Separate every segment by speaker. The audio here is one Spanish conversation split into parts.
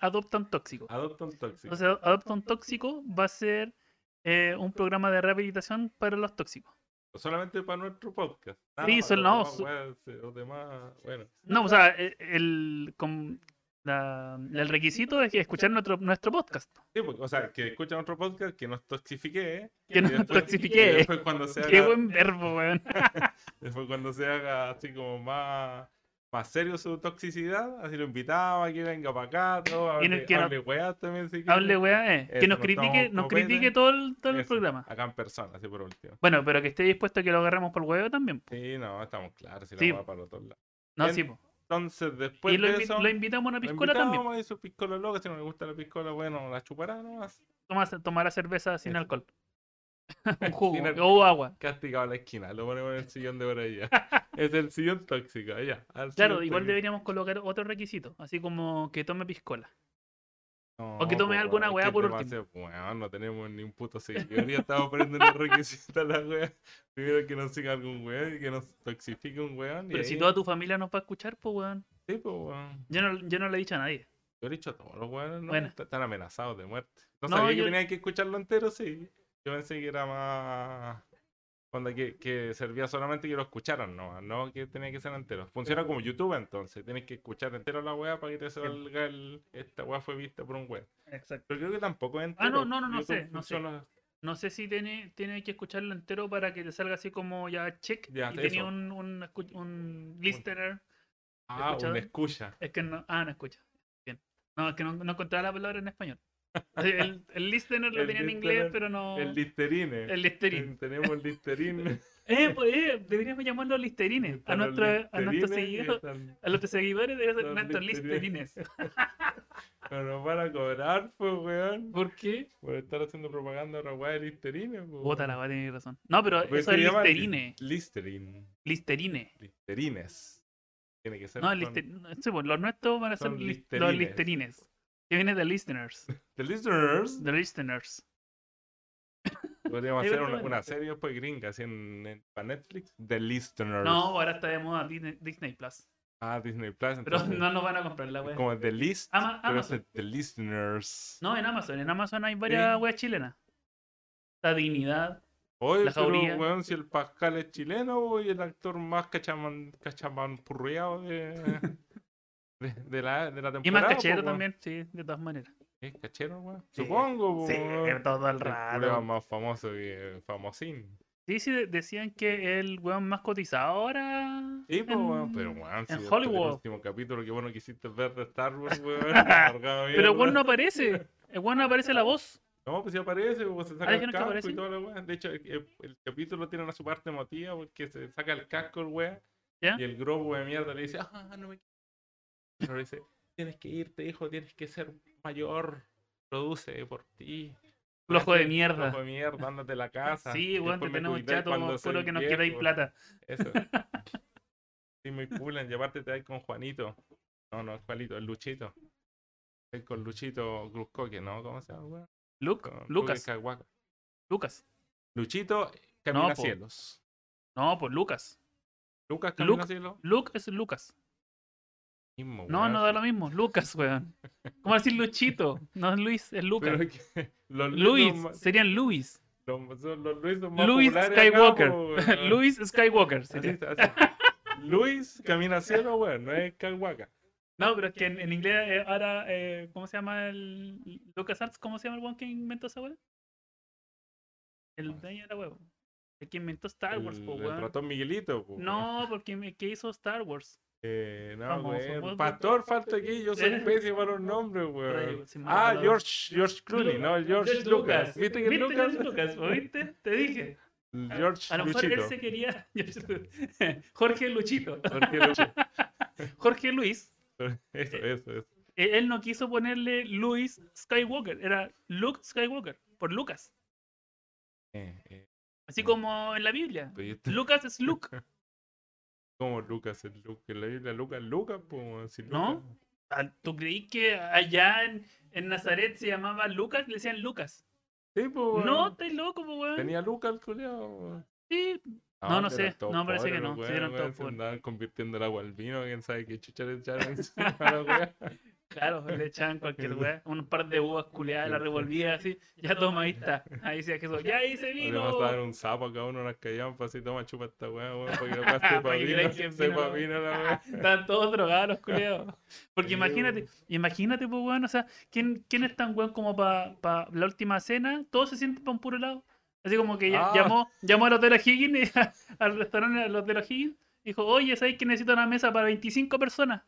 Speaker 1: adopta un tóxico.
Speaker 2: Adopta un tóxico.
Speaker 1: Entonces, adopta un tóxico va a ser eh, un programa de rehabilitación para los tóxicos.
Speaker 2: Solamente para nuestro podcast.
Speaker 1: Sí,
Speaker 2: más,
Speaker 1: son-
Speaker 2: los
Speaker 1: no,
Speaker 2: demás,
Speaker 1: su-
Speaker 2: weas, eh, los demás, bueno.
Speaker 1: No, o sea, eh, el, con la- el requisito es que escuchar nuestro, nuestro podcast.
Speaker 2: Sí, porque, o sea, que escuchan otro podcast, que nos toxifique. ¿eh?
Speaker 1: Que
Speaker 2: y
Speaker 1: nos
Speaker 2: después-
Speaker 1: toxifique.
Speaker 2: y Después cuando se
Speaker 1: Qué
Speaker 2: haga,
Speaker 1: buen verbo, weón.
Speaker 2: después cuando se haga así como más, más serio su toxicidad, así lo invitaba, que venga para acá, todo,
Speaker 1: Y no-
Speaker 2: hable,
Speaker 1: que no-
Speaker 2: hable weas también si quiere.
Speaker 1: Hable, weá, eh. Que
Speaker 2: Eso,
Speaker 1: nos
Speaker 2: nos
Speaker 1: critique,
Speaker 2: tomamos
Speaker 1: nos
Speaker 2: copete.
Speaker 1: critique todo el, todo el
Speaker 2: Eso,
Speaker 1: programa.
Speaker 2: Acá en persona, así por último.
Speaker 1: Bueno, pero que esté dispuesto a que lo agarremos por el huevo también. po.
Speaker 2: Sí, no, estamos claros, si
Speaker 1: Sí.
Speaker 2: la wea para los dos lados.
Speaker 1: No,
Speaker 2: Bien.
Speaker 1: sí, po.
Speaker 2: Entonces, después
Speaker 1: y lo,
Speaker 2: de
Speaker 1: invi-
Speaker 2: eso,
Speaker 1: lo invitamos a una
Speaker 2: lo
Speaker 1: piscola también.
Speaker 2: invitamos, y su piscola loca, si no le gusta la piscola, bueno, la chupará nomás.
Speaker 1: Tomas- tomará cerveza sin
Speaker 2: Eso.
Speaker 1: alcohol. Un jugo
Speaker 2: Sin alcohol.
Speaker 1: o agua.
Speaker 2: castigado a la esquina, lo ponemos en el sillón de por allá. es el sillón tóxico, allá. al
Speaker 1: Claro,
Speaker 2: sillón
Speaker 1: igual
Speaker 2: tóxico.
Speaker 1: deberíamos colocar otro requisito, así como que tome piscola.
Speaker 2: No,
Speaker 1: o que tome
Speaker 2: po,
Speaker 1: alguna
Speaker 2: weón,
Speaker 1: weá
Speaker 2: es que
Speaker 1: por
Speaker 2: te va a
Speaker 1: último.
Speaker 2: hacer- weón, no tenemos ni un puto seguidor, ya estamos poniendo los requisitos a la weá. Primero que nos siga algún weón y que nos toxifique un weón. y
Speaker 1: Pero si
Speaker 2: ahí-
Speaker 1: toda tu familia nos va a escuchar, pues weón.
Speaker 2: Sí, pues, weón.
Speaker 1: Yo no, yo no le he dicho a nadie.
Speaker 2: Yo le he dicho a todos los weones, ¿no?
Speaker 1: Buena.
Speaker 2: Est- Están amenazados de muerte. No,
Speaker 1: No,
Speaker 2: sabía que
Speaker 1: yo-
Speaker 2: tenían que escucharlo entero, sí. Yo pensé que era más. Cuando que, que servía solamente que lo escucharan, no, no que tenía que ser entero. Funciona como YouTube entonces, tienes que escuchar entero la weá para que te salga el. Esta weá fue vista por un weón.
Speaker 1: Exacto.
Speaker 2: Pero creo que tampoco es
Speaker 1: Ah,
Speaker 2: entero.
Speaker 1: no, no, no, no
Speaker 2: YouTube
Speaker 1: sé, no sé.
Speaker 2: funciona-
Speaker 1: No sé si tiene, tiene que escucharlo entero para que te salga así como ya check.
Speaker 2: Ya,
Speaker 1: y tenía
Speaker 2: eso.
Speaker 1: un, un, escu- un listener.
Speaker 2: Ah,
Speaker 1: ¿Escuchado?
Speaker 2: una escucha.
Speaker 1: Es que no. Ah, no escucha. Bien. No, es que no, no encontraba la palabra en español. Así, El, el listener lo
Speaker 2: El
Speaker 1: tenía en inglés,
Speaker 2: listener,
Speaker 1: pero no.
Speaker 2: El
Speaker 1: El,
Speaker 2: listerine.
Speaker 1: listerine.
Speaker 2: Ten- Tenemos el listerine.
Speaker 1: Eh, pues, eh, deberíamos llamarlo listerines. A,
Speaker 2: Están los
Speaker 1: nuestro, a nuestros
Speaker 2: listerines y
Speaker 1: seguidores.
Speaker 2: están-
Speaker 1: A nuestros seguidores deberían ser
Speaker 2: los
Speaker 1: nuestros
Speaker 2: listerines.
Speaker 1: listerines.
Speaker 2: Pero nos van a cobrar, pues, weón.
Speaker 1: ¿Por qué?
Speaker 2: Por estar haciendo propaganda de weá de Listerine. po.
Speaker 1: Bota la va a tener razón. No, pero
Speaker 2: Porque
Speaker 1: eso
Speaker 2: se
Speaker 1: es
Speaker 2: llama li-
Speaker 1: listerine.
Speaker 2: Listerine.
Speaker 1: Listerine.
Speaker 2: Listerines. Tiene que ser.
Speaker 1: No,
Speaker 2: con-
Speaker 1: lister... sí, pues, los nuestros van a ser
Speaker 2: son
Speaker 1: lis- los
Speaker 2: listerines.
Speaker 1: listerines. Que viene de listeners.
Speaker 2: The Listeners.
Speaker 1: De listeners.
Speaker 2: Podríamos
Speaker 1: Es
Speaker 2: hacer
Speaker 1: verdad,
Speaker 2: una,
Speaker 1: bueno.
Speaker 2: una serie después gringa así en, en- para Netflix. The Listeners.
Speaker 1: No, ahora está de moda Disney, Disney Plus.
Speaker 2: Ah, Disney Plus.
Speaker 1: Pero
Speaker 2: Entonces,
Speaker 1: no nos van a comprar la
Speaker 2: es
Speaker 1: web.
Speaker 2: Como The List.
Speaker 1: Ama-
Speaker 2: pero es
Speaker 1: Amazon.
Speaker 2: The Listeners.
Speaker 1: No, en Amazon. En Amazon hay varias
Speaker 2: Sí.
Speaker 1: weas chilenas. La dignidad.
Speaker 2: Oye,
Speaker 1: La
Speaker 2: pero,
Speaker 1: Jauría.
Speaker 2: weón, si el Pascal es chileno, weón, y el actor más cachaman, cachamanpurreado de, de, de la, de la temporada.
Speaker 1: Y más cachero
Speaker 2: po, weón.
Speaker 1: también, sí, de todas maneras.
Speaker 2: Es cachero, weón.
Speaker 1: Sí,
Speaker 2: Supongo, po,
Speaker 1: Sí,
Speaker 2: weón.
Speaker 1: todo el
Speaker 2: El culiao
Speaker 1: rato.
Speaker 2: más famoso que eh, famosín.
Speaker 1: Sí, sí, de- decían que el weón más cotizado ahora.
Speaker 2: Sí, pues,
Speaker 1: en-
Speaker 2: weón, pero weón, si
Speaker 1: en
Speaker 2: después del
Speaker 1: Hollywood.
Speaker 2: último capítulo que bueno quisiste ver de Star Wars, weón. amargado
Speaker 1: Pero el
Speaker 2: mierda.
Speaker 1: weón no aparece. El weón no aparece la voz.
Speaker 2: No, pues sí aparece, pues, se saca
Speaker 1: Ah,
Speaker 2: el
Speaker 1: ¿dijeron que
Speaker 2: casco
Speaker 1: aparece?
Speaker 2: y toda la weón. De hecho, el, el- el capítulo tiene una su parte emotiva porque se saca el casco el weón.
Speaker 1: ¿Ya?
Speaker 2: Y el grobo de mierda le dice, ah, no me quiero". Pero le dice, tienes que irte, hijo, tienes que ser mayor. Produce por ti.
Speaker 1: Flojo de
Speaker 2: Ándate,
Speaker 1: mierda.
Speaker 2: Flojo de mierda, ándate de la casa.
Speaker 1: Sí, weón, te
Speaker 2: después me
Speaker 1: tenemos
Speaker 2: cuidáis cuando
Speaker 1: chato,
Speaker 2: seas
Speaker 1: juro que nos
Speaker 2: viejo".
Speaker 1: quedáis plata.
Speaker 2: Eso. Sí, me pulan. Y aparte te da con Juanito. No, no, es Juanito, es Luchito. Es con Luchito Cruzcoque, ¿no? ¿Cómo se llama, weón?
Speaker 1: Luke,
Speaker 2: Con Luke
Speaker 1: Lucas,
Speaker 2: Cahuaca.
Speaker 1: Lucas.
Speaker 2: Luchito Camina
Speaker 1: po.
Speaker 2: Cielos.
Speaker 1: No, pues Lucas.
Speaker 2: Lucas Camina
Speaker 1: Luke-
Speaker 2: Cielos.
Speaker 1: Luke es Lucas.
Speaker 2: Mismo,
Speaker 1: No,
Speaker 2: weón.
Speaker 1: no da lo mismo. Lucas, weón. ¿Cómo decir Luchito? No es Luis, es Lucas.
Speaker 2: Pero es que los
Speaker 1: Luis,
Speaker 2: Luis, son
Speaker 1: serían Luis.
Speaker 2: ma- los, son- los Luis son más
Speaker 1: Luis
Speaker 2: populares
Speaker 1: Skywalker.
Speaker 2: acá, po, weón.
Speaker 1: Luis Skywalker
Speaker 2: Ah. Así
Speaker 1: sería.
Speaker 2: está, así. Luis Camina Cielos, weón, no es Cahuaca.
Speaker 1: No, pero es que en, en inglés eh, ahora, eh, ¿cómo se llama el. Lucas Arts, ¿cómo se llama el weón que inventó esa weón? El
Speaker 2: ¿Cuál?
Speaker 1: dueño de la weón. El que inventó Star Wars,
Speaker 2: El,
Speaker 1: po,
Speaker 2: el
Speaker 1: weón.
Speaker 2: ratón Miguelito, po, weón.
Speaker 1: No, porque me- que hizo Star Wars.
Speaker 2: Eh, no,
Speaker 1: Famoso, pues,
Speaker 2: weón.
Speaker 1: vos-
Speaker 2: Pastor falta aquí, yo soy
Speaker 1: Eh.
Speaker 2: pésimo para los nombres,
Speaker 1: Pero
Speaker 2: weón.
Speaker 1: ahí, sin más
Speaker 2: Ah,
Speaker 1: palabras.
Speaker 2: George, George Clooney, no, el George, Lucas. ¿Viste que Lucas?
Speaker 1: George Lucas, ¿oíste? Te dije.
Speaker 2: El George
Speaker 1: A lo mejor él
Speaker 2: Luchito.
Speaker 1: se quería. Jorge Luchito.
Speaker 2: Jorge Luchito.
Speaker 1: Jorge Luis.
Speaker 2: Eso, eso, eso.
Speaker 1: eh, Él no quiso ponerle Luis Skywalker. Era Luke Skywalker. Por Lucas.
Speaker 2: Eh, eh,
Speaker 1: Así como en la Biblia.
Speaker 2: pero yo estoy
Speaker 1: Lucas es Luke.
Speaker 2: como Lucas, el Lucas, la Biblia, Lucas, Lucas, pues, si Lucas.
Speaker 1: ¿No? Ah, ¿Tú creí que allá en, en Nazaret se llamaba Lucas? Le decían Lucas.
Speaker 2: Sí, pues, weón.
Speaker 1: No, estás loco, po, weón.
Speaker 2: Tenía Lucas el Ah, culeado.
Speaker 1: Sí, No, no sé. No, parece que no. Se
Speaker 2: Se
Speaker 1: dieron todos
Speaker 2: Se
Speaker 1: pobres.
Speaker 2: andaban convirtiendo el agua al vino, quién sabe qué chucha le echaron encima a la weá.
Speaker 1: Claro, le echaban cualquier weá, un par de uvas culeadas, la revolvía así, ya toma, ahí está. Ahí decía que eso, ya ahí se
Speaker 2: Le
Speaker 1: vino.
Speaker 2: pasaban un sapo a cada uno, nos callaban para así, toma, chupa esta weá, weón, para que no pase
Speaker 1: Para que crean que
Speaker 2: papino,
Speaker 1: es
Speaker 2: sepa
Speaker 1: vino,
Speaker 2: vino la weá.
Speaker 1: Están todos drogados los culeados. Porque
Speaker 2: Sí,
Speaker 1: imagínate,
Speaker 2: weón.
Speaker 1: imagínate, pues, weón, o sea, ¿quién, quién es tan weón como para la última cena? Todos se sienten para un puro lado. Así como que ya-
Speaker 2: Ah.
Speaker 1: llamó, llamó al hotel O'Higgins, y a- al restaurante del hotel O'Higgins, dijo, oye, ¿sabéis que necesito una mesa para 25 personas?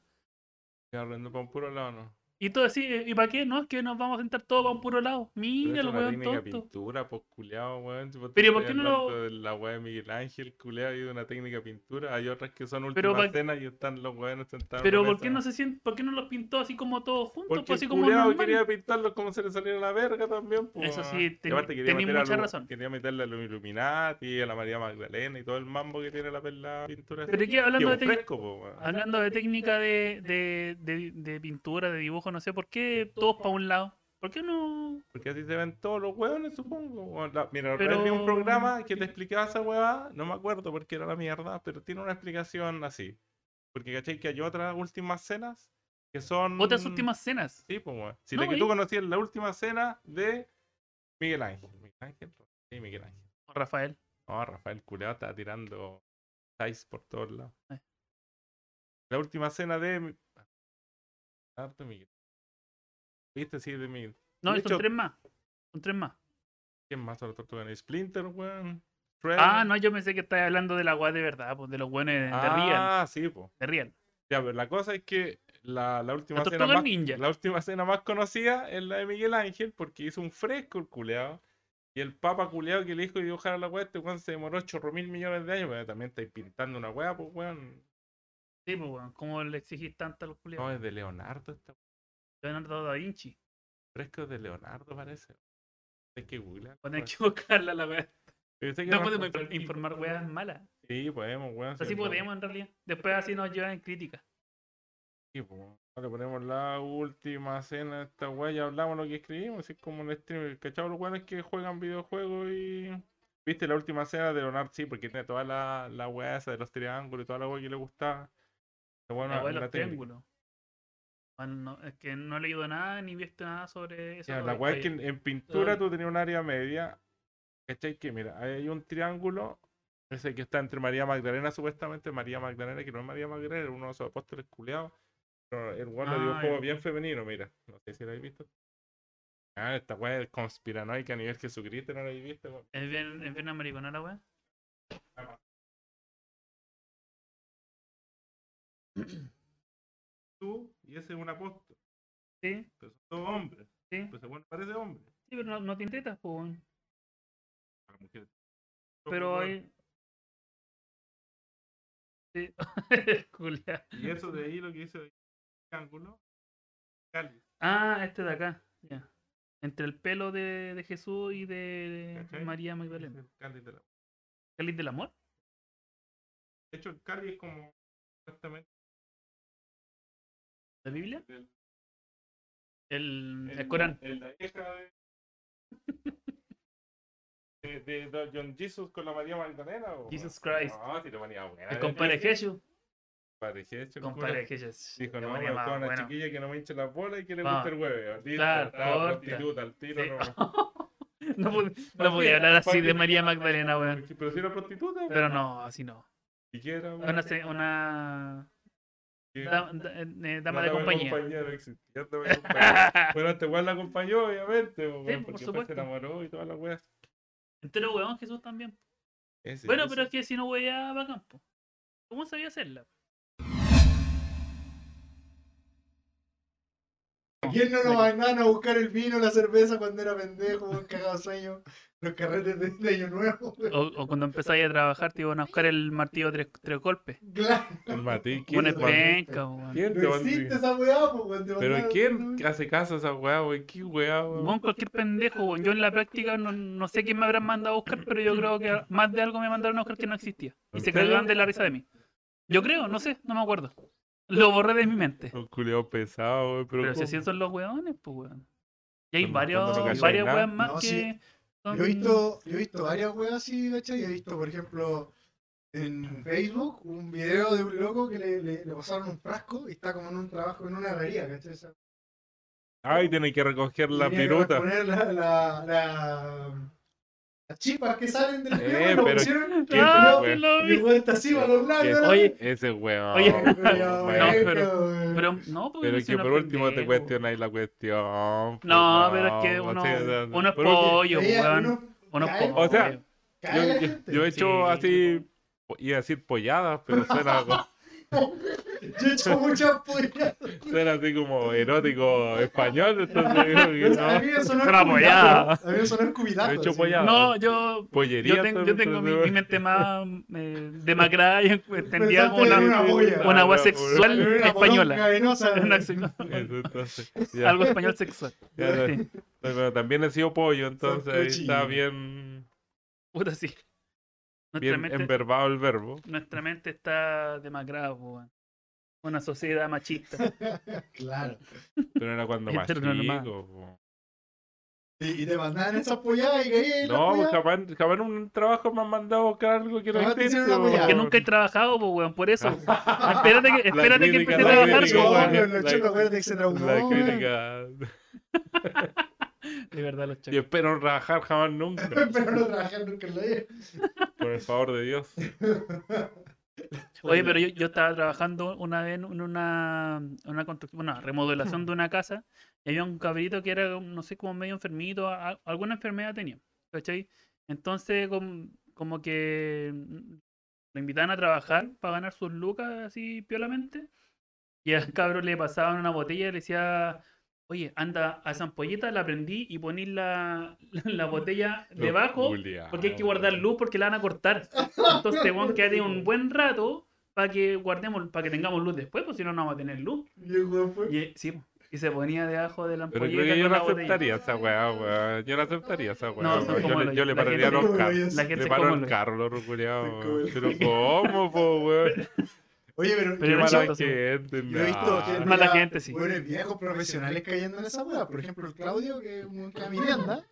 Speaker 2: Y hablando para un puro lado, ¿no?
Speaker 1: Y todo así, "Eh, ¿y para qué? No, es que nos vamos a sentar todos para un puro lado.
Speaker 2: Pero
Speaker 1: Mira
Speaker 2: es
Speaker 1: los
Speaker 2: una
Speaker 1: weón
Speaker 2: técnica de
Speaker 1: tonto.
Speaker 2: pintura, pues culeado, weón. si vos te
Speaker 1: Pero, ¿y por qué
Speaker 2: estás
Speaker 1: no lo-
Speaker 2: hablando de La weá de Miguel Ángel, culeado, y de una técnica de pintura. Hay otras que son
Speaker 1: Pero
Speaker 2: últimas
Speaker 1: pa-
Speaker 2: cenas y están los weones sentados. en
Speaker 1: Pero
Speaker 2: una
Speaker 1: ¿por qué
Speaker 2: mesa.
Speaker 1: no se sienten, por qué no los pintó así como todos juntos?
Speaker 2: Porque
Speaker 1: Pues
Speaker 2: el
Speaker 1: así como
Speaker 2: culiao
Speaker 1: normal.
Speaker 2: quería pintarlos como se le saliera la verga también. po,
Speaker 1: Eso sí,
Speaker 2: weón. Y
Speaker 1: teni-
Speaker 2: aparte quería
Speaker 1: tenís
Speaker 2: meter a
Speaker 1: mucha
Speaker 2: Lu-
Speaker 1: razón.
Speaker 2: Quería meterle a los Illuminati, a la María Magdalena y todo el mambo que tiene la, la pintura.
Speaker 1: Pero ¿qué? Hablando de, este
Speaker 2: Tío,
Speaker 1: técnica-
Speaker 2: fresco, po, weón.
Speaker 1: hablando de técnica de, de, de, de pintura, de dibujo, no sé, ¿por qué todos para un lado? ¿Por qué no?
Speaker 2: Porque así se ven todos los hueones, supongo. weón. La- mira, la
Speaker 1: Pero-
Speaker 2: otra vez vi un programa que te explicaba esa hueá, no me acuerdo porque era la mierda, pero tiene una explicación así. Porque caché que hay otras últimas cenas que son.
Speaker 1: Otras últimas cenas.
Speaker 2: Mm. Sí, pues, weón. Si
Speaker 1: No,
Speaker 2: la que
Speaker 1: ahí-
Speaker 2: tú conocías es la última cena de Miguel Ángel. Miguel Ángel, pues, sí, Miguel Ángel.
Speaker 1: Rafael.
Speaker 2: No, Rafael Culeado está tirando Tais por todos lados.
Speaker 1: Eh.
Speaker 2: La última cena de. Mi- Harto Miguel. ¿Viste? Sí, de Miguel.
Speaker 1: No,
Speaker 2: De
Speaker 1: son
Speaker 2: hecho-
Speaker 1: tres más. Son tres más.
Speaker 2: ¿Quién más a la tortuga? Ninja? Splinter, weón. Shredder.
Speaker 1: Ah, no, yo pensé que estabas hablando de la guay de verdad, pues de los buenos de, de Real.
Speaker 2: Ah, sí, po.
Speaker 1: De Real.
Speaker 2: Ya, pero la cosa es que la, la última
Speaker 1: La
Speaker 2: cena
Speaker 1: tortuga
Speaker 2: más.
Speaker 1: ninja.
Speaker 2: La última cena más conocida es la de Miguel Ángel, porque hizo un fresco el culeado. Y el papa culeado que le dijo que dibujara la weá, este weón se demoró 8 mil millones de años. Pero también estáis pintando una weá, pues weón.
Speaker 1: Sí, pues, weón, ¿cómo le exigís tanto a los
Speaker 2: No,
Speaker 1: culiados?
Speaker 2: es de Leonardo esta
Speaker 1: Leonardo da Vinci.
Speaker 2: Frescos de Leonardo parece. Hay que googlear.
Speaker 1: Van a
Speaker 2: weón.
Speaker 1: equivocarla la weá.
Speaker 2: Pero sé que
Speaker 1: No
Speaker 2: más-
Speaker 1: podemos infor- informar weas malas.
Speaker 2: Sí, podemos, weón.
Speaker 1: Así
Speaker 2: sí, pues, no,
Speaker 1: podemos en realidad. Después así nos llevan en crítica.
Speaker 2: sí, po, weón. Ahora ponemos la última cena de esta weá y hablamos lo que escribimos. Así como en el streamer. ¿Cachado? Los weones que juegan videojuegos y. ¿Viste la última cena de Leonardo? Sí, porque tiene toda la, la weá esa de los triángulos y toda la weá que le gustaba. La weá
Speaker 1: La
Speaker 2: una-
Speaker 1: wea de
Speaker 2: una
Speaker 1: los
Speaker 2: técnica.
Speaker 1: triángulos. Bueno, no- es que no he leído nada ni visto nada sobre eso.
Speaker 2: Ya, la
Speaker 1: Oye,
Speaker 2: weá es que
Speaker 1: oye,
Speaker 2: en, en pintura
Speaker 1: Ay.
Speaker 2: tú tenías un área media. ¿Cachai? Que mira, ahí hay un triángulo. Ese que está entre María Magdalena, supuestamente María Magdalena, que no es María Magdalena, era uno de esos apóstoles culeados. Pero el weón lo
Speaker 1: Ah,
Speaker 2: dibujó
Speaker 1: ya.
Speaker 2: bien femenino, mira. No sé si lo habéis visto. Ah, esta weá es conspiranoica a nivel Jesucristo, no lo habéis visto. weón.
Speaker 1: Es bien, es bien americana la wea.
Speaker 2: Tú y ese es un apóstol.
Speaker 1: Sí, sí.
Speaker 2: Pero son todos hombres.
Speaker 1: Sí,
Speaker 2: Pues ese weón parece hombre.
Speaker 1: pero no, no tiene tetas, po, weón.
Speaker 2: La mujer-
Speaker 1: Pero
Speaker 2: weón.
Speaker 1: hay. Sí. Culeado.
Speaker 2: Y eso de ahí lo que hizo el triángulo. cáliz,
Speaker 1: Ah, este de acá. ya. Entre el pelo de, de Jesús y de
Speaker 2: ¿Cachai?
Speaker 1: María
Speaker 2: ese es
Speaker 1: Magdalena.
Speaker 2: el cáliz de la
Speaker 1: ¿Cáliz del amor?
Speaker 2: De hecho, el Cali es como exactamente
Speaker 1: ¿La Biblia?
Speaker 2: el,
Speaker 1: El, Mm, el
Speaker 2: el-
Speaker 1: Corán.
Speaker 2: el- la hija de, de, de Don John Jesus con la María Magdalena. ¿o?
Speaker 1: Jesus Christ.
Speaker 2: No, si la María Magdalena.
Speaker 1: Ah, El compadre Jesús.
Speaker 2: Compadre Jesús.
Speaker 1: Compadre Jesús.
Speaker 2: Dijo,
Speaker 1: la
Speaker 2: no,
Speaker 1: María
Speaker 2: me gusta
Speaker 1: más
Speaker 2: una
Speaker 1: buena.
Speaker 2: chiquilla que no me hinche las bolas y que le
Speaker 1: Va.
Speaker 2: guste el hueve. Listo,
Speaker 1: Claro,
Speaker 2: estaba
Speaker 1: corta.
Speaker 2: prostituta al tiro.
Speaker 1: Sí. ah,
Speaker 2: nomás.
Speaker 1: No, pod- no
Speaker 2: Más bien,
Speaker 1: podía hablar así
Speaker 2: compadre,
Speaker 1: de María Magdalena, weón.
Speaker 2: Porque- Pero si era prostituta.
Speaker 1: Pero no, así no.
Speaker 2: Siquiera,
Speaker 1: Una, se- una da- da- eh, dama de compañía.
Speaker 2: no existía, dama de compañía. Bueno, este weón la acompañó, obviamente, po,
Speaker 1: por
Speaker 2: weón, porque después
Speaker 1: supuesto.
Speaker 2: se enamoró y todas las weas.
Speaker 1: Entero weón Jesús también.
Speaker 2: Ese,
Speaker 1: Bueno,
Speaker 2: ese.
Speaker 1: pero es que si no weá va a campo. ¿Cómo sabía hacerla?
Speaker 3: ¿A ¿Quién no nos mandaban a buscar el vino, la cerveza cuando era pendejo, un cagado sueño? Los carretes de, de Año Nuevo, güey.
Speaker 1: O, o cuando empezáis a trabajar te iban a buscar el martillo tres, tres golpes.
Speaker 3: Claro,
Speaker 2: El Mati, ¿quién
Speaker 1: Una
Speaker 2: es Mati?
Speaker 1: penca, weón.
Speaker 2: ¿Quién te
Speaker 3: no
Speaker 2: va a
Speaker 3: existe
Speaker 2: decir?
Speaker 3: esa weá, pues, weón, te
Speaker 2: Pero
Speaker 3: mandaban-
Speaker 2: ¿quién hace caso a esa weá, weón? ¿Qué weá,
Speaker 1: Weón,
Speaker 2: weón?
Speaker 1: cualquier pendejo, weón. Yo en la práctica no, no sé quién me habrán mandado a buscar, pero yo creo que más de algo me mandaron a buscar que no existía. Y
Speaker 2: ¿En
Speaker 1: se
Speaker 2: serio?
Speaker 1: cagaban de la risa de mí. Yo creo, no sé, no me acuerdo. Lo borré de mi mente.
Speaker 2: Un culiao pesado, weón. Pero,
Speaker 1: Pero si
Speaker 2: ¿cómo?
Speaker 1: así son los weones, pues weón. Y hay
Speaker 2: Cuando-
Speaker 1: varios,
Speaker 2: cuando no cacháis
Speaker 1: varios
Speaker 2: nada.
Speaker 1: weones más
Speaker 3: No,
Speaker 1: que.
Speaker 3: sí.
Speaker 1: son-
Speaker 3: Yo he visto, yo he visto varias weas así, ¿cachai? He visto, por ejemplo, en Facebook un video de un loco que le, le- le pasaron un frasco y está como en un trabajo en una herrería, ¿cachai? Esa-
Speaker 2: Ay, tiene que recoger la
Speaker 3: Tenía que
Speaker 2: piruta.
Speaker 3: poner la, la, la- las chispas que salen del
Speaker 2: Eh,
Speaker 3: eh,
Speaker 2: pero-
Speaker 3: pusieron.
Speaker 2: ¿Qué
Speaker 1: ¡Ah,
Speaker 2: fue?
Speaker 1: que lo
Speaker 3: Y el
Speaker 1: vi!
Speaker 3: weón está así, con los labios.
Speaker 2: ¿Qué?
Speaker 3: ¿no?
Speaker 1: Oye,
Speaker 2: Ese huevón.
Speaker 1: Oye.
Speaker 3: Pero,
Speaker 2: weón.
Speaker 1: No,
Speaker 3: eh,
Speaker 1: Pero no, pues,
Speaker 2: Pero
Speaker 1: si
Speaker 2: que
Speaker 1: uno
Speaker 2: por último te
Speaker 1: pendejo.
Speaker 2: cuestionáis la cuestión. pues,
Speaker 1: No, pero es que
Speaker 2: o
Speaker 1: uno,
Speaker 2: sea, da-
Speaker 1: uno es
Speaker 2: por último-
Speaker 1: pollo,
Speaker 3: veía
Speaker 1: weón.
Speaker 3: uno-
Speaker 1: Uno es
Speaker 3: cae,
Speaker 1: pollo.
Speaker 2: O sea,
Speaker 3: cae la
Speaker 2: Yo, yo-
Speaker 3: gente.
Speaker 2: yo he hecho
Speaker 1: Sí,
Speaker 2: así, po- iba a decir polladas, pero suena, co-
Speaker 3: Yo he hecho muchas puñadas.
Speaker 2: suena así como erótico español, entonces creo que
Speaker 3: A mí
Speaker 2: no.
Speaker 3: me sonó
Speaker 1: Pero apoyada.
Speaker 3: escubidazo. A mí me sonó escubidazo.
Speaker 2: Yo he hecho
Speaker 3: así.
Speaker 2: pollada.
Speaker 1: No, yo,
Speaker 2: Pollería.
Speaker 1: yo, ten- yo
Speaker 2: entonces,
Speaker 1: tengo mi,
Speaker 2: weón.
Speaker 1: mi mente más eh, demacrada y entendía como
Speaker 3: Pensaste en
Speaker 1: una,
Speaker 3: una polla.
Speaker 1: una agua
Speaker 2: Una
Speaker 1: sexual
Speaker 3: Era una poronga
Speaker 1: española.
Speaker 3: venosa.
Speaker 1: Una sexu-
Speaker 2: Eso, entonces, ya.
Speaker 1: algo español sexual.
Speaker 2: Ya, ya.
Speaker 1: Sí.
Speaker 2: Pero también he sido pollo, entonces ahí está
Speaker 3: cochinos.
Speaker 2: bien,
Speaker 1: Puta, sí. Nuestra
Speaker 2: bien
Speaker 1: mente,
Speaker 2: enverbado el verbo.
Speaker 1: nuestra mente está demacrada, po, weón. Una sociedad machista.
Speaker 3: Claro.
Speaker 2: Pero era cuando más
Speaker 1: Eterno nomás.
Speaker 2: chico, po.
Speaker 3: Y, y te mandaban esas polladas y caías en
Speaker 2: No, pues
Speaker 3: las polladas.
Speaker 2: jamás, jamás en un trabajo me han mandado a buscar algo que no
Speaker 3: Jamás te
Speaker 2: existe.
Speaker 3: hicieron una
Speaker 2: po.
Speaker 3: pollada.
Speaker 1: Que nunca he trabajado, po, weón, por eso. Espérate que,
Speaker 2: La
Speaker 1: espérate que empiece
Speaker 2: crítica,
Speaker 1: a
Speaker 2: la
Speaker 1: trabajar,
Speaker 2: crítica,
Speaker 1: po,
Speaker 2: weón.
Speaker 1: weón.
Speaker 3: Los chicos, acuérdate que se traumó.
Speaker 2: La crítica.
Speaker 1: De verdad, los
Speaker 2: Y
Speaker 1: chicos.
Speaker 2: espero no trabajar jamás nunca.
Speaker 3: Pero no trabajé nunca en la vida.
Speaker 2: Por el favor de Dios.
Speaker 1: Oye, pero yo, yo estaba trabajando una vez en una, en una construcción, bueno, remodelación de una casa y había un cabrito que era, no sé, como medio enfermito, a- a- alguna enfermedad tenía, ¿cachai? Entonces, com- como que mm, lo invitaban a trabajar para ganar sus lucas así piolamente y al cabro le pasaban una botella y le decía, oye, anda a esa ampolleta, la prendí y poní la, la botella debajo
Speaker 2: Julia,
Speaker 1: porque hay que guardar luz porque la van a cortar. Entonces, este weón, quédate un buen rato para que guardemos, para que tengamos luz después, pues si no, no vamos a tener luz.
Speaker 3: Y el weón fue.
Speaker 1: Y, eh, sí, po. y se ponía debajo de la
Speaker 2: Pero creo
Speaker 1: ampolleta
Speaker 2: que yo
Speaker 1: con
Speaker 2: no
Speaker 1: la botella.
Speaker 2: aceptaría esa weá, weá. Yo no aceptaría esa weá.
Speaker 1: No,
Speaker 2: weá.
Speaker 1: son
Speaker 2: Yo,
Speaker 1: como
Speaker 2: le-
Speaker 1: los-
Speaker 2: yo le
Speaker 1: la
Speaker 2: pararía
Speaker 1: gente-
Speaker 2: los carros.
Speaker 1: La gente
Speaker 2: Le
Speaker 1: se
Speaker 2: paro
Speaker 1: como
Speaker 2: el
Speaker 1: lo-
Speaker 2: carro, los culiados.
Speaker 3: como los-
Speaker 2: Pero cómo, po, weón.
Speaker 3: Oye, pero,
Speaker 1: Pero
Speaker 2: Qué
Speaker 1: era
Speaker 2: mala
Speaker 1: chistoso.
Speaker 2: gente.
Speaker 3: yo he visto que
Speaker 2: nah.
Speaker 1: Mala
Speaker 3: había
Speaker 1: gente, sí.
Speaker 3: buenos viejos profesionales cayendo en esa hueá. Por ejemplo, el Claudio, que es un caminanda.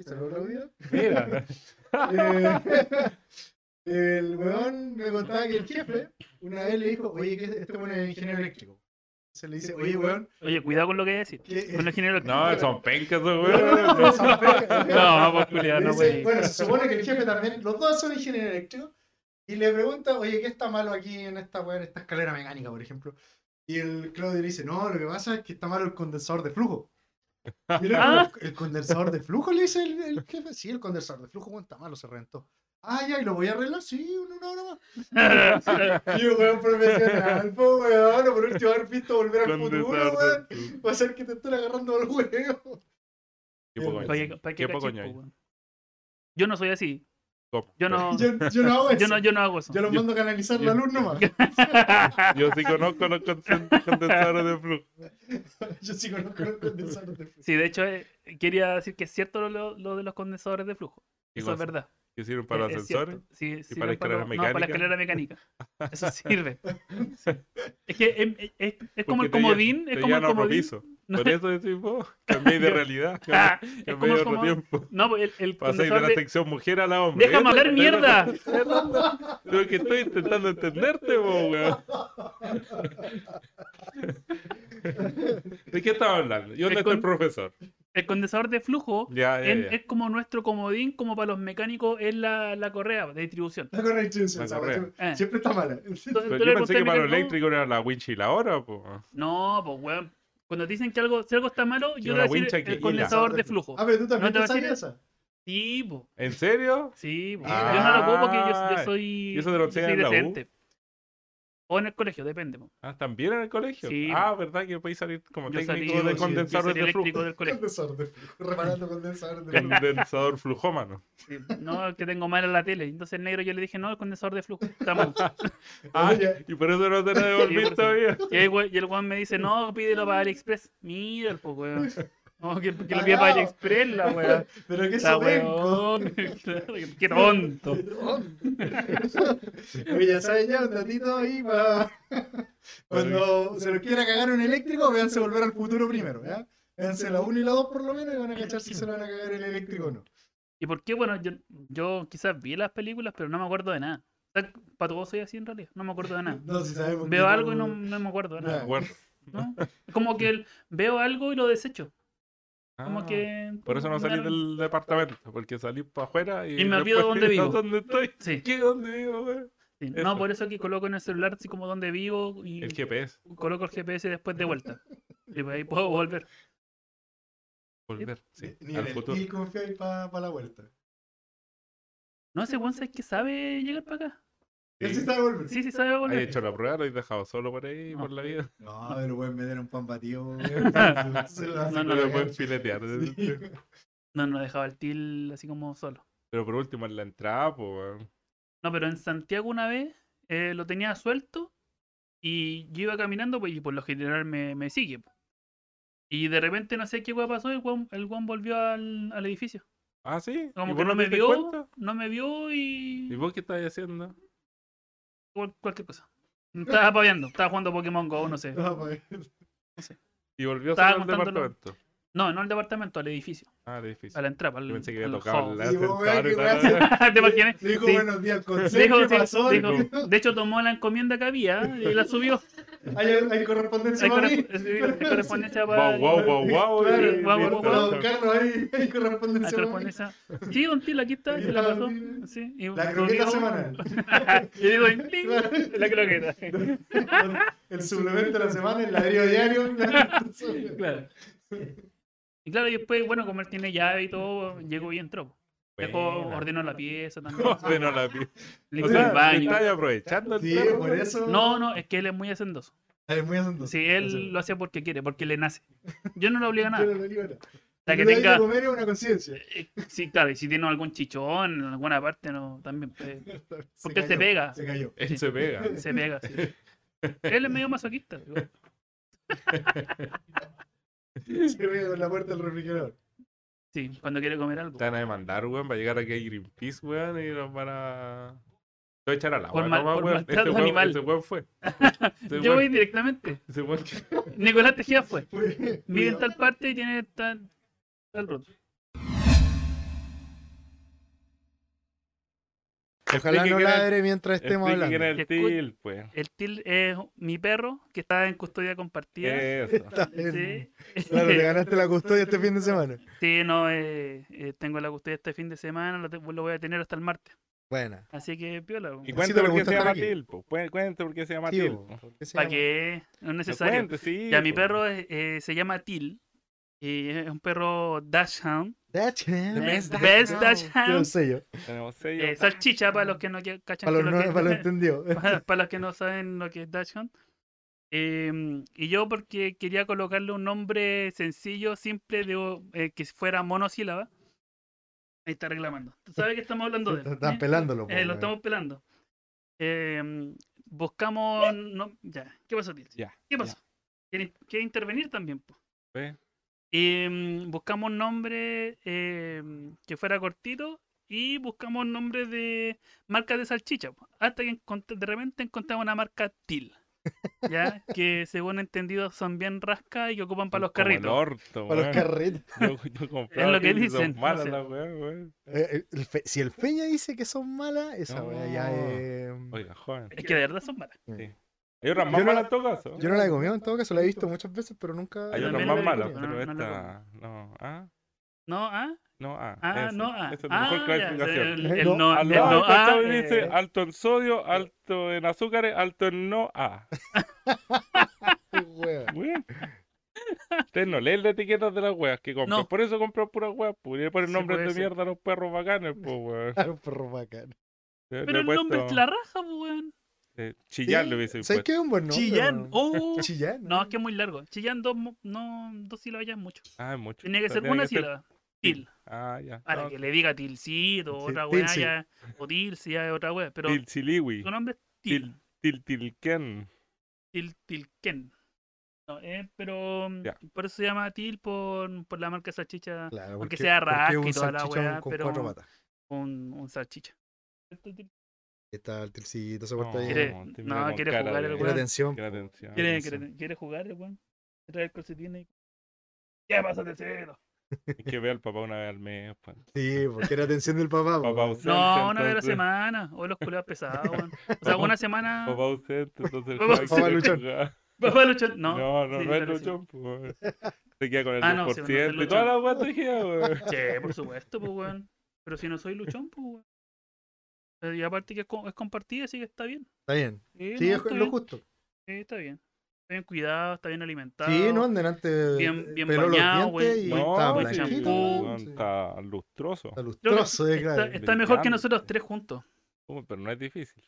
Speaker 3: Saludos, Claudio.
Speaker 2: Mira.
Speaker 3: Eh, el weón me contaba que el jefe una vez le dijo, oye, que este weón es ingeniero eléctrico. Se le dice, oye, weón,
Speaker 1: Oye, cuidado con lo que decís.
Speaker 3: que...
Speaker 1: Con los ingenieros.
Speaker 2: No, son pencas, esos
Speaker 3: No, no, no,
Speaker 2: weón.
Speaker 3: son pecas.
Speaker 1: No, vamos,
Speaker 3: Le
Speaker 1: culiado, no,
Speaker 3: dice,
Speaker 1: wey.
Speaker 3: bueno, se supone que el jefe también, los dos son ingenieros eléctricos, y le pregunta, oye, ¿qué está malo aquí en esta, weá, en esta escalera mecánica, por ejemplo? Y el Claudio le dice, no, lo que pasa es que está malo el condensador de flujo. Y el, otro,
Speaker 1: Ah.
Speaker 3: "¿El condensador de flujo, le dice el, el jefe, sí, el condensador de flujo, weón, está malo, se reventó. Ah, ya, y lo voy a arreglar, sí, en una hora más. Y un weón profesional, po, weón, por último haber visto volver al futuro, weón,
Speaker 2: Condensador de flujo.
Speaker 3: va a ser que te estén agarrando al huevo.
Speaker 2: Qué poco
Speaker 3: Oye,
Speaker 1: Oye,
Speaker 2: ñoño.
Speaker 1: pa'
Speaker 2: Qué
Speaker 1: que
Speaker 2: poco
Speaker 1: cachis, po,
Speaker 2: ñoño.
Speaker 1: weón. Yo no soy así. Yo no, yo,
Speaker 3: Yo, yo no hago eso.
Speaker 1: no, yo no hago eso.
Speaker 3: Yo los
Speaker 2: Yo-
Speaker 3: mando a canalizar
Speaker 2: yo-
Speaker 3: la luz nomás.
Speaker 2: Yo sí conozco los consen- condensadores de flujo.
Speaker 3: Yo sí conozco los condensadores de flujo.
Speaker 1: Sí, de hecho, eh, quería decir que es cierto lo- lo, lo de los condensadores de flujo.
Speaker 2: ¿Qué
Speaker 1: Eso es
Speaker 2: cosa?
Speaker 1: verdad.
Speaker 2: ¿Que sirven para los
Speaker 1: Es- es
Speaker 2: ascensores?
Speaker 1: cierto. Sí, sirven
Speaker 2: para escalera
Speaker 1: los- No, para la
Speaker 2: mecánica?
Speaker 1: escalera mecánica. Eso sirve. Sí. Es que em, eh, es, es como
Speaker 2: Porque
Speaker 1: el
Speaker 2: te lle-
Speaker 1: comodín.
Speaker 2: te
Speaker 1: Es como el
Speaker 2: llevan a otro
Speaker 1: comodín.
Speaker 2: piso.
Speaker 1: No.
Speaker 2: Por eso decís vos, cambié de realidad.
Speaker 1: Ah,
Speaker 2: Cambié
Speaker 1: es
Speaker 2: cambié
Speaker 1: como
Speaker 2: de
Speaker 1: el
Speaker 2: otro
Speaker 1: comodín.
Speaker 2: tiempo.
Speaker 1: No, pues el, el
Speaker 2: Pasáis de la
Speaker 1: condensador de...
Speaker 2: sección mujer a la hombre.
Speaker 1: ¡Déjame
Speaker 2: Eso-
Speaker 1: hablar mierda!
Speaker 2: Lo que estoy intentando entenderte, vos, weón. ¿De qué estaba hablando? Yo no
Speaker 1: Es
Speaker 2: estoy el
Speaker 1: con-
Speaker 2: profesor.
Speaker 1: El condensador de flujo
Speaker 2: Ya, ya,
Speaker 1: en- este
Speaker 2: ya.
Speaker 1: es como nuestro comodín, como para los mecánicos es la, la correa de distribución.
Speaker 3: La correa de instrucción,
Speaker 2: La
Speaker 3: esa
Speaker 2: correa.
Speaker 3: weá, siempre-
Speaker 1: Eh.
Speaker 3: Siempre está mala.
Speaker 1: Entonces,
Speaker 2: Pero
Speaker 1: tú le
Speaker 2: yo pensé
Speaker 1: preguntas
Speaker 2: que
Speaker 1: al
Speaker 2: para lo
Speaker 1: mecánico,
Speaker 2: eléctrico era la winch y la hora, po.
Speaker 1: No, pues weón. Cuando te dicen que algo, si algo está malo, yo
Speaker 2: una
Speaker 1: te voy a
Speaker 2: wincha
Speaker 1: decir
Speaker 2: que
Speaker 1: el
Speaker 2: hila.
Speaker 1: condensador de flujo.
Speaker 3: Ah, pero tú también
Speaker 1: ¿No te
Speaker 3: te
Speaker 1: vas a ir?
Speaker 3: sabías esa.
Speaker 1: Sí, pues.
Speaker 2: ¿En serio?
Speaker 1: Sí, pues,
Speaker 3: Ah,
Speaker 1: yo no lo ocupo porque yo, yo soy,
Speaker 2: ¿y eso te lo
Speaker 1: yo soy
Speaker 2: enseñan en la U?
Speaker 1: O en el colegio, depende. po.
Speaker 2: Ah, ¿también en el colegio?
Speaker 1: Sí.
Speaker 2: Ah, ¿verdad que podéis salir como
Speaker 1: Yo salí,
Speaker 2: técnico
Speaker 1: yo-
Speaker 2: de
Speaker 1: yo
Speaker 2: condensador
Speaker 1: salí
Speaker 2: de
Speaker 1: eléctrico
Speaker 2: flujo?
Speaker 1: del colegio.
Speaker 3: Condensador de flujo. Reparando condensadores de flujo.
Speaker 2: Condensador flujómano.
Speaker 1: Sí, No, que tengo mal en la tele. Entonces, negro, yo le dije, no, el condensador de flujo. está mal.
Speaker 2: Ah,
Speaker 3: Oye.
Speaker 2: y por eso no te la devolví
Speaker 1: Sí, por eso.
Speaker 2: todavía.
Speaker 1: Y, el we- y el weón me dice, no, pídelo para AliExpress. Mira el poco, weón. No, que, que lo pida
Speaker 2: Ah.
Speaker 1: para AliExpress, la weón.
Speaker 3: Pero qué
Speaker 1: La
Speaker 3: sobenco.
Speaker 1: weón. Claro, Qué tonto.
Speaker 3: Oye, ya saben ya, un datito ahí para... Cuando se los quiera cagar un eléctrico, véanse volver al futuro primero, ¿ya? Véanse la 1 y la 2 por lo menos y van a cachar si se lo van a cagar el eléctrico o no.
Speaker 1: ¿Y por qué? Bueno, yo, yo quizás vi las películas, pero no me acuerdo de nada. O sea, para todos soy así en realidad. No me acuerdo de nada.
Speaker 3: No, si sabemos que
Speaker 1: Veo algo y
Speaker 3: tú-
Speaker 1: no, no me acuerdo de
Speaker 2: Me
Speaker 1: nada.
Speaker 2: acuerdo.
Speaker 1: ¿no? Es Como que el- veo algo y lo desecho. Como
Speaker 2: Ah,
Speaker 1: que.
Speaker 2: Por eso no
Speaker 1: me
Speaker 2: salí
Speaker 1: da-
Speaker 2: del departamento, porque salí para afuera y,
Speaker 1: Y me olvido
Speaker 2: después
Speaker 1: dónde
Speaker 2: digo,
Speaker 1: vivo.
Speaker 2: ¿Dónde estoy?
Speaker 1: Sí,
Speaker 2: ¿Qué? ¿Dónde vivo, güey?
Speaker 1: sí.
Speaker 2: eso.
Speaker 1: No, por eso que coloco en el celular así como donde vivo y
Speaker 2: El GPS.
Speaker 1: coloco el GPS después de vuelta. Y pues ahí puedo volver.
Speaker 2: Volver, sí,
Speaker 3: Ni en
Speaker 2: al
Speaker 3: el
Speaker 2: futuro.
Speaker 3: Gil confiáis para la vuelta.
Speaker 1: No, ese weón es que sabe llegar para acá.
Speaker 3: Él sí
Speaker 2: Sí.
Speaker 3: sabe volver.
Speaker 1: Sí, sí, sabe
Speaker 2: Hay
Speaker 1: volver.
Speaker 2: hecho la prueba, lo he dejado solo por ahí,
Speaker 1: No.
Speaker 2: por la vida.
Speaker 3: No, pues, pero weón, me dieron un pan batido. weón. Se lo hace
Speaker 1: No,
Speaker 2: No,
Speaker 1: no,
Speaker 2: lo
Speaker 3: cagar.
Speaker 2: pueden filetear. eh.
Speaker 3: Sí.
Speaker 1: No, no dejaba el til así como solo.
Speaker 2: Pero por último, en la entrada, pues,
Speaker 1: No, pero en Santiago una vez eh, lo tenía suelto y yo iba caminando pues, y por lo general me, me sigue. po. Y de repente no sé qué hueá pasó, el guan, el weón volvió al, al edificio.
Speaker 2: Ah, sí. ¿Y
Speaker 1: Como
Speaker 2: vos
Speaker 1: que no
Speaker 2: te
Speaker 1: me
Speaker 2: diste
Speaker 1: vio,
Speaker 2: cuenta?
Speaker 1: no me vio
Speaker 2: ¿Y
Speaker 1: y
Speaker 2: vos qué estás haciendo?
Speaker 1: cual- cualquier cosa. Estaba paviando, estaba jugando Pokémon Go, no sé.
Speaker 3: No, pues,
Speaker 2: Y volvió
Speaker 1: Estaba
Speaker 2: solo al
Speaker 1: contándolo.
Speaker 2: departamento.
Speaker 1: No, no al departamento, al edificio,
Speaker 2: Ah, difícil.
Speaker 1: a la entrada. Al,
Speaker 2: Yo pensé que había
Speaker 1: al
Speaker 2: tocado
Speaker 1: hall.
Speaker 2: el
Speaker 3: hall. Sí, vos, weón,
Speaker 2: ascensor y
Speaker 3: qué
Speaker 2: tal.
Speaker 3: weón.
Speaker 1: ¿Te imaginas?
Speaker 3: Dijo
Speaker 1: Sí.
Speaker 3: buenos días, consejo.
Speaker 1: Dijo,
Speaker 3: ¿Qué
Speaker 1: sí,
Speaker 3: pasó?
Speaker 1: dijo,
Speaker 2: Dijo.
Speaker 1: de hecho tomó la encomienda que había y la subió.
Speaker 3: ¿Hay, hay correspondencia
Speaker 1: Hay
Speaker 3: para mí.
Speaker 1: corre- sí, hay correspondencia para-
Speaker 2: Wow, wow, wow, wow.
Speaker 3: Claro,
Speaker 2: y-
Speaker 1: sí, guau, guau, guau.
Speaker 3: Don Carlos, hay, hay
Speaker 1: Ah,
Speaker 3: correspondencia
Speaker 1: te lo
Speaker 3: para mí.
Speaker 1: pones esa- Sí, don Til, aquí está, se la
Speaker 3: Ya,
Speaker 1: pasó.
Speaker 3: mira.
Speaker 1: Sí, y
Speaker 3: La
Speaker 1: volvió.
Speaker 3: croqueta semanal.
Speaker 1: Yo digo, "Ting", la croqueta.
Speaker 3: El suplemento de la semana, el ladrillo diario. la-
Speaker 1: Claro. Y claro, y después, bueno, como él tiene llave y todo, llegó y entró. Dejó,
Speaker 2: Buena.
Speaker 1: ordenó la pieza también.
Speaker 2: Ordenó la pi- O
Speaker 1: Limpió
Speaker 2: sea,
Speaker 1: el
Speaker 2: te
Speaker 1: baño.
Speaker 2: estás aprovechando el
Speaker 3: Sí,
Speaker 2: perro,
Speaker 3: por
Speaker 2: güey.
Speaker 3: eso.
Speaker 1: No, no, es que él es muy hacendoso.
Speaker 3: Es muy asunto.
Speaker 1: Sí, él lo hace porque quiere, porque le nace. Yo no lo obligo a nada. O
Speaker 3: La
Speaker 1: sea, que tenga.
Speaker 3: comer es una conciencia.
Speaker 1: eh, Sí, claro, y si tiene algún chichón en alguna parte, no, también. eh, Porque él se
Speaker 3: cayó,
Speaker 1: pega.
Speaker 3: Se cayó.
Speaker 2: Él se pega.
Speaker 1: Se pega, sí. Él es medio masoquista. digo.
Speaker 3: Se pega con la puerta del refrigerador.
Speaker 1: Sí, cuando quiere comer algo.
Speaker 2: Te van a demandar, weón. Va a llegar aquí a Greenpeace, weón, y nos van a. Te voy a echar al agua.
Speaker 1: Por mal-
Speaker 2: nomás,
Speaker 1: por
Speaker 2: weón.
Speaker 1: maltrato
Speaker 2: Ese weón-
Speaker 1: animal.
Speaker 2: Ese weón fue. Ese
Speaker 1: Yo voy
Speaker 2: weón-
Speaker 1: directamente.
Speaker 2: ese weón que-
Speaker 1: Nicolás Tejía fue.
Speaker 3: Vive
Speaker 1: Vive en tal parte y tiene tal, tal ruta.
Speaker 4: Ojalá
Speaker 2: Explique
Speaker 4: no
Speaker 2: quién es-
Speaker 4: ladre mientras estemos
Speaker 2: explique quién
Speaker 4: hablando.
Speaker 2: es el
Speaker 1: Escu-
Speaker 2: Til, pues.
Speaker 1: El Til es mi perro que está en custodia compartida.
Speaker 2: Eso.
Speaker 4: Está bien.
Speaker 1: sí.
Speaker 4: Eh, Claro, le ganaste la custodia este fin de semana.
Speaker 1: Sí, no, eh, eh, tengo la custodia este fin de semana, lo, te- lo voy a tener hasta el martes.
Speaker 4: Buena.
Speaker 1: Así que piola.
Speaker 2: Y
Speaker 4: Así
Speaker 2: cuente
Speaker 4: te
Speaker 2: por qué
Speaker 4: gusta
Speaker 2: se
Speaker 4: estar
Speaker 2: llama
Speaker 4: aquí.
Speaker 2: Til, po. Cuen- Cuente por qué se llama
Speaker 4: Sí,
Speaker 2: Til.
Speaker 4: bo,
Speaker 2: po.
Speaker 4: ¿por qué se
Speaker 1: ¿Para
Speaker 4: llama?
Speaker 1: qué? No es
Speaker 2: Lo
Speaker 1: necesario.
Speaker 2: cuente, sí,
Speaker 1: Ya, mi
Speaker 2: po.
Speaker 1: perro es- eh, se llama Til. Y es un perro Dachshund.
Speaker 4: That's
Speaker 1: eh,
Speaker 4: it.
Speaker 1: Best
Speaker 2: Dachshund.
Speaker 4: Yo
Speaker 1: Dachshund.
Speaker 4: sé yo.
Speaker 2: Tenemos sello.
Speaker 1: Eh, salchicha para los que no que- cachan
Speaker 4: Para
Speaker 1: que
Speaker 4: los
Speaker 1: lo que-
Speaker 4: no, Eh, para los entendidos.
Speaker 1: para, para los que no saben lo que es Dash Hunt. Em, y yo porque quería colocarle un nombre sencillo, simple, de, o- eh, que fuera monosílaba. Ahí está reclamando. Tú sabes que estamos hablando de él,
Speaker 4: Están
Speaker 1: ¿eh?
Speaker 4: pelándolo. po,
Speaker 1: Eh, lo
Speaker 4: weón.
Speaker 1: estamos pelando. Em, buscamos... no- ya, ¿qué pasó, Tilsi?
Speaker 2: Ya.
Speaker 1: ¿Qué pasó? ¿Quieres, quieres intervenir también? po?
Speaker 2: Ve.
Speaker 1: Em, buscamos un nombre em, que fuera cortito y buscamos nombres de marcas de salchicha. po, Hasta que encont- de repente encontramos una marca TIL. ¿Ya? que según entendido son bien rascas y que ocupan para los
Speaker 2: Como el
Speaker 1: carritos.
Speaker 2: orto,
Speaker 4: Para
Speaker 2: weón.
Speaker 4: los carritos.
Speaker 2: Yo- yo compraba
Speaker 1: Es lo que
Speaker 2: Til y son
Speaker 1: dicen, no
Speaker 2: malas
Speaker 1: sé.
Speaker 2: las weas, weón.
Speaker 4: Eh, el- el fe- si el Feña dice que son malas, esa
Speaker 2: No.
Speaker 4: weá ya em, es.
Speaker 2: Oiga, joven.
Speaker 1: Es que de verdad son malas.
Speaker 2: Hay otras
Speaker 4: Yo
Speaker 2: más
Speaker 4: no-
Speaker 2: malas en todo caso.
Speaker 4: Yo no la he comido en todo caso, la he visto muchas veces, pero nunca.
Speaker 2: Hay
Speaker 1: Yo
Speaker 2: otras
Speaker 1: también la
Speaker 2: más
Speaker 1: he
Speaker 2: malas,
Speaker 1: comido,
Speaker 2: pero
Speaker 1: no, no la
Speaker 2: esta. No, ah.
Speaker 1: ¿No? ¿Ah?
Speaker 2: No, ah.
Speaker 1: Ah,
Speaker 2: esa.
Speaker 1: no, ah.
Speaker 2: Esa es la
Speaker 1: Ah,
Speaker 2: mejor
Speaker 1: ya,
Speaker 2: clasificación.
Speaker 1: El, el
Speaker 4: No,
Speaker 1: no,
Speaker 2: Ah,
Speaker 1: el
Speaker 2: no,
Speaker 1: no,
Speaker 2: ah,
Speaker 1: ah,
Speaker 2: ¿cachai? Dice
Speaker 1: eh,
Speaker 2: alto en sodio, alto en azúcares, alto en no A.
Speaker 4: Weón.
Speaker 2: Weón. Ustedes no leen las etiquetas de las weas que compran.
Speaker 1: No.
Speaker 2: Por eso compran puras weas. Pues. Y Le ponen
Speaker 1: Sí,
Speaker 2: nombres
Speaker 1: puede
Speaker 2: de
Speaker 1: ser.
Speaker 2: mierda a los perros bacanes, pues, weón.
Speaker 4: Ah, un perro bacán.
Speaker 2: Le- le
Speaker 1: Pero
Speaker 2: he
Speaker 1: el nombre es
Speaker 2: puesto,
Speaker 1: la raja, po, weón.
Speaker 2: eh, chillar le hubiese
Speaker 4: ¿Sabes
Speaker 2: puesto.
Speaker 4: qué es un buen nombre?
Speaker 1: Chillán.
Speaker 4: weón?
Speaker 1: Oh.
Speaker 4: Chillán.
Speaker 1: No, es que es muy largo. Chillán dos, mo- no, dos sílabas ya es mucho.
Speaker 2: Ah, es mucho.
Speaker 1: Tiene que
Speaker 2: O sea,
Speaker 1: ser
Speaker 2: tiene
Speaker 1: una
Speaker 2: que
Speaker 1: sílaba. Til.
Speaker 2: Ah, ya.
Speaker 1: Para
Speaker 2: No,
Speaker 1: que le diga tilcito,
Speaker 4: Sí,
Speaker 1: otra weá
Speaker 4: Tilsi.
Speaker 1: ya. O tilsi, ya es otra weá. Pero
Speaker 2: Tilsiliwi.
Speaker 1: su nombre es Til.
Speaker 2: Tiltilquén.
Speaker 1: Til, tilken. No, eh, pero mm,
Speaker 2: Ya.
Speaker 1: por eso se llama Til por, por la marca salchicha.
Speaker 4: Claro,
Speaker 1: Aunque
Speaker 4: porque-
Speaker 1: sea
Speaker 4: porque es
Speaker 1: rasca y
Speaker 4: un
Speaker 1: toda la
Speaker 4: salchichón
Speaker 1: weá,
Speaker 4: con
Speaker 1: pero-
Speaker 4: cuatro patas.
Speaker 1: Un, un salchicha. ¿Cierto, Til?
Speaker 4: Está el tricito, se porta
Speaker 2: No,
Speaker 4: bien.
Speaker 1: Quiere-
Speaker 2: te
Speaker 1: no,
Speaker 2: mira con
Speaker 1: quiere
Speaker 2: cara
Speaker 1: jugar el
Speaker 2: de-
Speaker 4: Pon
Speaker 1: weón.
Speaker 4: atención.
Speaker 2: Qué atención.
Speaker 1: ¿Quiere,
Speaker 4: Wilson.
Speaker 1: quiere- quiere jugar, eh, weón? Trae el calcetín ahí. Ya pasa de cero.
Speaker 2: Es que veo al papá una vez al mes. pues.
Speaker 4: Sí, porque era atención del papá.
Speaker 2: Papá
Speaker 4: weón.
Speaker 2: ausente.
Speaker 1: No, Oh, una vez a la
Speaker 2: entonces-
Speaker 1: semana. O los culeados pesados, weón. O sea, una semana.
Speaker 2: Papá ausente, entonces. el
Speaker 1: Ah. Papá
Speaker 2: Juan quiere
Speaker 4: ausente.
Speaker 2: jugar.
Speaker 1: Papá Luchón, no.
Speaker 2: No, no,
Speaker 1: sí,
Speaker 2: no es
Speaker 1: claro, sí.
Speaker 2: Luchón, po, weón. Se queda con el
Speaker 1: Ah, no, sí,
Speaker 2: 10%.
Speaker 1: no, no es
Speaker 2: y
Speaker 1: Luchón.
Speaker 2: todas las weas te queda, weón.
Speaker 1: Che, por supuesto, pues, weón. Pero si no soy Luchón, pues, weón. Eh, Y aparte que es, co- es compartida, así que está bien.
Speaker 4: Está bien.
Speaker 1: Sí,
Speaker 4: Sí,
Speaker 1: no,
Speaker 4: es
Speaker 1: está
Speaker 4: lo
Speaker 1: bien.
Speaker 4: justo.
Speaker 1: Sí, está bien. Está bien cuidado, está bien alimentado.
Speaker 4: Sí, no anden antes.
Speaker 1: Bien- bien
Speaker 4: peló los
Speaker 1: bañado,
Speaker 4: dientes
Speaker 1: buen-
Speaker 4: y
Speaker 1: buen-
Speaker 4: estaba
Speaker 1: buen
Speaker 4: blanquito,
Speaker 1: champú.
Speaker 2: weón,
Speaker 4: sí.
Speaker 2: Está lustroso.
Speaker 4: Está
Speaker 1: Creo que
Speaker 4: lustroso, eh,
Speaker 1: está,
Speaker 4: claro.
Speaker 1: está mejor que
Speaker 2: brillante.
Speaker 1: nosotros tres juntos.
Speaker 2: Uh, pero no es difícil.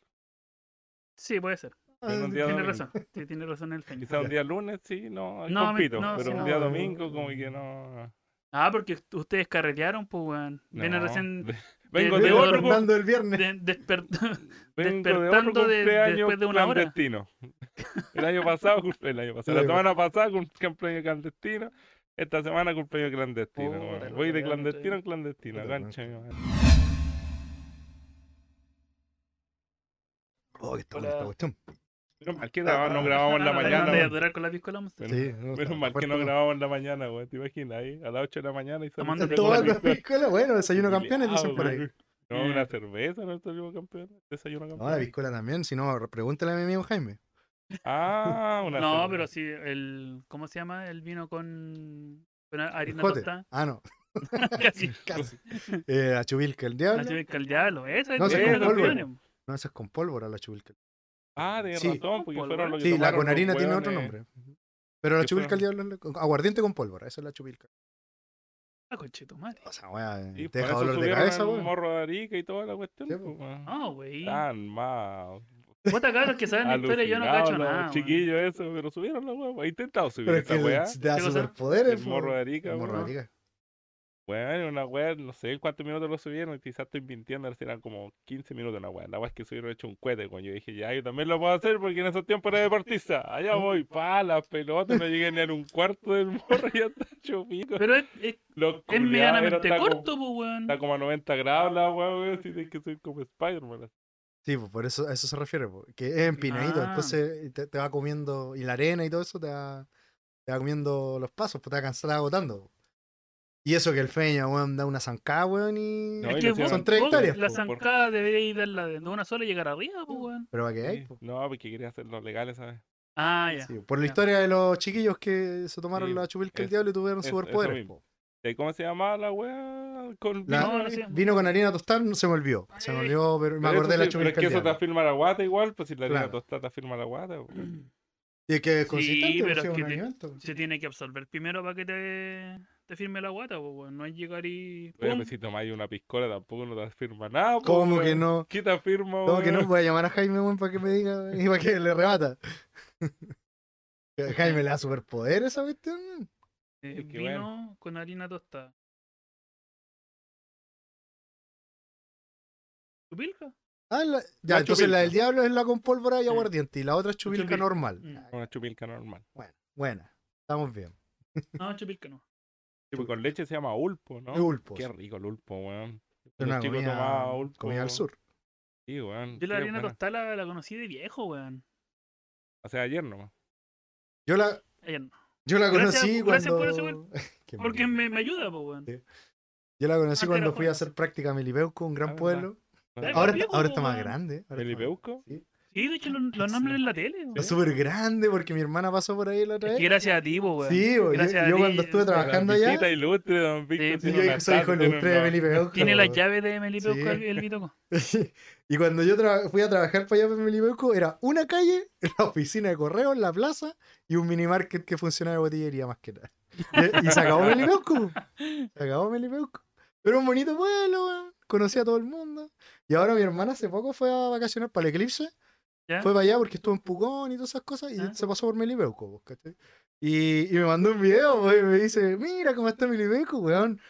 Speaker 1: Sí, puede ser.
Speaker 2: en un día
Speaker 1: Tiene
Speaker 2: domingo.
Speaker 1: razón. Sí, tiene razón el Feña.
Speaker 2: Quizá un día lunes, sí, no,
Speaker 1: No, me-
Speaker 2: compito.
Speaker 1: no,
Speaker 2: pero
Speaker 1: sí,
Speaker 2: un
Speaker 1: no.
Speaker 2: día domingo, como que no.
Speaker 1: Ah, porque ust- ustedes carretearon, pues, weón. Vienen
Speaker 2: no.
Speaker 1: recién
Speaker 2: Ve- Vengo
Speaker 1: de-
Speaker 2: de
Speaker 1: de
Speaker 2: otro, cum-
Speaker 4: Fernando el viernes.
Speaker 1: de- desper-
Speaker 2: vengo de otro
Speaker 1: despertando de-
Speaker 2: cumpleaños
Speaker 1: después de una hora.
Speaker 2: clandestino. El año pasado, cum- el año pasado, la
Speaker 4: Luego.
Speaker 2: semana pasada, cum- cumpleaños clandestino. Esta semana, cumpleaños clandestino.
Speaker 1: Puta,
Speaker 2: weón.
Speaker 1: la
Speaker 2: Voy de
Speaker 1: weá, no
Speaker 2: clandestino
Speaker 1: estoy-
Speaker 2: en clandestino,
Speaker 4: Puta,
Speaker 2: concha de mi madre.
Speaker 4: Oh, que está
Speaker 1: Hola.
Speaker 4: buena esta cuestión.
Speaker 2: Menos mal que grabamos- no grabamos en la
Speaker 1: Ah, la
Speaker 2: mañana.
Speaker 1: de
Speaker 2: weón.
Speaker 1: adorar con la piscola, vamos a hacer.
Speaker 2: Menos-
Speaker 4: Sí, no, está
Speaker 2: Menos mal que no
Speaker 4: fuerte,
Speaker 2: grabamos en la mañana, güey. ¿Te imaginas ahí? A las 8 de la mañana y
Speaker 1: Tomando
Speaker 2: saliendo
Speaker 1: Todo
Speaker 2: con
Speaker 1: la
Speaker 4: Tomando
Speaker 2: la pizza.
Speaker 4: piscola, bueno, desayuno campeones,
Speaker 2: Culeado,
Speaker 4: dicen por ahí.
Speaker 2: güey. No, una
Speaker 1: Eh.
Speaker 2: cerveza, no salimos campeón. Desayuno campeón.
Speaker 4: No, la piscola también, si no, pregúntale a mi amigo Jaime.
Speaker 2: Ah, una
Speaker 1: No,
Speaker 2: cerveza.
Speaker 1: pero sí, el. ¿Cómo se llama? El vino con. Con harina
Speaker 4: Jote.
Speaker 1: tostada.
Speaker 4: Ah, no,
Speaker 1: Casi.
Speaker 4: casi. Eh, la chubilca, el diablo.
Speaker 1: La chubica al diablo. Esa es
Speaker 4: No,
Speaker 1: la
Speaker 2: sí,
Speaker 1: que
Speaker 2: con
Speaker 1: nos
Speaker 2: polvo.
Speaker 1: vienen.
Speaker 4: No, esa es con pólvora la chubilca.
Speaker 2: Ah, de
Speaker 4: Sí.
Speaker 2: ratón, porque
Speaker 1: Pulpo,
Speaker 2: fueron
Speaker 1: ¿no?
Speaker 2: los que
Speaker 4: Sí, la
Speaker 2: tomaron
Speaker 4: con
Speaker 2: los
Speaker 4: harina tiene otro
Speaker 2: hueones.
Speaker 4: nombre. Pero la
Speaker 2: que
Speaker 4: chubilca, el
Speaker 2: fueron-
Speaker 4: diablo, es la- con- aguardiente con pólvora, esa es la chubilca.
Speaker 1: Ah, conchetumare.
Speaker 4: O sea, weá,
Speaker 2: Y
Speaker 4: te
Speaker 2: por
Speaker 4: deja
Speaker 2: eso
Speaker 4: dolor de
Speaker 2: subieron
Speaker 4: cabeza,
Speaker 2: al
Speaker 4: weón.
Speaker 2: morro de Arica y toda la cuestión.
Speaker 4: Sí,
Speaker 2: pues,
Speaker 4: pues.
Speaker 2: weón.
Speaker 1: No, wey.
Speaker 2: Tan mal.
Speaker 1: Puta cabros que saben la historia, yo no
Speaker 2: Alucinados
Speaker 1: cacho
Speaker 2: los
Speaker 1: nada. weón.
Speaker 2: Chiquillos, eso, pero subieron la weá. He intentado subir
Speaker 4: Pero es
Speaker 2: esa
Speaker 4: que
Speaker 2: weá.
Speaker 4: te da
Speaker 1: ¿Qué cosa?
Speaker 4: superpoderes,
Speaker 2: El morro de
Speaker 4: weón.
Speaker 2: Arica,
Speaker 4: El morro de
Speaker 2: weón.
Speaker 4: Arica.
Speaker 2: Bueno, una weá, no sé cuántos minutos lo subieron, quizás estoy mintiendo, eran como 15 minutos una weá. La weá es que subieron hecho un cohete, weón. Yo dije, ya, yo también lo puedo hacer porque en esos tiempos era deportista. Allá voy, pa, las pelotas, no llegué ni a un cuarto del morro, ya está chupico.
Speaker 1: Pero es, es,
Speaker 2: Los
Speaker 1: es
Speaker 2: culiados,
Speaker 1: medianamente
Speaker 2: era- está
Speaker 1: corto,
Speaker 2: Como,
Speaker 1: pues, weón.
Speaker 2: está como a 90 grados la weá, weón, si tienes que ser como Spider-Man. así.
Speaker 4: Sí, pues por eso a eso se refiere, po, que es empinadito,
Speaker 1: Ah.
Speaker 4: entonces te, te va comiendo, y la arena y todo eso te va, te va comiendo los pasos, pues te va cansar agotando. po. Y eso que el feña, weón, da una zancada, weón,
Speaker 2: No, y
Speaker 4: y...
Speaker 1: es
Speaker 2: lo
Speaker 1: que
Speaker 2: hicieron
Speaker 1: vos-
Speaker 4: Son tres
Speaker 1: vos
Speaker 4: hectáreas,
Speaker 1: La
Speaker 2: po, por-
Speaker 1: zancada debería ir de, la- de una sola y llegar arriba, pues, weón.
Speaker 4: Pero va que hay,
Speaker 2: Sí, No, porque quería hacerlo legal, ¿sabes?
Speaker 1: Ah, ya.
Speaker 4: Sí, por la
Speaker 1: ya.
Speaker 4: historia de los chiquillos que se tomaron
Speaker 2: Sí,
Speaker 4: la chubilca el
Speaker 2: eso-
Speaker 4: diablo y tuvieron
Speaker 2: eso- eso
Speaker 4: superpoderes.
Speaker 2: mismo.
Speaker 4: po.
Speaker 2: ¿Y ¿Cómo se llamaba la weá? Con...
Speaker 4: La-
Speaker 1: No, no sé.
Speaker 4: Vino con harina tostada, no se me olvidó. Se me
Speaker 1: Ay.
Speaker 4: olvidó, pero me
Speaker 2: Pero eso
Speaker 4: acordé de la
Speaker 2: sí, Pero es
Speaker 4: chubilca
Speaker 2: que
Speaker 4: el
Speaker 2: eso te
Speaker 4: diablo.
Speaker 2: afirma la guata igual, pues si la harina
Speaker 4: Claro.
Speaker 2: tostada te afirma la guata. weón.
Speaker 4: Y es que es consistente,
Speaker 1: Sí,
Speaker 4: pues,
Speaker 1: pero
Speaker 4: sí,
Speaker 1: es
Speaker 4: un
Speaker 1: que te-
Speaker 4: alimento.
Speaker 1: Se tiene que absorber primero para que te, te firme la guata, pues, weón. No es llegar y.
Speaker 2: Oye,
Speaker 1: ¡pum!
Speaker 2: pues si tomáis una piscola tampoco no te afirma nada. po,
Speaker 4: ¿Cómo que
Speaker 2: weón.
Speaker 4: no?
Speaker 2: ¿Qué te afirma,
Speaker 4: ¿Cómo que no?
Speaker 2: weón?
Speaker 4: Voy a llamar a Jaime, weón, para que me diga y para que le rebata. Jaime le da superpoder esa cuestión. weón.
Speaker 1: Eh,
Speaker 2: Es que
Speaker 1: vino con harina tostada. ¿Chupilca?
Speaker 4: Ah, la- ya,
Speaker 2: La
Speaker 4: entonces la del
Speaker 2: chubilca.
Speaker 4: diablo es la con pólvora y
Speaker 1: Sí.
Speaker 4: aguardiente y la otra es chubilca,
Speaker 1: chubilca.
Speaker 4: normal.
Speaker 1: Mm.
Speaker 4: Ah,
Speaker 2: Una chupilca normal.
Speaker 4: Buena, estamos bien.
Speaker 1: No, chupilca no.
Speaker 2: Sí, pues con leche se llama ulpo,
Speaker 4: Es
Speaker 2: ¿no?
Speaker 4: Ulpos.
Speaker 2: Qué rico el ulpo, weón.
Speaker 4: Es una
Speaker 2: Los chicos
Speaker 4: comida,
Speaker 2: tomaban ulpo.
Speaker 4: comida del sur.
Speaker 2: Sí, weón.
Speaker 1: Yo la
Speaker 2: qué
Speaker 1: harina
Speaker 2: buena.
Speaker 1: tostada la, la conocí de viejo, weón.
Speaker 2: O sea, ayer nomás.
Speaker 4: Yo la,
Speaker 1: Ella no.
Speaker 4: yo la
Speaker 1: Gracias-
Speaker 4: conocí
Speaker 1: gracias por eso,
Speaker 4: cuando. Qué
Speaker 1: Porque
Speaker 4: mal.
Speaker 1: me, me ayuda, pues, weón.
Speaker 4: Sí. Yo la conocí
Speaker 1: Antes era
Speaker 4: cuando fui
Speaker 1: joven.
Speaker 4: a hacer práctica a Milipeuco, un
Speaker 2: Ah,
Speaker 4: gran
Speaker 2: verdad.
Speaker 4: pueblo.
Speaker 1: Era
Speaker 4: Ahora,
Speaker 1: viejo,
Speaker 4: ahora
Speaker 1: po,
Speaker 4: está más
Speaker 1: weón.
Speaker 4: grande. ahora está más-
Speaker 2: ¿Melipeuco?
Speaker 4: Sí.
Speaker 1: Sí, de hecho, los, los nombres en la tele, weón.
Speaker 4: Es súper grande porque mi hermana pasó por ahí la otra
Speaker 1: Es
Speaker 4: vez.
Speaker 1: que gracias a ti, po, weón.
Speaker 4: Sí, bo, yo-
Speaker 1: Gracias a
Speaker 4: yo
Speaker 1: ti,
Speaker 4: cuando estuve
Speaker 1: eh,
Speaker 4: trabajando allá-
Speaker 2: Visita ilustre, don Víctor.
Speaker 1: pues,
Speaker 4: Sí,
Speaker 2: tiene
Speaker 4: yo
Speaker 2: una
Speaker 4: dije, soy hijo
Speaker 2: taza, tiene
Speaker 4: ilustre de
Speaker 2: una-
Speaker 4: Melipeuco.
Speaker 1: Tiene las
Speaker 4: bo.
Speaker 1: llaves de Melipeuco
Speaker 4: Sí.
Speaker 1: el- el Bitoco.
Speaker 4: y cuando yo tra- fui a trabajar para allá en Melipeuco, era una calle, la oficina de correo, la plaza y un minimarket que funcionaba de botillería más que nada. Y, y se acabó Melipeuco. Se acabó Melipeuco. Pero un bonito pueblo, weón. Conocí a todo el mundo. Y ahora mi hermana hace poco fue a vacacionar para el Eclipse.
Speaker 1: ¿Ya?
Speaker 4: Fue para allá porque estuvo en Pucón y todas esas cosas y
Speaker 1: Ah.
Speaker 4: se pasó por Melipeuco, po, ¿cachai? Y, y me mandó un video, po, y me dice, mira cómo está Melipeuco, weón.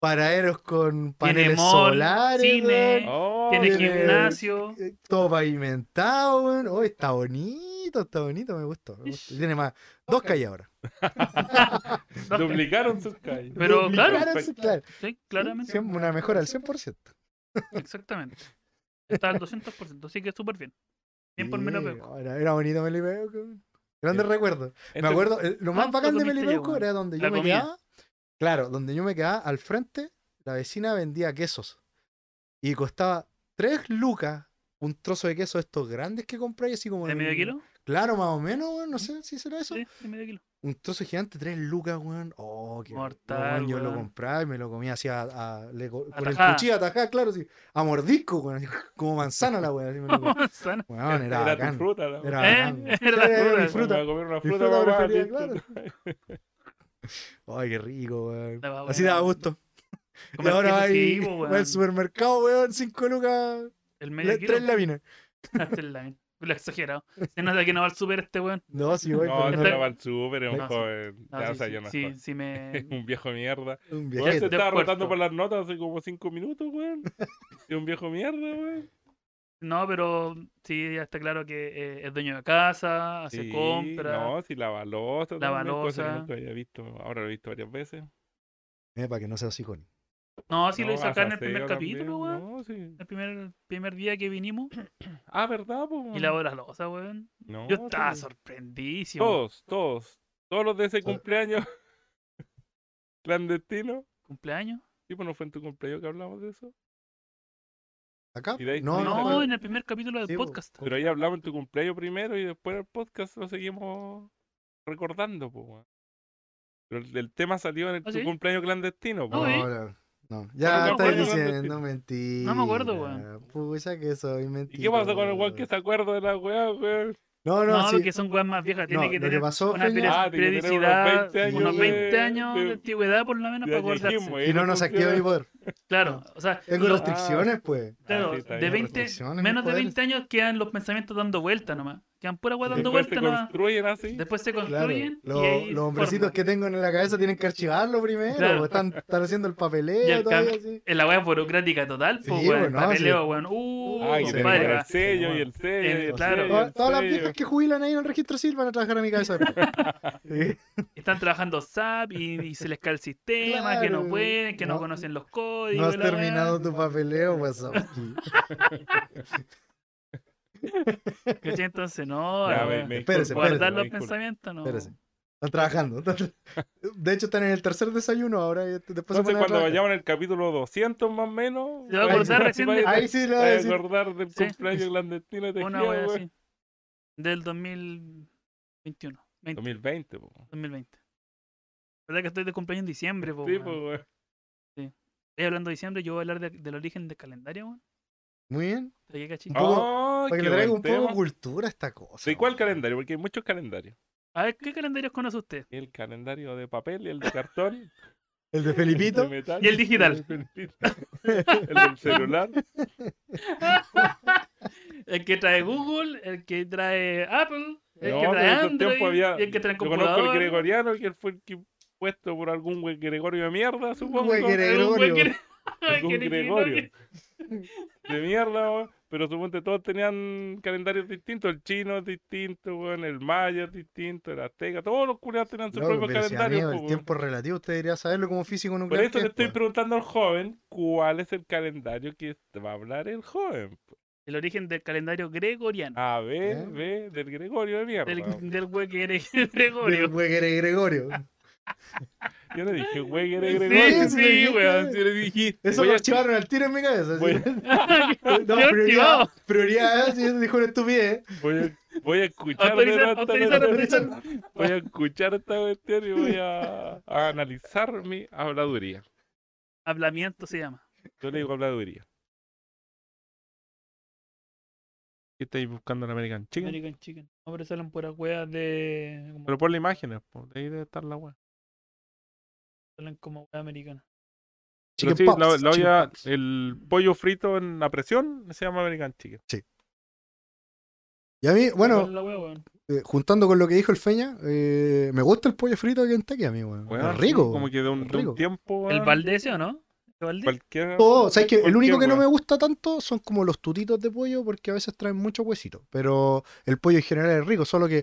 Speaker 4: Paraderos con paneles
Speaker 1: mall,
Speaker 4: solares,
Speaker 1: cine,
Speaker 4: weón,
Speaker 2: Oh,
Speaker 1: Tiene
Speaker 4: tiene-
Speaker 1: gimnasio.
Speaker 4: eh, todo pavimentado, weón. Oh, está bonito, está bonito, me gustó. me gustó. Y Tiene más, dos calles ahora.
Speaker 2: duplicaron sus calles.
Speaker 1: Pero claro,
Speaker 4: Duplicaron, sí, claro.
Speaker 1: sí, claramente.
Speaker 4: Cien- Una mejora al 100%.
Speaker 1: Exactamente. Está al 200%, así que súper bien. Bien por
Speaker 4: Sí,
Speaker 1: Melipeuco.
Speaker 4: Era, era bonito Melipeuco. weón. Grandes
Speaker 2: Sí.
Speaker 4: recuerdos. Me
Speaker 2: Entonces,
Speaker 4: acuerdo, eh, lo más
Speaker 1: ¿Cuánto
Speaker 4: bacán de
Speaker 1: comiste Ah, ya,
Speaker 4: Melipeuco
Speaker 1: weón?
Speaker 4: era donde yo
Speaker 1: La
Speaker 4: me
Speaker 1: comida.
Speaker 4: quedaba. Claro, donde yo me quedaba al frente, la vecina vendía quesos. Y costaba 3 lucas un trozo de queso de estos grandes que compráis, así como.
Speaker 1: ¿De
Speaker 4: en-
Speaker 1: medio kilo?
Speaker 4: Claro, más o menos, weón. No sé si será eso.
Speaker 1: Sí, sí, medio kilo.
Speaker 4: Un trozo gigante, tres lucas, weón. Oh, qué
Speaker 1: Mortal,
Speaker 4: Yo lo
Speaker 1: weón.
Speaker 4: compraba y me lo comía así a, a- le co- con el
Speaker 1: Atajá.
Speaker 4: cuchillo atajá, claro, sí. A mordisco, weón. así, como manzana la weón. así me lo comía.
Speaker 1: Manzana.
Speaker 4: Weón, era,
Speaker 2: era
Speaker 4: bacán.
Speaker 2: tu fruta, la
Speaker 4: Era
Speaker 2: weá.
Speaker 1: ¿Eh?
Speaker 4: bacán, weón.
Speaker 1: Era la
Speaker 4: Sí,
Speaker 1: fruta.
Speaker 4: mi fruta.
Speaker 2: Me voy a comer una
Speaker 4: Mi
Speaker 2: fruta,
Speaker 4: fruta
Speaker 2: papá,
Speaker 4: preferida,
Speaker 2: listo.
Speaker 4: claro. Ay, qué rico, weón.
Speaker 1: Estaba
Speaker 4: Así
Speaker 1: buena.
Speaker 4: daba gusto. Y
Speaker 1: Comer
Speaker 4: ahora
Speaker 1: queso,
Speaker 4: hay
Speaker 1: sí, po,
Speaker 4: al
Speaker 1: weón.
Speaker 4: supermercado, weón, cinco lucas,
Speaker 1: El
Speaker 4: le-
Speaker 1: medio kilo.
Speaker 4: tres láminas.
Speaker 1: Tres láminas. Lo he exagerado. Se nota que no va al super este weón.
Speaker 4: No, sí, weón.
Speaker 2: No,
Speaker 4: pero
Speaker 2: no
Speaker 1: Este-
Speaker 2: era al súper, era un
Speaker 1: No, sí.
Speaker 2: joven.
Speaker 1: No,
Speaker 2: Ya,
Speaker 1: sí,
Speaker 2: o sea,
Speaker 1: sí,
Speaker 2: yo no
Speaker 1: sí,
Speaker 2: joven.
Speaker 1: sí me...
Speaker 2: Un viejo mierda.
Speaker 4: Un
Speaker 2: Weón, se
Speaker 4: viajete.
Speaker 1: de
Speaker 2: estaba
Speaker 1: puerto.
Speaker 2: rotando por las notas hace como 5 minutos, weón. Y un viejo mierda, weón.
Speaker 1: No, pero sí, ya está claro que eh, es dueño de casa, hace
Speaker 2: Sí,
Speaker 1: compras.
Speaker 2: No, sí, la balosa.
Speaker 1: La
Speaker 2: también, cosa que
Speaker 1: balosa.
Speaker 2: nunca había visto. Ahora lo he visto varias veces.
Speaker 4: Eh, para que no sea así con.
Speaker 1: No, Ah, sí lo
Speaker 2: No,
Speaker 1: hizo acá en el
Speaker 2: aseo
Speaker 1: primer
Speaker 2: también,
Speaker 1: capítulo, weón.
Speaker 2: no, sí.
Speaker 1: El primer, primer día que vinimos
Speaker 2: Ah, ¿verdad, po,
Speaker 1: y
Speaker 2: weón?
Speaker 1: lavó las losas, weón.
Speaker 2: No, Oh.
Speaker 1: Yo
Speaker 2: sí.
Speaker 1: estaba sorprendidísimo.
Speaker 2: Todos, todos. Todos los de ese
Speaker 4: Todo.
Speaker 2: cumpleaños clandestino.
Speaker 1: ¿Cumpleaños?
Speaker 2: Sí, pues no fue en tu cumpleaños que hablamos de eso.
Speaker 4: ¿Acá?
Speaker 2: Y de ahí-
Speaker 4: No,
Speaker 2: sí,
Speaker 1: No,
Speaker 4: no.
Speaker 1: en el primer capítulo del
Speaker 4: Sí, po.
Speaker 1: podcast.
Speaker 2: Pero ahí hablamos en tu cumpleaños primero y después en el podcast lo seguimos recordando, pues, weón. Pero el, el tema salió en el,
Speaker 1: ¿Ah,
Speaker 2: tu
Speaker 1: sí?
Speaker 2: cumpleaños clandestino,
Speaker 1: No,
Speaker 2: pues.
Speaker 1: eh.
Speaker 4: No, no, no. Ya
Speaker 2: me
Speaker 4: estáis
Speaker 2: acuerdo, weón,
Speaker 4: diciendo mentira.
Speaker 1: No me acuerdo, weón.
Speaker 4: Pucha que soy mentira.
Speaker 2: ¿Y qué pasa con el weón que se acuerda de la weá, weón?
Speaker 4: No,
Speaker 1: No,
Speaker 4: no, sí.
Speaker 1: porque son weas más viejas. Tiene
Speaker 4: No,
Speaker 1: que
Speaker 4: lo que
Speaker 1: tener
Speaker 4: pasó
Speaker 1: una
Speaker 4: fue que-
Speaker 1: peri-
Speaker 2: Ah, tiene que tener unos
Speaker 1: periodicidad,
Speaker 2: 20
Speaker 1: unos
Speaker 4: años de-
Speaker 1: 20 años de
Speaker 2: de-
Speaker 1: antigüedad por lo menos
Speaker 2: De
Speaker 1: para acordarse.
Speaker 2: añejismo,
Speaker 4: Y no nos activa mi
Speaker 2: funciona.
Speaker 4: poder.
Speaker 1: Claro, o sea,
Speaker 4: Tengo
Speaker 1: lo-
Speaker 2: Ah.
Speaker 4: restricciones, pues.
Speaker 1: claro,
Speaker 2: Ah, sí, está
Speaker 1: de
Speaker 2: bien,
Speaker 1: 20,
Speaker 4: restricciones,
Speaker 1: menos de
Speaker 4: poderes.
Speaker 1: 20 años quedan los pensamientos dando vuelta nomás. Quedan pura wea dando
Speaker 2: Después
Speaker 1: vuelta
Speaker 2: se
Speaker 1: nomás.
Speaker 2: construyen así.
Speaker 1: Después se
Speaker 4: Claro,
Speaker 1: construyen. y
Speaker 4: lo-
Speaker 1: ahí
Speaker 4: los hombrecitos
Speaker 1: forman.
Speaker 4: que tengo en la cabeza tienen que archivarlo primero.
Speaker 1: Claro.
Speaker 4: pues, Están, están haciendo el
Speaker 1: Y
Speaker 4: papeleo
Speaker 1: el
Speaker 4: todavía,
Speaker 1: cam-
Speaker 4: sí.
Speaker 1: Es la wea burocrática total,
Speaker 4: Sí,
Speaker 1: pues, weón.
Speaker 4: bueno, no,
Speaker 1: papeleo,
Speaker 4: sí.
Speaker 1: weón. Uh,
Speaker 2: Ah, y
Speaker 4: se
Speaker 2: te
Speaker 1: compadre,
Speaker 4: pone
Speaker 2: ponen
Speaker 1: va.
Speaker 2: el sello y el sello y
Speaker 1: Eh,
Speaker 2: el
Speaker 1: claro.
Speaker 2: sello. y
Speaker 4: Todas,
Speaker 2: el
Speaker 4: todas las
Speaker 2: sello.
Speaker 4: viejas que jubilan ahí en el registro civil van a trabajar a mi cabeza. después. Sí.
Speaker 1: Están trabajando SAP y, y se les cae el sistema, que no
Speaker 4: Claro.
Speaker 1: pueden, que no,
Speaker 4: No-
Speaker 1: conocen los
Speaker 4: No
Speaker 1: códigos.
Speaker 4: has
Speaker 1: la wea.
Speaker 4: terminado tu papeleo, pues, Wasowski.
Speaker 1: ¿Cachai? Entonces, no.
Speaker 2: Ya,
Speaker 1: la
Speaker 2: me-
Speaker 1: wea.
Speaker 2: me
Speaker 4: Espérese,
Speaker 2: disculpo,
Speaker 1: Guardar
Speaker 2: me
Speaker 4: espérese,
Speaker 1: los
Speaker 2: disculpo.
Speaker 1: pensamientos, no.
Speaker 4: Espérese. Están trabajando. están tra- De hecho, están en el tercer desayuno ahora. y este- Después se
Speaker 2: Entonces,
Speaker 4: ponen a
Speaker 2: cuando
Speaker 4: trabajar.
Speaker 2: vayamos en el capítulo 200 más o menos,
Speaker 1: Se va a
Speaker 2: ahí-
Speaker 1: acordar
Speaker 2: ahí
Speaker 1: recién
Speaker 2: va a-
Speaker 1: de-
Speaker 2: ahí
Speaker 4: Ahí sí
Speaker 2: se
Speaker 4: le voy
Speaker 2: va
Speaker 4: a
Speaker 2: a
Speaker 4: decir.
Speaker 2: acordar del
Speaker 1: Sí.
Speaker 2: cumpleaños clandestino de
Speaker 1: Una
Speaker 2: Tejía,
Speaker 1: wea
Speaker 2: weón.
Speaker 1: así. Del 2021. 20,
Speaker 2: 2020, po.
Speaker 1: 2020. ¿Verdad que estoy de cumpleaños en diciembre, po,
Speaker 2: Sí,
Speaker 1: weón?
Speaker 2: po, weón.
Speaker 1: Estoy hablando de diciembre, yo voy a hablar de- del origen del calendario, weón.
Speaker 4: Muy bien.
Speaker 1: ¿Te llega, chico?
Speaker 4: Ah, poco-
Speaker 2: Ay,
Speaker 4: Para que
Speaker 2: qué
Speaker 4: le traiga
Speaker 2: buen
Speaker 4: un poco
Speaker 2: tema.
Speaker 4: de cultura a esta cosa.
Speaker 2: ¿De cuál
Speaker 4: weón.
Speaker 2: calendario? Porque hay muchos calendarios.
Speaker 1: A ver, ¿qué calendarios conoce usted?
Speaker 2: El calendario de papel y el de cartón.
Speaker 4: El de
Speaker 2: el de
Speaker 4: Felipito.
Speaker 2: metal,
Speaker 1: Y el digital.
Speaker 2: El, de el del celular.
Speaker 1: El que trae Google, el que trae Apple, el
Speaker 2: No,
Speaker 1: que
Speaker 2: pero
Speaker 1: trae
Speaker 2: en esos
Speaker 1: Android,
Speaker 2: tiempos había-
Speaker 1: y el que trae
Speaker 2: Yo conozco el
Speaker 1: computador.
Speaker 2: gregoriano, que fue el que puesto por algún güey Gregorio de mierda, supongo.
Speaker 4: güey
Speaker 1: Hay un buen
Speaker 4: Gregorio.
Speaker 1: que-
Speaker 2: Algún
Speaker 1: que le-
Speaker 2: Gregorio. De mierda, weón. Pero suponte todos tenían calendarios distintos. El chino es distinto, weón. El maya es distinto. El azteca. Todos los culiados tenían su
Speaker 4: Loco,
Speaker 2: propio
Speaker 4: pero si,
Speaker 2: calendario.
Speaker 4: amigo,
Speaker 2: po,
Speaker 4: el
Speaker 2: weón.
Speaker 4: tiempo es relativo, usted debería saberlo como físico
Speaker 2: Por
Speaker 4: nuclear.
Speaker 2: eso
Speaker 4: que
Speaker 2: le
Speaker 4: es,
Speaker 2: estoy
Speaker 4: po.
Speaker 2: preguntando al joven cuál es el calendario que va a hablar el joven.
Speaker 1: El origen del calendario gregoriano.
Speaker 2: A, B,
Speaker 4: ¿Eh?
Speaker 2: B, del Gregorio de mierda.
Speaker 1: del,
Speaker 2: weón.
Speaker 1: del güey que eres
Speaker 4: Del
Speaker 1: Gregorio.
Speaker 4: güey que eres Gregorio.
Speaker 2: Yo le dije, güey, eres
Speaker 1: Sí,
Speaker 2: Gregorio.
Speaker 4: sí,
Speaker 1: sí,
Speaker 4: sí.
Speaker 1: weón. Sí, le dijiste.
Speaker 4: Eso
Speaker 2: Voy
Speaker 4: lo
Speaker 2: a-
Speaker 4: archivaron al tiro en mi cabeza. así.
Speaker 2: Voy a-
Speaker 4: No,
Speaker 1: Yo
Speaker 4: prioridad,
Speaker 1: archivado.
Speaker 3: ah,
Speaker 4: prioridad, sí, dijo una estupidez.
Speaker 2: Voy a, voy a escuchar de
Speaker 1: Autorizar,
Speaker 2: rato esta
Speaker 1: autorizar,
Speaker 2: cuestión,
Speaker 1: autorizar.
Speaker 2: voy a escuchar esta cuestión y voy a, a analizar mi habladuría.
Speaker 1: Hablamiento se llama.
Speaker 2: Yo le digo habladuría. ¿Qué estáis buscando en American Chicken?
Speaker 1: American Chicken. No, pero salen puras weas de. Como,
Speaker 2: Pero ponle imágenes, po, de ahí debe estar la weá.
Speaker 1: salen como wea americana.
Speaker 2: Pero
Speaker 4: Chicken
Speaker 2: sí,
Speaker 4: Pops,
Speaker 2: la- la
Speaker 4: Chicken
Speaker 2: olla-
Speaker 4: Pops.
Speaker 2: el pollo frito en la presión se llama American Chicken.
Speaker 4: Y a mí, bueno,
Speaker 1: ¿Cuál es la wea, weón?
Speaker 4: eh, juntando con lo que dijo el Feña, eh, me gusta el pollo frito de Kentucky a mí, weón.
Speaker 2: Weón,
Speaker 4: es
Speaker 2: sí,
Speaker 4: rico.
Speaker 2: Como que de un,
Speaker 4: es
Speaker 2: de un
Speaker 4: rico. Oh.
Speaker 2: tiempo.
Speaker 1: El
Speaker 2: weón,
Speaker 1: Valdesio, ¿no? ¿El Valdés?
Speaker 2: cualquier-
Speaker 4: Todo, ¿sabes qué? El único
Speaker 2: cualquier
Speaker 4: que no
Speaker 2: weón.
Speaker 4: me gusta tanto son como los tutitos de pollo porque a veces traen mucho huesito. Pero el pollo en general es rico, solo que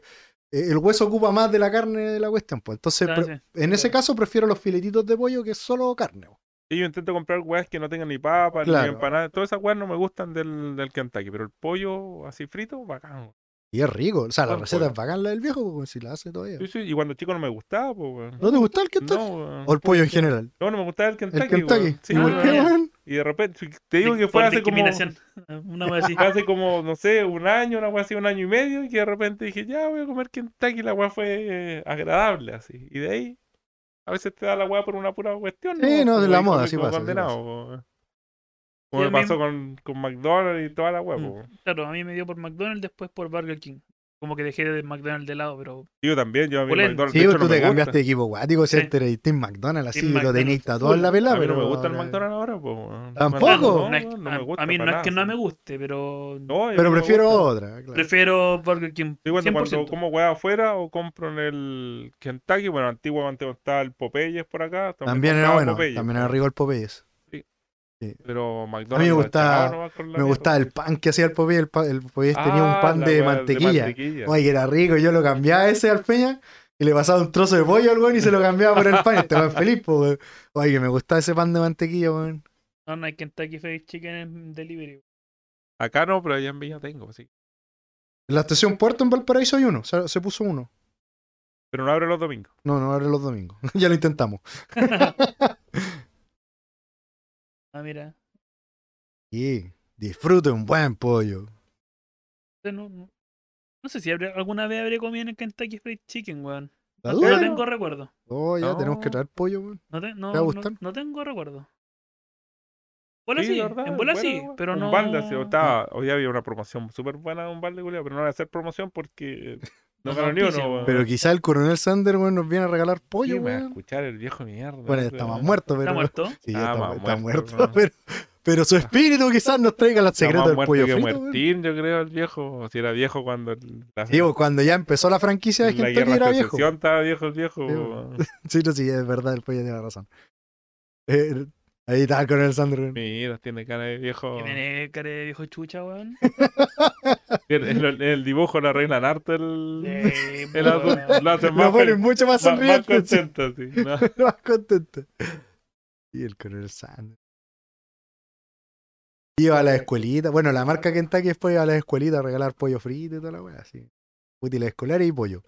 Speaker 4: eh, el hueso ocupa más de la carne de la cuestión. Pues. Entonces,
Speaker 1: Ah,
Speaker 4: pre-
Speaker 1: sí.
Speaker 4: en ese caso prefiero los filetitos de pollo que solo carne. weón.
Speaker 2: Sí, yo intento comprar weas que no tengan ni papa,
Speaker 4: Claro.
Speaker 2: ni empanada. Todas esas weas no me gustan del, del Kentucky, pero el pollo así frito, bacán.
Speaker 4: Y es rico. O sea, la
Speaker 2: Buen
Speaker 4: receta
Speaker 2: pollo.
Speaker 4: es bacán la del viejo, weón, si la hace todavía.
Speaker 2: Oh, Sí, sí, y cuando chico no me gustaba, pues, weón.
Speaker 4: ¿No te gusta el Kentucky?
Speaker 2: No, Ah, weón.
Speaker 4: ¿O el pollo en general?
Speaker 2: No, no me gustaba el
Speaker 4: El
Speaker 2: Kentucky. weón.
Speaker 4: Kentucky.
Speaker 2: Sí,
Speaker 4: ¿Y por
Speaker 1: no,
Speaker 4: qué,
Speaker 1: ya.
Speaker 4: weón?
Speaker 2: Y de repente, te digo que fue hace como,
Speaker 1: discriminación. Una vez así.
Speaker 2: fue hace como, no sé, un año, una weá así, un año y medio, y que de repente dije, ya voy a comer Kentucky, la weá fue eh, agradable, así. Y de ahí, a veces te da la weá por una pura cuestión.
Speaker 4: Sí, no, de la
Speaker 2: Como-
Speaker 4: moda,
Speaker 2: como
Speaker 4: así pasa, así
Speaker 2: condenado,
Speaker 4: pasa.
Speaker 1: Y
Speaker 2: po. Como me
Speaker 1: el
Speaker 2: pasó con, con McDonald's y toda la weá,
Speaker 1: Mm.
Speaker 2: po.
Speaker 1: Claro, a mí me dio por McDonald's, después por Burger King. Como que dejé de McDonald's de lado, pero
Speaker 2: Yo también, yo a mí
Speaker 1: Pulento.
Speaker 2: McDonald's,
Speaker 4: Sí,
Speaker 2: de hecho,
Speaker 4: pues tú
Speaker 2: no me
Speaker 4: te
Speaker 2: gusta.
Speaker 4: cambiaste de equipo guático, si
Speaker 1: Sí.
Speaker 4: este era Team McDonald's, así
Speaker 1: Team
Speaker 4: lo tenéis
Speaker 1: McDonald's,
Speaker 4: tatuado en la pelada,
Speaker 2: a mí
Speaker 4: pero. eh,
Speaker 2: no me gusta el
Speaker 4: ahora-
Speaker 2: McDonald's ahora, po.
Speaker 4: Tampoco.
Speaker 2: No,
Speaker 1: no es-
Speaker 2: no
Speaker 1: a-
Speaker 2: me gusta
Speaker 1: a mí no
Speaker 2: para
Speaker 1: es que
Speaker 2: nada,
Speaker 1: no me
Speaker 2: sí.
Speaker 1: guste, pero
Speaker 2: No, yo
Speaker 4: Pero
Speaker 2: no me
Speaker 4: prefiero
Speaker 2: gusta.
Speaker 4: otra, claro.
Speaker 1: prefiero Burger King.
Speaker 2: Sí, cuando, cuando
Speaker 1: 100%.
Speaker 2: como weá afuera o compro en el Kentucky, bueno, antiguamente estaba el Popeyes por acá.
Speaker 4: También era
Speaker 2: compraba
Speaker 4: bueno,
Speaker 2: Popeyes,
Speaker 4: también
Speaker 2: po.
Speaker 4: era rico el Popeyes.
Speaker 2: Pero McDonald's.
Speaker 4: me
Speaker 2: la
Speaker 4: gustaba-
Speaker 2: echaba nomás con la
Speaker 4: Me
Speaker 2: mierda.
Speaker 4: gustaba el pan que hacía el Popeyes, el, pa- el Popeyes tenía un
Speaker 2: Ah,
Speaker 4: pan
Speaker 2: la
Speaker 4: de
Speaker 2: weá
Speaker 4: mantequilla. Oye, que era rico, yo lo cambiaba ese al Peña y le pasaba un trozo de pollo al weón y se lo cambiaba por el pan. Este weón feliz, po, weón. Oye, que me gustaba ese pan de mantequilla, weón.
Speaker 1: No, no hay Kentucky Fried Chicken en delivery.
Speaker 2: Acá no, pero allá en Villa tengo, sí.
Speaker 4: En la estación Puerto en Valparaíso hay uno, se, se puso uno.
Speaker 2: Pero no abre los domingos.
Speaker 4: No, no abre los domingos. ya lo intentamos.
Speaker 1: Ah, mira.
Speaker 4: Y disfrute un buen pollo.
Speaker 1: No, no- no sé si habré- alguna vez habré comido en el Kentucky Fried Chicken, weón.
Speaker 4: ¿La
Speaker 1: No
Speaker 4: duda?
Speaker 1: tengo recuerdo.
Speaker 4: Oh, ya
Speaker 2: No.
Speaker 4: tenemos que traer pollo, weón.
Speaker 1: No, te- no,
Speaker 4: ¿Te va
Speaker 1: no-
Speaker 4: a gustar?
Speaker 1: no tengo recuerdo. Bola
Speaker 2: Sí,
Speaker 1: sí,
Speaker 2: la verdad,
Speaker 1: en bola
Speaker 2: buena,
Speaker 1: sí,
Speaker 2: weón.
Speaker 1: pero
Speaker 2: un
Speaker 1: no.
Speaker 2: balde, sí, estaba, hoy había una promoción súper buena de un balde, culiao, pero no voy a hacer promoción porque eh, no
Speaker 1: Nos
Speaker 2: ganó ni
Speaker 1: auspician,
Speaker 2: uno. weón.
Speaker 4: Pero quizá el coronel Sander, weón, nos viene a regalar
Speaker 2: Sí,
Speaker 4: pollo,
Speaker 2: me va a
Speaker 4: weón.
Speaker 2: escuchar el viejo mierda.
Speaker 4: Bueno,
Speaker 2: no
Speaker 4: está
Speaker 2: sé.
Speaker 4: más muerto, pero.
Speaker 1: Está muerto.
Speaker 4: Sí,
Speaker 2: Ah,
Speaker 4: ya está,
Speaker 2: más
Speaker 4: mu- está
Speaker 2: muerto,
Speaker 4: muerto,
Speaker 2: weón. Ah.
Speaker 4: pero, pero su espíritu quizás nos traiga la
Speaker 2: Está
Speaker 4: secreta
Speaker 2: más
Speaker 4: del
Speaker 2: muerto
Speaker 4: pollo
Speaker 2: que
Speaker 4: frito. weón.
Speaker 2: muertín, yo creo, el viejo. Si era viejo cuando. el- la-
Speaker 4: Sí, pues, cuando ya empezó la franquicia de
Speaker 2: En la
Speaker 4: Kentucky
Speaker 2: guerra
Speaker 4: era
Speaker 2: de
Speaker 4: viejo.
Speaker 2: secesión estaba viejo el viejo.
Speaker 4: Sí,
Speaker 2: weón.
Speaker 4: Sí, no, sí, es verdad, el pollo tiene razón. Eh, ahí está el coronel Sander, weón.
Speaker 2: Mira, tiene cara de viejo.
Speaker 1: Que tiene cara de viejo chucha, weón.
Speaker 2: Tiene- En el, en el dibujo lo arreglan harto el.
Speaker 1: Sí,
Speaker 2: el
Speaker 1: po,
Speaker 2: asunto,
Speaker 1: Eh, weón.
Speaker 2: lo hacen
Speaker 4: Lo
Speaker 2: más,
Speaker 4: ponen
Speaker 2: feliz,
Speaker 4: mucho más
Speaker 2: más, más
Speaker 4: sonriente. sí,
Speaker 2: contento, sí. ¿no?
Speaker 4: más contento. Y el coronel Sander. Iba a la escuelita. Bueno, la marca Kentucky después iba a la escuelita a regalar pollo frito y toda la weá, así. Útiles escolares y pollo.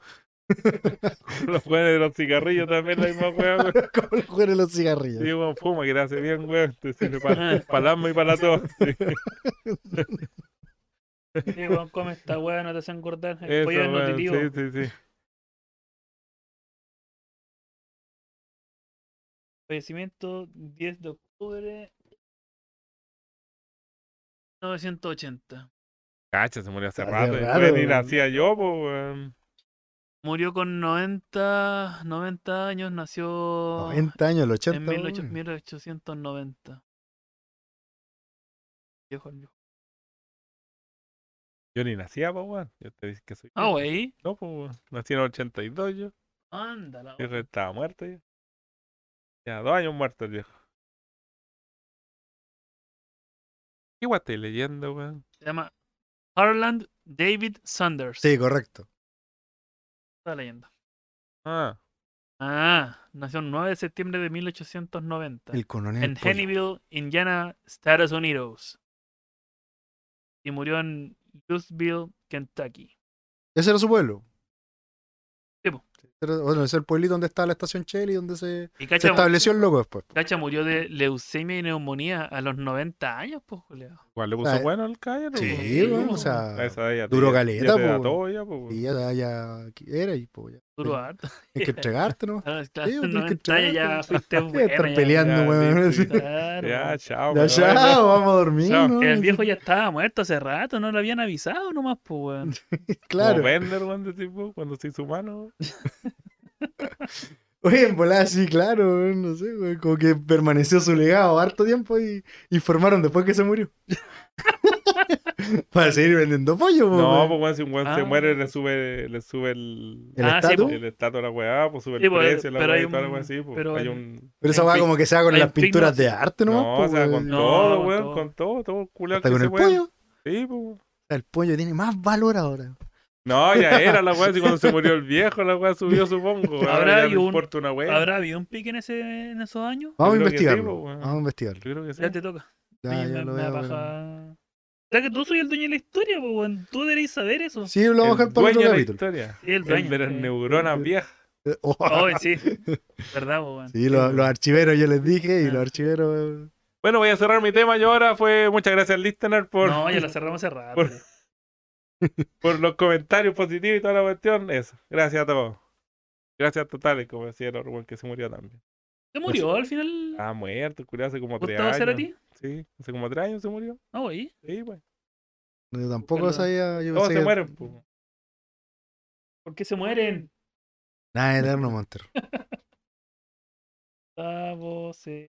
Speaker 2: Los jueves de los cigarrillos también, la misma weá. weón.
Speaker 4: Como los juegan en los cigarrillos.
Speaker 2: Sí, weón, fuma, que le hace bien, este, weón. Te sirve para el asma y para la tos. Sí,
Speaker 1: Sí, weón, come esta weón, no te hacen engordar. El
Speaker 2: eso,
Speaker 1: pollo es
Speaker 2: weón,
Speaker 1: nutritivo.
Speaker 2: Sí, sí, sí.
Speaker 1: Fallecimiento 10 de octubre 1980.
Speaker 2: Cacha, se murió hace
Speaker 4: Hace
Speaker 2: rato. y
Speaker 4: rato,
Speaker 2: todavía Ni
Speaker 4: weón.
Speaker 2: nacía yo, pues, weón.
Speaker 1: Murió con 90, 90 años, nació
Speaker 4: 90 años, el 80.
Speaker 1: en
Speaker 4: weón.
Speaker 1: 18 1890. Viejo el viejo.
Speaker 2: Yo ni nacía, pues, weón. Yo te dije que soy.
Speaker 1: Ah,
Speaker 2: viejo.
Speaker 1: wey.
Speaker 2: No, pues, weón. Nací en el 82 yo.
Speaker 1: Ándala.
Speaker 2: El viejo estaba muerto ya. Ya, dos años muerto el viejo. ¿Qué guay estoy leyendo, weón?
Speaker 1: Se llama Harland David Sanders.
Speaker 4: Sí, correcto.
Speaker 1: Está leyendo.
Speaker 2: Ah,
Speaker 1: Ah, nació el 9 de septiembre de 1890.
Speaker 4: El coronel.
Speaker 1: en
Speaker 4: pollo.
Speaker 1: Hennyville, Indiana, Estados Unidos. Y murió en Louisville, Kentucky.
Speaker 4: Ese era su pueblo.
Speaker 1: Sí, po.
Speaker 4: Era- bueno, ese es el pueblito donde estaba la estación Shell y donde se,
Speaker 1: Y
Speaker 4: se
Speaker 1: Cacha,
Speaker 4: estableció el loco después.
Speaker 1: Cacha murió de leucemia y neumonía a los 90 años, pues, Julio.
Speaker 2: igual le
Speaker 4: sea,
Speaker 2: puso bueno el calle, ¿no?
Speaker 4: Sí,
Speaker 1: Sí,
Speaker 4: bueno, o
Speaker 1: po.
Speaker 4: sea,
Speaker 2: Esa ya te-
Speaker 4: duró
Speaker 2: ya
Speaker 4: caleta,
Speaker 2: te da
Speaker 4: po,
Speaker 2: todo ya, po,
Speaker 4: y ya, ya que era y pues ya.
Speaker 1: Duro ah.
Speaker 4: Ten-
Speaker 1: harto.
Speaker 4: Tienes que entregarte, ¿no?
Speaker 1: A los
Speaker 4: tienes que
Speaker 1: 90 años ya
Speaker 4: entregarte.
Speaker 1: fuiste
Speaker 4: Voy a estar
Speaker 1: bueno. ya,
Speaker 4: peleando,
Speaker 2: ya,
Speaker 4: weón.
Speaker 2: sí, sí.
Speaker 1: claro. pues.
Speaker 2: Ya, chao.
Speaker 4: Ya,
Speaker 2: weón.
Speaker 4: ya, vamos a dormir,
Speaker 2: Chao.
Speaker 4: ¿no?
Speaker 1: El viejo ya estaba muerto hace rato, no lo habían avisado nomás, pues, weón.
Speaker 4: Claro.
Speaker 2: Como Bender, weón, de tipo, cuando se hizo humano.
Speaker 4: Oye, en volada sí, claro, weón, no sé, weón, como que permaneció su legado harto tiempo y, y formaron después que se murió. Para seguir vendiendo pollo, po,
Speaker 2: No,
Speaker 4: weón.
Speaker 2: pues, weón, si un weón se
Speaker 1: Ah.
Speaker 2: muere, le sube, le sube el.
Speaker 4: El
Speaker 1: Ah, sí,
Speaker 4: estatus.
Speaker 1: po.
Speaker 2: El estatus a la weá, pues sube
Speaker 1: Sí,
Speaker 2: el
Speaker 1: pues,
Speaker 2: precio, la
Speaker 1: pero
Speaker 2: weá
Speaker 1: hay
Speaker 2: y toda la weá
Speaker 1: un-
Speaker 2: así, pues.
Speaker 1: pero
Speaker 2: hay
Speaker 1: el-
Speaker 2: un.
Speaker 4: Pero esa
Speaker 1: En
Speaker 4: va
Speaker 1: fin-
Speaker 4: como que se haga con
Speaker 1: en
Speaker 4: las
Speaker 1: fin,
Speaker 4: pinturas
Speaker 1: no-
Speaker 4: de arte nomás,
Speaker 2: No,
Speaker 4: po,
Speaker 2: o sea, con
Speaker 4: weón.
Speaker 1: No,
Speaker 2: todo,
Speaker 1: con
Speaker 2: weón,
Speaker 1: todo.
Speaker 2: con todo, todo el culiao
Speaker 4: Hasta
Speaker 2: que
Speaker 4: con
Speaker 2: se
Speaker 4: el
Speaker 2: puede.
Speaker 4: pollo.
Speaker 2: Sí, pues.
Speaker 4: El pollo tiene más valor ahora.
Speaker 2: No, ya era la weá, si cuando se murió el viejo, la weá subió, supongo. Ahora
Speaker 1: Habrá
Speaker 2: ya
Speaker 1: y
Speaker 2: no
Speaker 1: un-
Speaker 2: importa una weá.
Speaker 1: ¿Habrá habido un pique en, ese, en esos años?
Speaker 4: Vamos a
Speaker 2: creo que sí,
Speaker 4: investigarlo.
Speaker 2: po, weón.
Speaker 4: Vamos a investigarlo.
Speaker 2: Yo creo que sí.
Speaker 1: Ya te toca.
Speaker 4: Ya,
Speaker 1: Oye,
Speaker 4: ya
Speaker 1: me,
Speaker 4: lo
Speaker 1: me da
Speaker 4: veo, pero-
Speaker 1: paja. O sea que tú soy el dueño de la historia, pues, weón. Tú deberías saber eso.
Speaker 4: Sí, lo vamos a dejar
Speaker 2: el
Speaker 4: para otro
Speaker 2: dueño de la
Speaker 4: capítulo.
Speaker 2: historia.
Speaker 1: Sí, el
Speaker 2: El
Speaker 1: dueño.
Speaker 2: de las
Speaker 1: sí.
Speaker 2: neuronas viejas.
Speaker 4: Eh, oh,
Speaker 1: Ay, sí. ¿Verdad, po, weón?
Speaker 4: sí, lo- los archiveros yo les dije y
Speaker 1: Ah.
Speaker 4: los archiveros.
Speaker 2: Bueno, voy a cerrar mi tema yo ahora. Fue muchas gracias, listener, por,
Speaker 1: No, ya lo cerramos hace rato.
Speaker 2: por- por los comentarios positivos y toda la cuestión. Eso. Gracias a todos. Gracias totales, como decía el Orwell, que se murió también.
Speaker 1: ¿Se murió al final?
Speaker 2: Ah, muerto, curioso, hace como tres
Speaker 1: ¿Gustavo
Speaker 2: años.
Speaker 1: Cerati?
Speaker 2: Sí, hace como tres años se murió.
Speaker 1: No, güey.
Speaker 2: Sí, güey.
Speaker 4: Yo tampoco
Speaker 1: Perdón.
Speaker 4: sabía. Yo
Speaker 2: Todos
Speaker 4: pensé
Speaker 2: se
Speaker 4: que-
Speaker 2: mueren, po.
Speaker 1: ¿Por qué se mueren?
Speaker 4: Nada, Eterno Montero.
Speaker 1: Gustavo Se-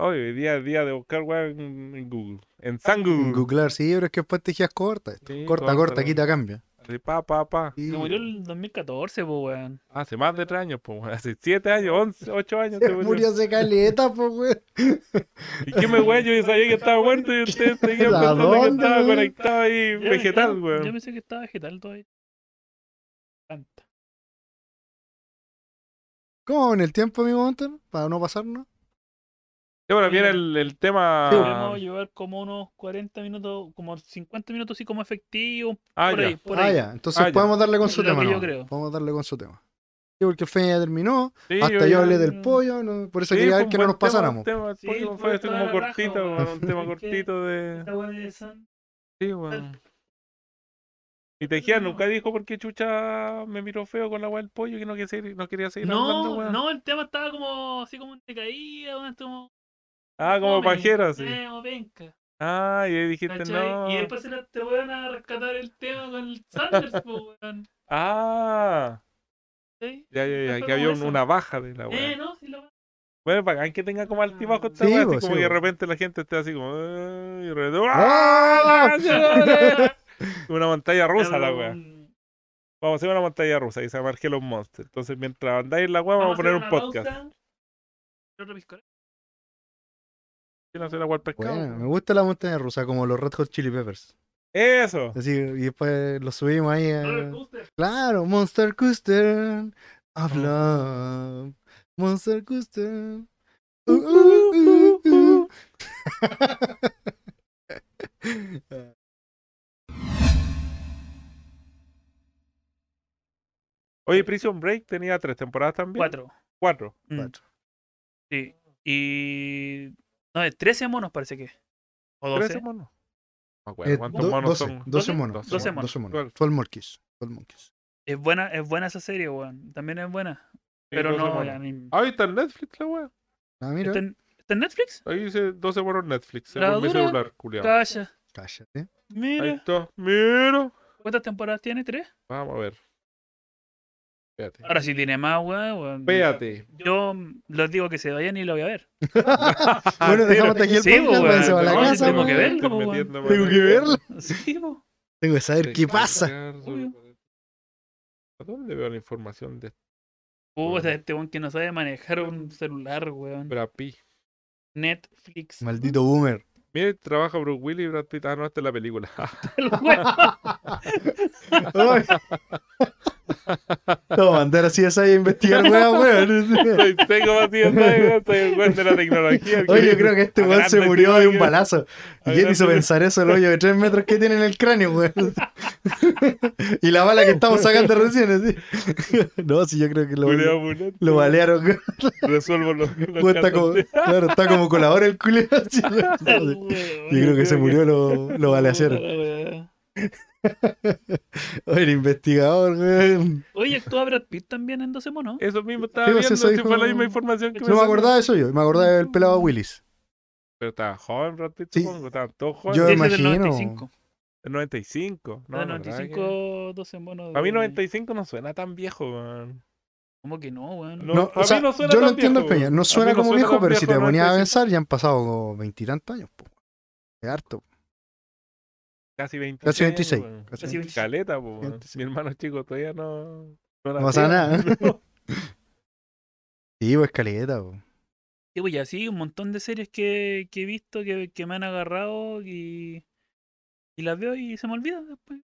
Speaker 2: Hoy, hoy día es día de buscar weá en en Google. En San Google.
Speaker 4: Googlear, sí, pero es que después tejías corta. esto.
Speaker 2: Sí,
Speaker 4: corta, corta,
Speaker 2: la-
Speaker 4: quita, cambia.
Speaker 2: Sí, pa, pa, pa.
Speaker 4: Sí.
Speaker 1: Se murió el 2014, po, weón.
Speaker 2: Hace más de tres años, pues. Hace siete años, once, ocho años.
Speaker 4: Se
Speaker 2: se murió.
Speaker 4: murió hace caleta, pues, weón.
Speaker 2: ¿Y qué me weón? Yo sabía que estaba muerto y usted seguía
Speaker 4: ¿A
Speaker 2: pensando que
Speaker 4: dónde,
Speaker 2: estaba
Speaker 4: weón?
Speaker 2: conectado ahí
Speaker 1: Yo-
Speaker 2: vegetal,
Speaker 1: yo- Yo
Speaker 2: weón.
Speaker 1: pensé que estaba vegetal todavía. Canta.
Speaker 2: Ah.
Speaker 4: ¿Cómo en el tiempo, amigo Montero? Para no pasarnos.
Speaker 2: Y ahora viene el, el tema.
Speaker 1: Debemos llevar como unos 40 minutos, como 50 minutos así como efectivo.
Speaker 2: Ah,
Speaker 1: por ahí,
Speaker 2: ya.
Speaker 1: por
Speaker 4: ah,
Speaker 1: ahí.
Speaker 4: ya. Entonces
Speaker 2: Ah, ya.
Speaker 4: podemos darle con
Speaker 1: Es
Speaker 4: su
Speaker 1: lo
Speaker 4: tema.
Speaker 1: que yo
Speaker 4: ¿no?
Speaker 1: creo.
Speaker 4: Podemos darle con su tema. Sí, porque el fin ya terminó.
Speaker 2: Sí,
Speaker 4: hasta yo hablé
Speaker 1: mm,
Speaker 4: del pollo. no- por eso
Speaker 2: sí,
Speaker 4: quería
Speaker 2: fue
Speaker 4: ver
Speaker 2: un
Speaker 4: que no
Speaker 2: buen
Speaker 4: nos
Speaker 2: tema,
Speaker 4: pasáramos.
Speaker 2: un tema, sí,
Speaker 1: Sí,
Speaker 2: fue
Speaker 1: fue
Speaker 2: así
Speaker 1: toda
Speaker 2: como
Speaker 1: la raja,
Speaker 2: cortito,
Speaker 1: weón.
Speaker 2: weón, un
Speaker 1: Es
Speaker 2: tema
Speaker 1: que-
Speaker 2: cortito de.
Speaker 1: Esta weá de San-
Speaker 2: Sí, weón. Y Tejía nunca dijo por qué Chucha me miró feo con la weá del pollo que no quería seguir, no quería seguir hablando,
Speaker 1: No,
Speaker 2: weón.
Speaker 1: no, el tema estaba como así como en decaída, weón, como.
Speaker 2: Ah, como
Speaker 1: fome,
Speaker 2: pajero, sí.
Speaker 1: eh, como penca,
Speaker 2: Ah, y ahí dijiste
Speaker 1: ¿cachai?
Speaker 2: no.
Speaker 1: Y después se la- te van a rescatar el tema con el Sanders, po, weón.
Speaker 2: Ah,
Speaker 1: ¿cachai?
Speaker 2: ya, ya, ya,
Speaker 1: Fue
Speaker 2: que había
Speaker 1: como
Speaker 2: un-
Speaker 1: eso.
Speaker 2: una baja de la weá.
Speaker 1: Eh, no, Ah. sí lo
Speaker 2: Bueno, bacán que tenga como altibajos esta
Speaker 4: Sí,
Speaker 2: weá, así
Speaker 4: bo,
Speaker 2: como
Speaker 4: sí,
Speaker 2: que de
Speaker 4: bo.
Speaker 2: repente la gente esté así como. "Ay", y de repente,
Speaker 4: ¡Ah!
Speaker 2: pues. "¡Ah, señores!". Una montaña rusa la weá.
Speaker 1: Vamos
Speaker 2: Vamos a hacer una montaña rusa y se llama Hello Monster. Entonces, mientras andáis la weá, vamos, a
Speaker 1: hacer
Speaker 2: poner un
Speaker 1: una
Speaker 2: podcast.
Speaker 1: pausa. Otro pisco.
Speaker 2: ¿Quién hace la weá al pescado?
Speaker 4: Bueno, me gusta la montaña rusa como los Red Hot Chili Peppers.
Speaker 2: Eso.
Speaker 4: Así, y después lo subimos ahí.
Speaker 2: Eh,
Speaker 4: a-
Speaker 1: Roller coaster.
Speaker 4: Claro, Monster Custer of
Speaker 2: Oh.
Speaker 4: Love. Monster Custer. Uh, uh, uh, uh.
Speaker 2: Oye, Prison Break tenía tres temporadas también.
Speaker 1: Cuatro.
Speaker 2: Cuatro.
Speaker 1: Mm.
Speaker 4: Cuatro.
Speaker 1: Sí. Y. No, es 13 monos parece que. O 12.
Speaker 2: Trece monos. No me acuerdo
Speaker 4: Eh,
Speaker 2: cuántos
Speaker 4: do-
Speaker 2: monos
Speaker 4: 12,
Speaker 2: son.
Speaker 4: 12
Speaker 1: ¿Doce?
Speaker 4: monos.
Speaker 2: Doce
Speaker 1: monos.
Speaker 4: 12
Speaker 2: Claro.
Speaker 4: monos. 12 monkeys. 12 monkeys.
Speaker 1: Es buena, es buena esa serie, weón. También es buena.
Speaker 2: Sí,
Speaker 1: Pero
Speaker 2: 12
Speaker 1: no,
Speaker 2: monos.
Speaker 1: ya ni-
Speaker 2: Ah, ahí está en Netflix la weá.
Speaker 4: Ah, mira.
Speaker 1: ¿Está
Speaker 2: Este
Speaker 1: en, está en Netflix?
Speaker 2: Ahí dice 12 monos Netflix.
Speaker 1: La
Speaker 2: Según mi
Speaker 1: dura-
Speaker 2: celular, culiado.
Speaker 1: Calla.
Speaker 4: Cállate.
Speaker 2: Ahí
Speaker 1: Mira.
Speaker 2: está. Mira.
Speaker 1: ¿Cuántas temporadas tiene? ¿Tres?
Speaker 2: Vamos a ver. Espérate.
Speaker 1: Ahora sí tiene más, weón. weón.
Speaker 2: Espérate.
Speaker 1: Yo les digo que se vayan y lo voy a ver.
Speaker 4: Bueno, dejamos hasta aquí el
Speaker 1: Sí, po,
Speaker 2: pues,
Speaker 1: weón,
Speaker 4: podcast. váyanse para la
Speaker 1: no,
Speaker 4: casa. pues.
Speaker 1: tengo que
Speaker 4: weón.
Speaker 1: verlo, po, weón.
Speaker 4: Tengo que verlo.
Speaker 1: Sí, po.
Speaker 4: Tengo que saber qué pasa.
Speaker 2: ¿A dónde veo la información de
Speaker 1: Puta, este weón que no sabe manejar un celular, weón.
Speaker 2: Brad Pitt?
Speaker 1: Netflix.
Speaker 4: Maldito boomer.
Speaker 2: Mira, trabaja Bruce Willis y Brad Pitt. Ah, no, esta es la película.
Speaker 1: El weón.
Speaker 4: Ay. No, mandar así a a investigar, weón, weón.
Speaker 2: Soy seco, Matías, soy- soy el güey de la tecnología. el
Speaker 4: Oye,
Speaker 2: que-
Speaker 4: yo creo que
Speaker 2: a
Speaker 4: este weón se
Speaker 2: grandes
Speaker 4: murió de un
Speaker 2: digo,
Speaker 4: balazo.
Speaker 2: a
Speaker 4: ¿Y quién hizo
Speaker 2: grandes-
Speaker 4: pensar eso el hoyo de 3 metros que tiene en el cráneo, weón? Y la bala que estamos sacando recién, así. No, sí, yo creo que lo,
Speaker 2: Julio Mulet,
Speaker 4: lo balearon, weón.
Speaker 2: Resuelvo los. los
Speaker 4: Weón Está como,
Speaker 2: casos.
Speaker 4: claro, está como colador el culo. así. Yo creo que se murió, lo, lo balacearon. Oye, el investigador, weón.
Speaker 1: Oye, actúa Brad Pitt también en 12 monos.
Speaker 2: Eso mismo estaba
Speaker 4: Sí, pues,
Speaker 2: viendo,
Speaker 4: eso
Speaker 2: si fue
Speaker 4: dijo-
Speaker 2: la misma información que
Speaker 1: No
Speaker 4: No me
Speaker 2: salió.
Speaker 4: acordaba de eso yo, me acordaba del pelado Willis.
Speaker 2: Pero estaba joven, Brad Pitt,
Speaker 4: Sí.
Speaker 2: supongo, estaba todo joven.
Speaker 4: Yo- em
Speaker 1: Ese
Speaker 4: me
Speaker 1: es del
Speaker 4: imagino.
Speaker 1: 95.
Speaker 2: El 95. No,
Speaker 1: Ah,
Speaker 2: la verdad
Speaker 1: 95, 12 monos.
Speaker 2: que- A mí
Speaker 1: de-
Speaker 2: 95 no suena tan viejo, man.
Speaker 1: ¿Cómo que no, weón?
Speaker 2: No,
Speaker 4: No,
Speaker 2: a
Speaker 4: o
Speaker 2: mí
Speaker 4: sea,
Speaker 2: no suena
Speaker 4: yo lo
Speaker 2: tan
Speaker 4: entiendo,
Speaker 2: viejo,
Speaker 4: Peña.
Speaker 2: weón. A
Speaker 4: No
Speaker 2: mí
Speaker 4: suena
Speaker 2: no
Speaker 4: como
Speaker 2: suena
Speaker 4: viejo,
Speaker 2: tan
Speaker 4: pero si te
Speaker 2: viejo,
Speaker 4: ponías a
Speaker 2: 95.
Speaker 4: pensar, ya han pasado como veintitantos años, po. Es harto.
Speaker 2: Casi 26.
Speaker 4: Casi 26,
Speaker 2: weón.
Speaker 4: casi
Speaker 1: Casi 26.
Speaker 2: Caleta, po, weón.
Speaker 4: 26.
Speaker 2: Mi hermano chico todavía no. No, nacía,
Speaker 4: pasa nada.
Speaker 2: ¿no?
Speaker 4: Sí, pues caleta, po.
Speaker 1: Sí, pues, y así un montón de series que, que he visto, que, que me han agarrado y, y las veo y se me olvida después.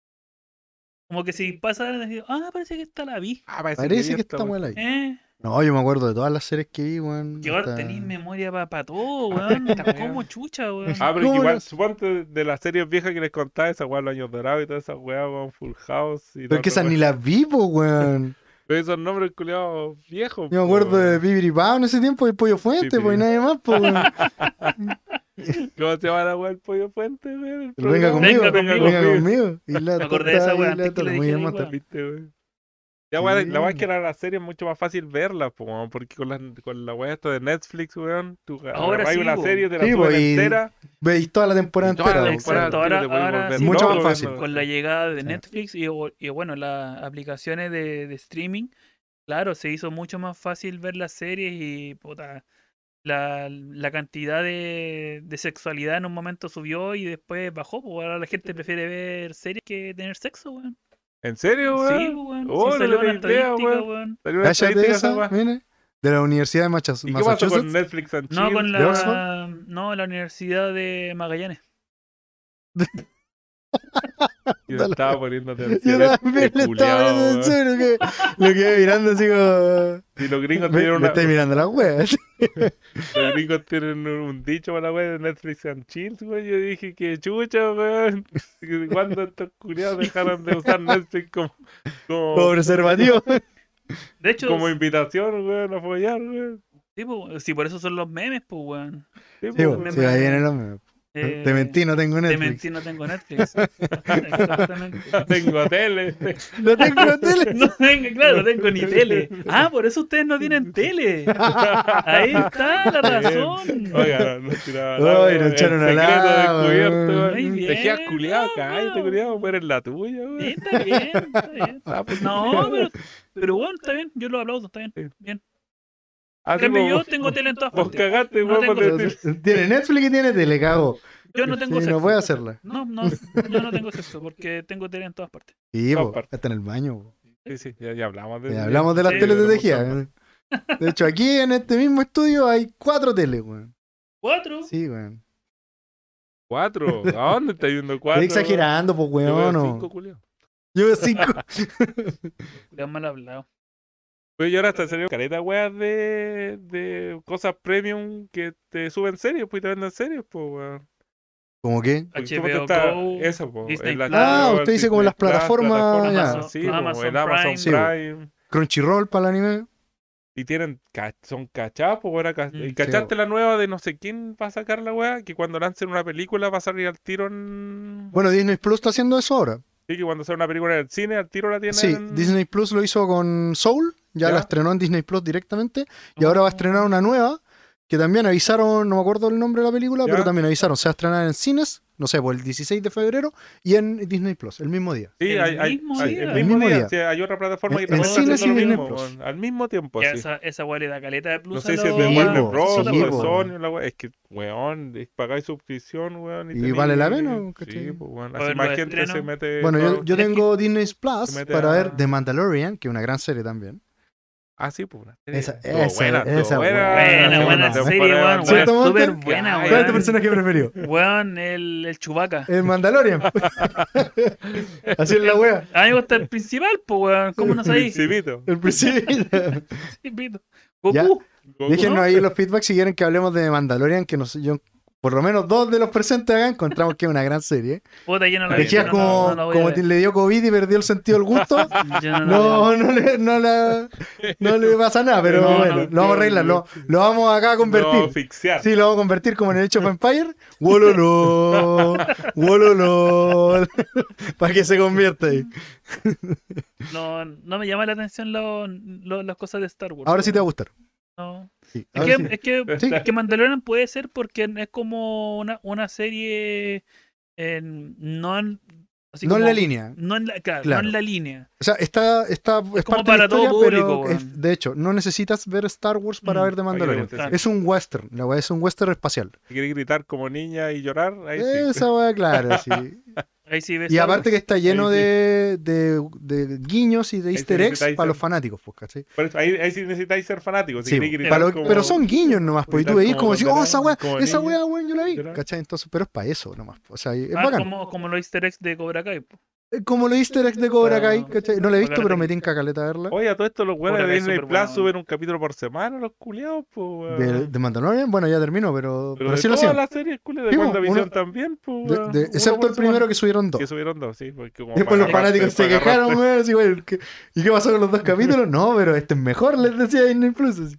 Speaker 1: Como que si pasa, digo, ah, parece que está la vi.
Speaker 2: Ah, parece,
Speaker 4: Parece
Speaker 2: vi
Speaker 4: que
Speaker 2: esta,
Speaker 4: está
Speaker 2: weón.
Speaker 4: mal ahí.
Speaker 1: ¿Eh?
Speaker 4: No, yo me acuerdo de todas las series que vi, weón.
Speaker 1: Que ahora
Speaker 4: hasta-
Speaker 1: tenéis memoria para todo, weón. Está como chucha, weón.
Speaker 2: Ah, pero
Speaker 4: ¿Cómo
Speaker 2: igual,
Speaker 4: las-
Speaker 2: suponte de las series viejas que les contaba, esa weá, Los Años Dorados y toda esa weá, weón, Full House. Y
Speaker 4: Pero es que esas ni
Speaker 2: ni...
Speaker 4: las vi, po, weón.
Speaker 2: Esos nombres culiados viejos.
Speaker 4: Yo me
Speaker 2: po,
Speaker 4: acuerdo de
Speaker 2: weón.
Speaker 4: Bibiri Bao en ese tiempo y Pollo Fuente,
Speaker 2: Bibiri.
Speaker 4: pues, y nadie más, po, weón.
Speaker 2: ¿Cómo se llama la weá el pollo puente, weón? El
Speaker 4: Pero venga
Speaker 2: programa.
Speaker 4: conmigo, venga,
Speaker 1: venga
Speaker 4: conmigo. Y la
Speaker 1: Me acordé de esa
Speaker 4: torta,
Speaker 1: wea antes
Speaker 4: y
Speaker 1: que
Speaker 4: Ah, la
Speaker 1: le
Speaker 4: torta, muy
Speaker 1: dije
Speaker 4: bien,
Speaker 1: la
Speaker 4: Master.
Speaker 1: wea.
Speaker 2: Viste, weón. Ya, weón, la weá es
Speaker 4: Sí.
Speaker 2: que ahora la serie es mucho más fácil verla, po, weón, porque con la, con la weá esta de Netflix, weón, tú
Speaker 1: Ahora
Speaker 2: agarras
Speaker 1: sí,
Speaker 2: una
Speaker 1: weón.
Speaker 2: serie, te la
Speaker 4: Sí,
Speaker 2: suben
Speaker 4: weón, y-
Speaker 2: entera.
Speaker 4: Veis toda la temporada
Speaker 2: y toda la
Speaker 4: entera.
Speaker 1: Exacto,
Speaker 2: temporada
Speaker 4: weón.
Speaker 2: al tiro
Speaker 1: ahora-
Speaker 2: te podéis
Speaker 1: ahora
Speaker 2: volver
Speaker 1: sí,
Speaker 4: Mucho
Speaker 2: loco
Speaker 4: más fácil.
Speaker 2: viendo-
Speaker 1: Con la llegada de
Speaker 4: Sí.
Speaker 1: Netflix y, o- y bueno, las aplicaciones de, de streaming, claro, se hizo mucho más fácil ver las series y puta, la, la cantidad de, de sexualidad en un momento subió y después bajó. Pues ahora la gente prefiere ver series que tener sexo, weón.
Speaker 2: ¿En serio, weón?
Speaker 1: Sí, pues, weón.
Speaker 2: Oh,
Speaker 1: sí,
Speaker 2: no
Speaker 1: salió una
Speaker 2: tenía idea,
Speaker 1: estadística,
Speaker 2: weón.
Speaker 1: weón.
Speaker 2: Salió una
Speaker 4: Cállate
Speaker 2: estadística esa
Speaker 4: esa,
Speaker 2: weá.
Speaker 4: mira, de la Universidad de Machas-
Speaker 2: ¿Y qué pasó con
Speaker 4: Massachusetts.
Speaker 2: Netflix and
Speaker 1: No,
Speaker 2: Chill?
Speaker 1: con
Speaker 4: ¿De Oxford?
Speaker 1: la, no, la Universidad de Magallanes.
Speaker 2: Yo
Speaker 4: Dale.
Speaker 2: estaba poniéndote
Speaker 4: Yo también le estaba viendo
Speaker 2: ¿eh?
Speaker 4: en serio que lo quedé mirando así como.
Speaker 2: Si los gringos
Speaker 4: Me,
Speaker 2: tienen
Speaker 4: me
Speaker 2: una, Oh,
Speaker 4: estáis mirando la wea.
Speaker 2: los gringos tienen un, un dicho para la wea de Netflix and Chill, güey. Yo dije que chucha, weón. ¿Cuándo estos culiados dejaron de usar Netflix como, como,
Speaker 4: Como preservativo.
Speaker 1: De hecho,
Speaker 2: como invitación, weón, a follar, weón?
Speaker 1: sí, pues, sí, por eso son los memes, pues, weón.
Speaker 2: Sí,
Speaker 4: Sí,
Speaker 2: pues,
Speaker 4: bo,
Speaker 1: me-
Speaker 4: sí, ahí viene el hombre.
Speaker 1: Eh,
Speaker 4: Te mentí, no tengo
Speaker 1: Te
Speaker 4: Netflix.
Speaker 1: mentí, no tengo Netflix. Exactamente.
Speaker 2: Tengo tele.
Speaker 4: No tengo tele.
Speaker 1: No tengo, claro, no tengo ni tele. Ah, por eso ustedes no tienen tele. Ahí está la razón.
Speaker 2: Oiga, no tiraba
Speaker 4: Ay,
Speaker 2: weón.
Speaker 4: nos echaron
Speaker 2: El
Speaker 4: al agua,
Speaker 2: secreto descubierto,
Speaker 4: weón.
Speaker 2: weón.
Speaker 1: Muy
Speaker 2: Te quedas
Speaker 1: bien,
Speaker 2: culiado,
Speaker 1: no,
Speaker 2: cállate,
Speaker 1: weón.
Speaker 2: culiado, pero eres la tuya,
Speaker 1: Sí,
Speaker 2: weón.
Speaker 1: está bien, está bien.
Speaker 2: Ah, pues,
Speaker 1: No, pero, pero bueno, está bien, yo lo aplaudo, está bien. En
Speaker 2: así
Speaker 1: cambio,
Speaker 2: como
Speaker 1: yo
Speaker 2: vos-
Speaker 1: tengo tele en todas
Speaker 2: Vos
Speaker 1: partes.
Speaker 2: cagaste,
Speaker 1: No
Speaker 2: weón, por
Speaker 1: tengo-
Speaker 2: decir.
Speaker 4: Tiene Netflix y tiene tele, cago.
Speaker 1: Yo no tengo
Speaker 4: Sí,
Speaker 1: sexo.
Speaker 4: no puede hacerla.
Speaker 1: No, no, yo no tengo sexo porque tengo tele en todas partes.
Speaker 4: Sí, bo,
Speaker 2: Aparte.
Speaker 4: está en el baño. bo.
Speaker 2: Sí, sí, ya, ya hablamos de
Speaker 4: Ya hablamos de las
Speaker 1: Sí,
Speaker 4: teles de
Speaker 2: pero
Speaker 4: Tejía. De hecho, aquí en este mismo estudio hay cuatro teles, weón.
Speaker 1: ¿Cuatro?
Speaker 4: Sí, weón.
Speaker 2: Cuatro. ¿A dónde estás viendo cuatro?
Speaker 4: Estoy exagerando, pues,
Speaker 2: Yo veo
Speaker 4: weón.
Speaker 2: cinco,
Speaker 4: no.
Speaker 2: culiao.
Speaker 4: Yo veo cinco.
Speaker 1: Le han mal hablado.
Speaker 2: Pues yo ahora hasta salió careta, weón, de, de cosas premium que te suben series, pues y te venden series, pues, weón.
Speaker 4: ¿Cómo qué?
Speaker 2: Porque tú te
Speaker 1: HBO
Speaker 2: está-
Speaker 1: Go,
Speaker 2: Eso, pues.
Speaker 1: Disney
Speaker 2: en la
Speaker 1: Plus.
Speaker 4: Ah,
Speaker 2: Plus,
Speaker 4: usted dice como
Speaker 2: Disney
Speaker 4: las
Speaker 2: Plus,
Speaker 4: plataformas,
Speaker 2: plataformas,
Speaker 1: ya.
Speaker 2: Sí, pues,
Speaker 1: Amazon
Speaker 2: el Amazon
Speaker 4: Prime.
Speaker 2: Prime.
Speaker 4: Crunchyroll para el anime.
Speaker 2: Y tienen, ca- son cachados, pues, weón. ca-
Speaker 1: Mm,
Speaker 2: Y
Speaker 1: sí,
Speaker 2: cachaste la nueva de no sé quién va a sacar la weá, que cuando lancen una película va a salir al tiro en...
Speaker 4: Bueno, Disney Plus está haciendo eso ahora.
Speaker 2: Sí, que cuando sea una película en el cine, al tiro la tienen...
Speaker 4: Sí, Disney Plus lo hizo con Soul, ya,
Speaker 2: Ya. Ah.
Speaker 4: la estrenó en Disney Plus directamente y ahora va a estrenar una nueva que también avisaron, no me acuerdo el nombre de la película,
Speaker 2: Ya.
Speaker 4: pero también avisaron, se va a estrenar en cines, no sé, por el 16 de febrero y en Disney Plus, el mismo día.
Speaker 2: Sí,
Speaker 1: El
Speaker 2: hay, hay-
Speaker 1: mismo
Speaker 2: hay-
Speaker 1: día.
Speaker 2: el
Speaker 1: El
Speaker 2: mismo
Speaker 4: mismo
Speaker 2: día.
Speaker 4: día.
Speaker 2: sí, hay otra plataforma que
Speaker 4: En-
Speaker 2: también
Speaker 1: en
Speaker 2: está
Speaker 1: cines
Speaker 2: haciendo
Speaker 1: y
Speaker 2: lo
Speaker 4: en
Speaker 2: mismo,
Speaker 4: Netflix.
Speaker 2: weón, al mismo tiempo.
Speaker 1: Ya,
Speaker 2: pues sí.
Speaker 1: esa, esa weá le da caleta de plus
Speaker 2: No
Speaker 1: a
Speaker 2: sé si es
Speaker 1: los-
Speaker 2: de
Speaker 4: Sí,
Speaker 2: Warner
Speaker 4: po,
Speaker 2: Bros.
Speaker 4: sí,
Speaker 2: o de
Speaker 4: po.
Speaker 2: Sony. o La wea- es que, weón, de- pagáis suscripción, weón.
Speaker 4: Y
Speaker 2: tenéis-
Speaker 4: vale la pena, weón,
Speaker 2: Sí,
Speaker 4: ¿cachai?
Speaker 2: pues, weón.
Speaker 1: Bueno,
Speaker 2: Así
Speaker 1: los
Speaker 2: más gente se
Speaker 1: estrenos.
Speaker 2: mete.
Speaker 4: Bueno, yo,
Speaker 2: todo-
Speaker 4: yo
Speaker 1: es que-
Speaker 4: tengo Disney Plus
Speaker 2: Se mete
Speaker 4: para
Speaker 2: a-
Speaker 4: ver The Mandalorian, que es una gran serie también.
Speaker 2: Ah, sí, pues. una serie.
Speaker 4: Esa-
Speaker 2: Estuvo
Speaker 4: esa-
Speaker 2: buena, estuvo
Speaker 4: esa,
Speaker 2: buena.
Speaker 4: weón.
Speaker 1: Buena, buena
Speaker 4: Sí,
Speaker 1: serie,
Speaker 2: temporada,
Speaker 1: weón.
Speaker 4: Sí,
Speaker 1: weón,
Speaker 4: toma,
Speaker 1: Súper
Speaker 4: toma.
Speaker 1: buena,
Speaker 2: Ay,
Speaker 4: ¿Cuál es tu
Speaker 1: weón.
Speaker 4: personaje preferido?
Speaker 1: Weón, el, el Chubaca.
Speaker 4: El Mandalorian. Así es la wea.
Speaker 1: A mí me gusta el principal, pues, weón. ¿Cómo no sabéis?
Speaker 2: Principito.
Speaker 4: El principio.
Speaker 1: Principito.
Speaker 4: Ya.
Speaker 1: Goku.
Speaker 2: Goku,
Speaker 4: Déjenos
Speaker 2: ¿no?
Speaker 4: ahí los feedbacks si quieren que hablemos de Mandalorian, que nos, yo, por lo menos dos de los presentes acá encontramos que es una gran serie.
Speaker 1: Puta, yo no la
Speaker 2: Ahí
Speaker 1: vi, yo
Speaker 4: Tejías
Speaker 1: no,
Speaker 4: como,
Speaker 1: no la voy a
Speaker 4: como
Speaker 1: ver.
Speaker 4: te- le dio COVID y perdió el sentido del gusto.
Speaker 1: Yo no la voy a ver.
Speaker 4: No, no le, no, la- no le pasa nada, pero
Speaker 1: No, no,
Speaker 4: bueno, lo vamos a arreglar, lo, lo vamos acá a
Speaker 2: No,
Speaker 4: convertir.
Speaker 2: asfixiar.
Speaker 4: Sí, lo vamos a convertir como en el hecho of Empire. Wololo, wololo, para que se convierta ahí.
Speaker 1: No, no me llama la atención lo- lo- las cosas de Star Wars.
Speaker 4: Ahora sí te va a
Speaker 1: weón.
Speaker 4: gustar.
Speaker 1: No.
Speaker 4: Sí,
Speaker 1: Es, que,
Speaker 4: ahora sí.
Speaker 1: es que
Speaker 4: Sí.
Speaker 1: que Mandalorian puede ser porque es como una, una serie en- no en, así
Speaker 4: No en
Speaker 1: como-
Speaker 4: la línea.
Speaker 1: No en la, claro,
Speaker 4: Claro.
Speaker 1: no en la línea.
Speaker 4: O sea, está, está es
Speaker 1: como
Speaker 4: parte de
Speaker 1: para
Speaker 4: la
Speaker 1: todo
Speaker 4: historia, pero
Speaker 1: público,
Speaker 4: es-
Speaker 1: weón.
Speaker 4: de hecho, no necesitas ver Star Wars para
Speaker 1: Mm,
Speaker 2: Para que
Speaker 4: ver The
Speaker 2: le
Speaker 4: Mandalorian.
Speaker 2: guste,
Speaker 1: Mandalorian.
Speaker 2: sí.
Speaker 4: Es un western, la weá es un western espacial.
Speaker 2: Si querés gritar como niña y llorar, ahí sí.
Speaker 4: Esa weá, claro, sí.
Speaker 1: Ahí sí ves
Speaker 4: Y
Speaker 1: algo.
Speaker 4: aparte que está lleno
Speaker 2: sí.
Speaker 4: de, de, de guiños y de
Speaker 2: Ahí
Speaker 4: easter
Speaker 2: sí
Speaker 4: eggs
Speaker 2: necesitáis
Speaker 4: para
Speaker 2: ser-
Speaker 4: los fanáticos, pues, ¿cachai?
Speaker 2: Por eso, ahí, ahí sí necesitáis ser fanático. Si
Speaker 4: Sí,
Speaker 2: queréis gritar
Speaker 4: para lo-
Speaker 2: como-
Speaker 4: pero son guiños nomás, pues, y tú
Speaker 2: gritar
Speaker 4: veis
Speaker 2: como
Speaker 4: como si, oh, esa
Speaker 2: condenado,
Speaker 4: weá,
Speaker 2: como
Speaker 4: esa
Speaker 2: niño".
Speaker 4: weá, weón, yo la vi,
Speaker 2: ¿Verdad?
Speaker 4: ¿cachai? Entonces, pero es para eso nomás, pues, o sea, es
Speaker 1: Ah,
Speaker 4: bacán. Como...
Speaker 1: como, como los easter eggs de Cobra Kai. po.
Speaker 4: los easter eggs de Cobra Kai,
Speaker 1: Claro.
Speaker 4: ¿cachai? No la he visto,
Speaker 1: Cobra
Speaker 4: pero
Speaker 1: Kai.
Speaker 4: me tinca caleta verla.
Speaker 2: Oye, a todo esto los weones
Speaker 1: Puta,
Speaker 2: de
Speaker 1: que es
Speaker 2: Disney
Speaker 1: superbuena,
Speaker 2: Plus
Speaker 1: weón.
Speaker 2: suben un capítulo por semana, los culiados, pues, weón.
Speaker 4: De, de Mandalorian, bueno, ya terminó, pero,
Speaker 2: Pero
Speaker 4: pero
Speaker 2: de
Speaker 4: sí lo
Speaker 2: todas
Speaker 4: hacían.
Speaker 2: las series culiadas, de
Speaker 4: Sí, po,
Speaker 2: WandaVision
Speaker 4: uno-
Speaker 2: también, pues,
Speaker 4: De-
Speaker 2: weón.
Speaker 4: de-
Speaker 2: Una
Speaker 4: excepto
Speaker 2: por
Speaker 4: el
Speaker 2: semana.
Speaker 4: primero que subieron dos.
Speaker 2: Que subieron dos, sí. Porque como
Speaker 4: Después
Speaker 2: para
Speaker 4: los
Speaker 2: agarrarte-
Speaker 4: fanáticos se
Speaker 2: para agarrarte-
Speaker 4: quejaron, weón. así, weón, ¿qué- ¿Y qué pasó con los dos capítulos? No, pero este es mejor, les decía Disney Plus. así.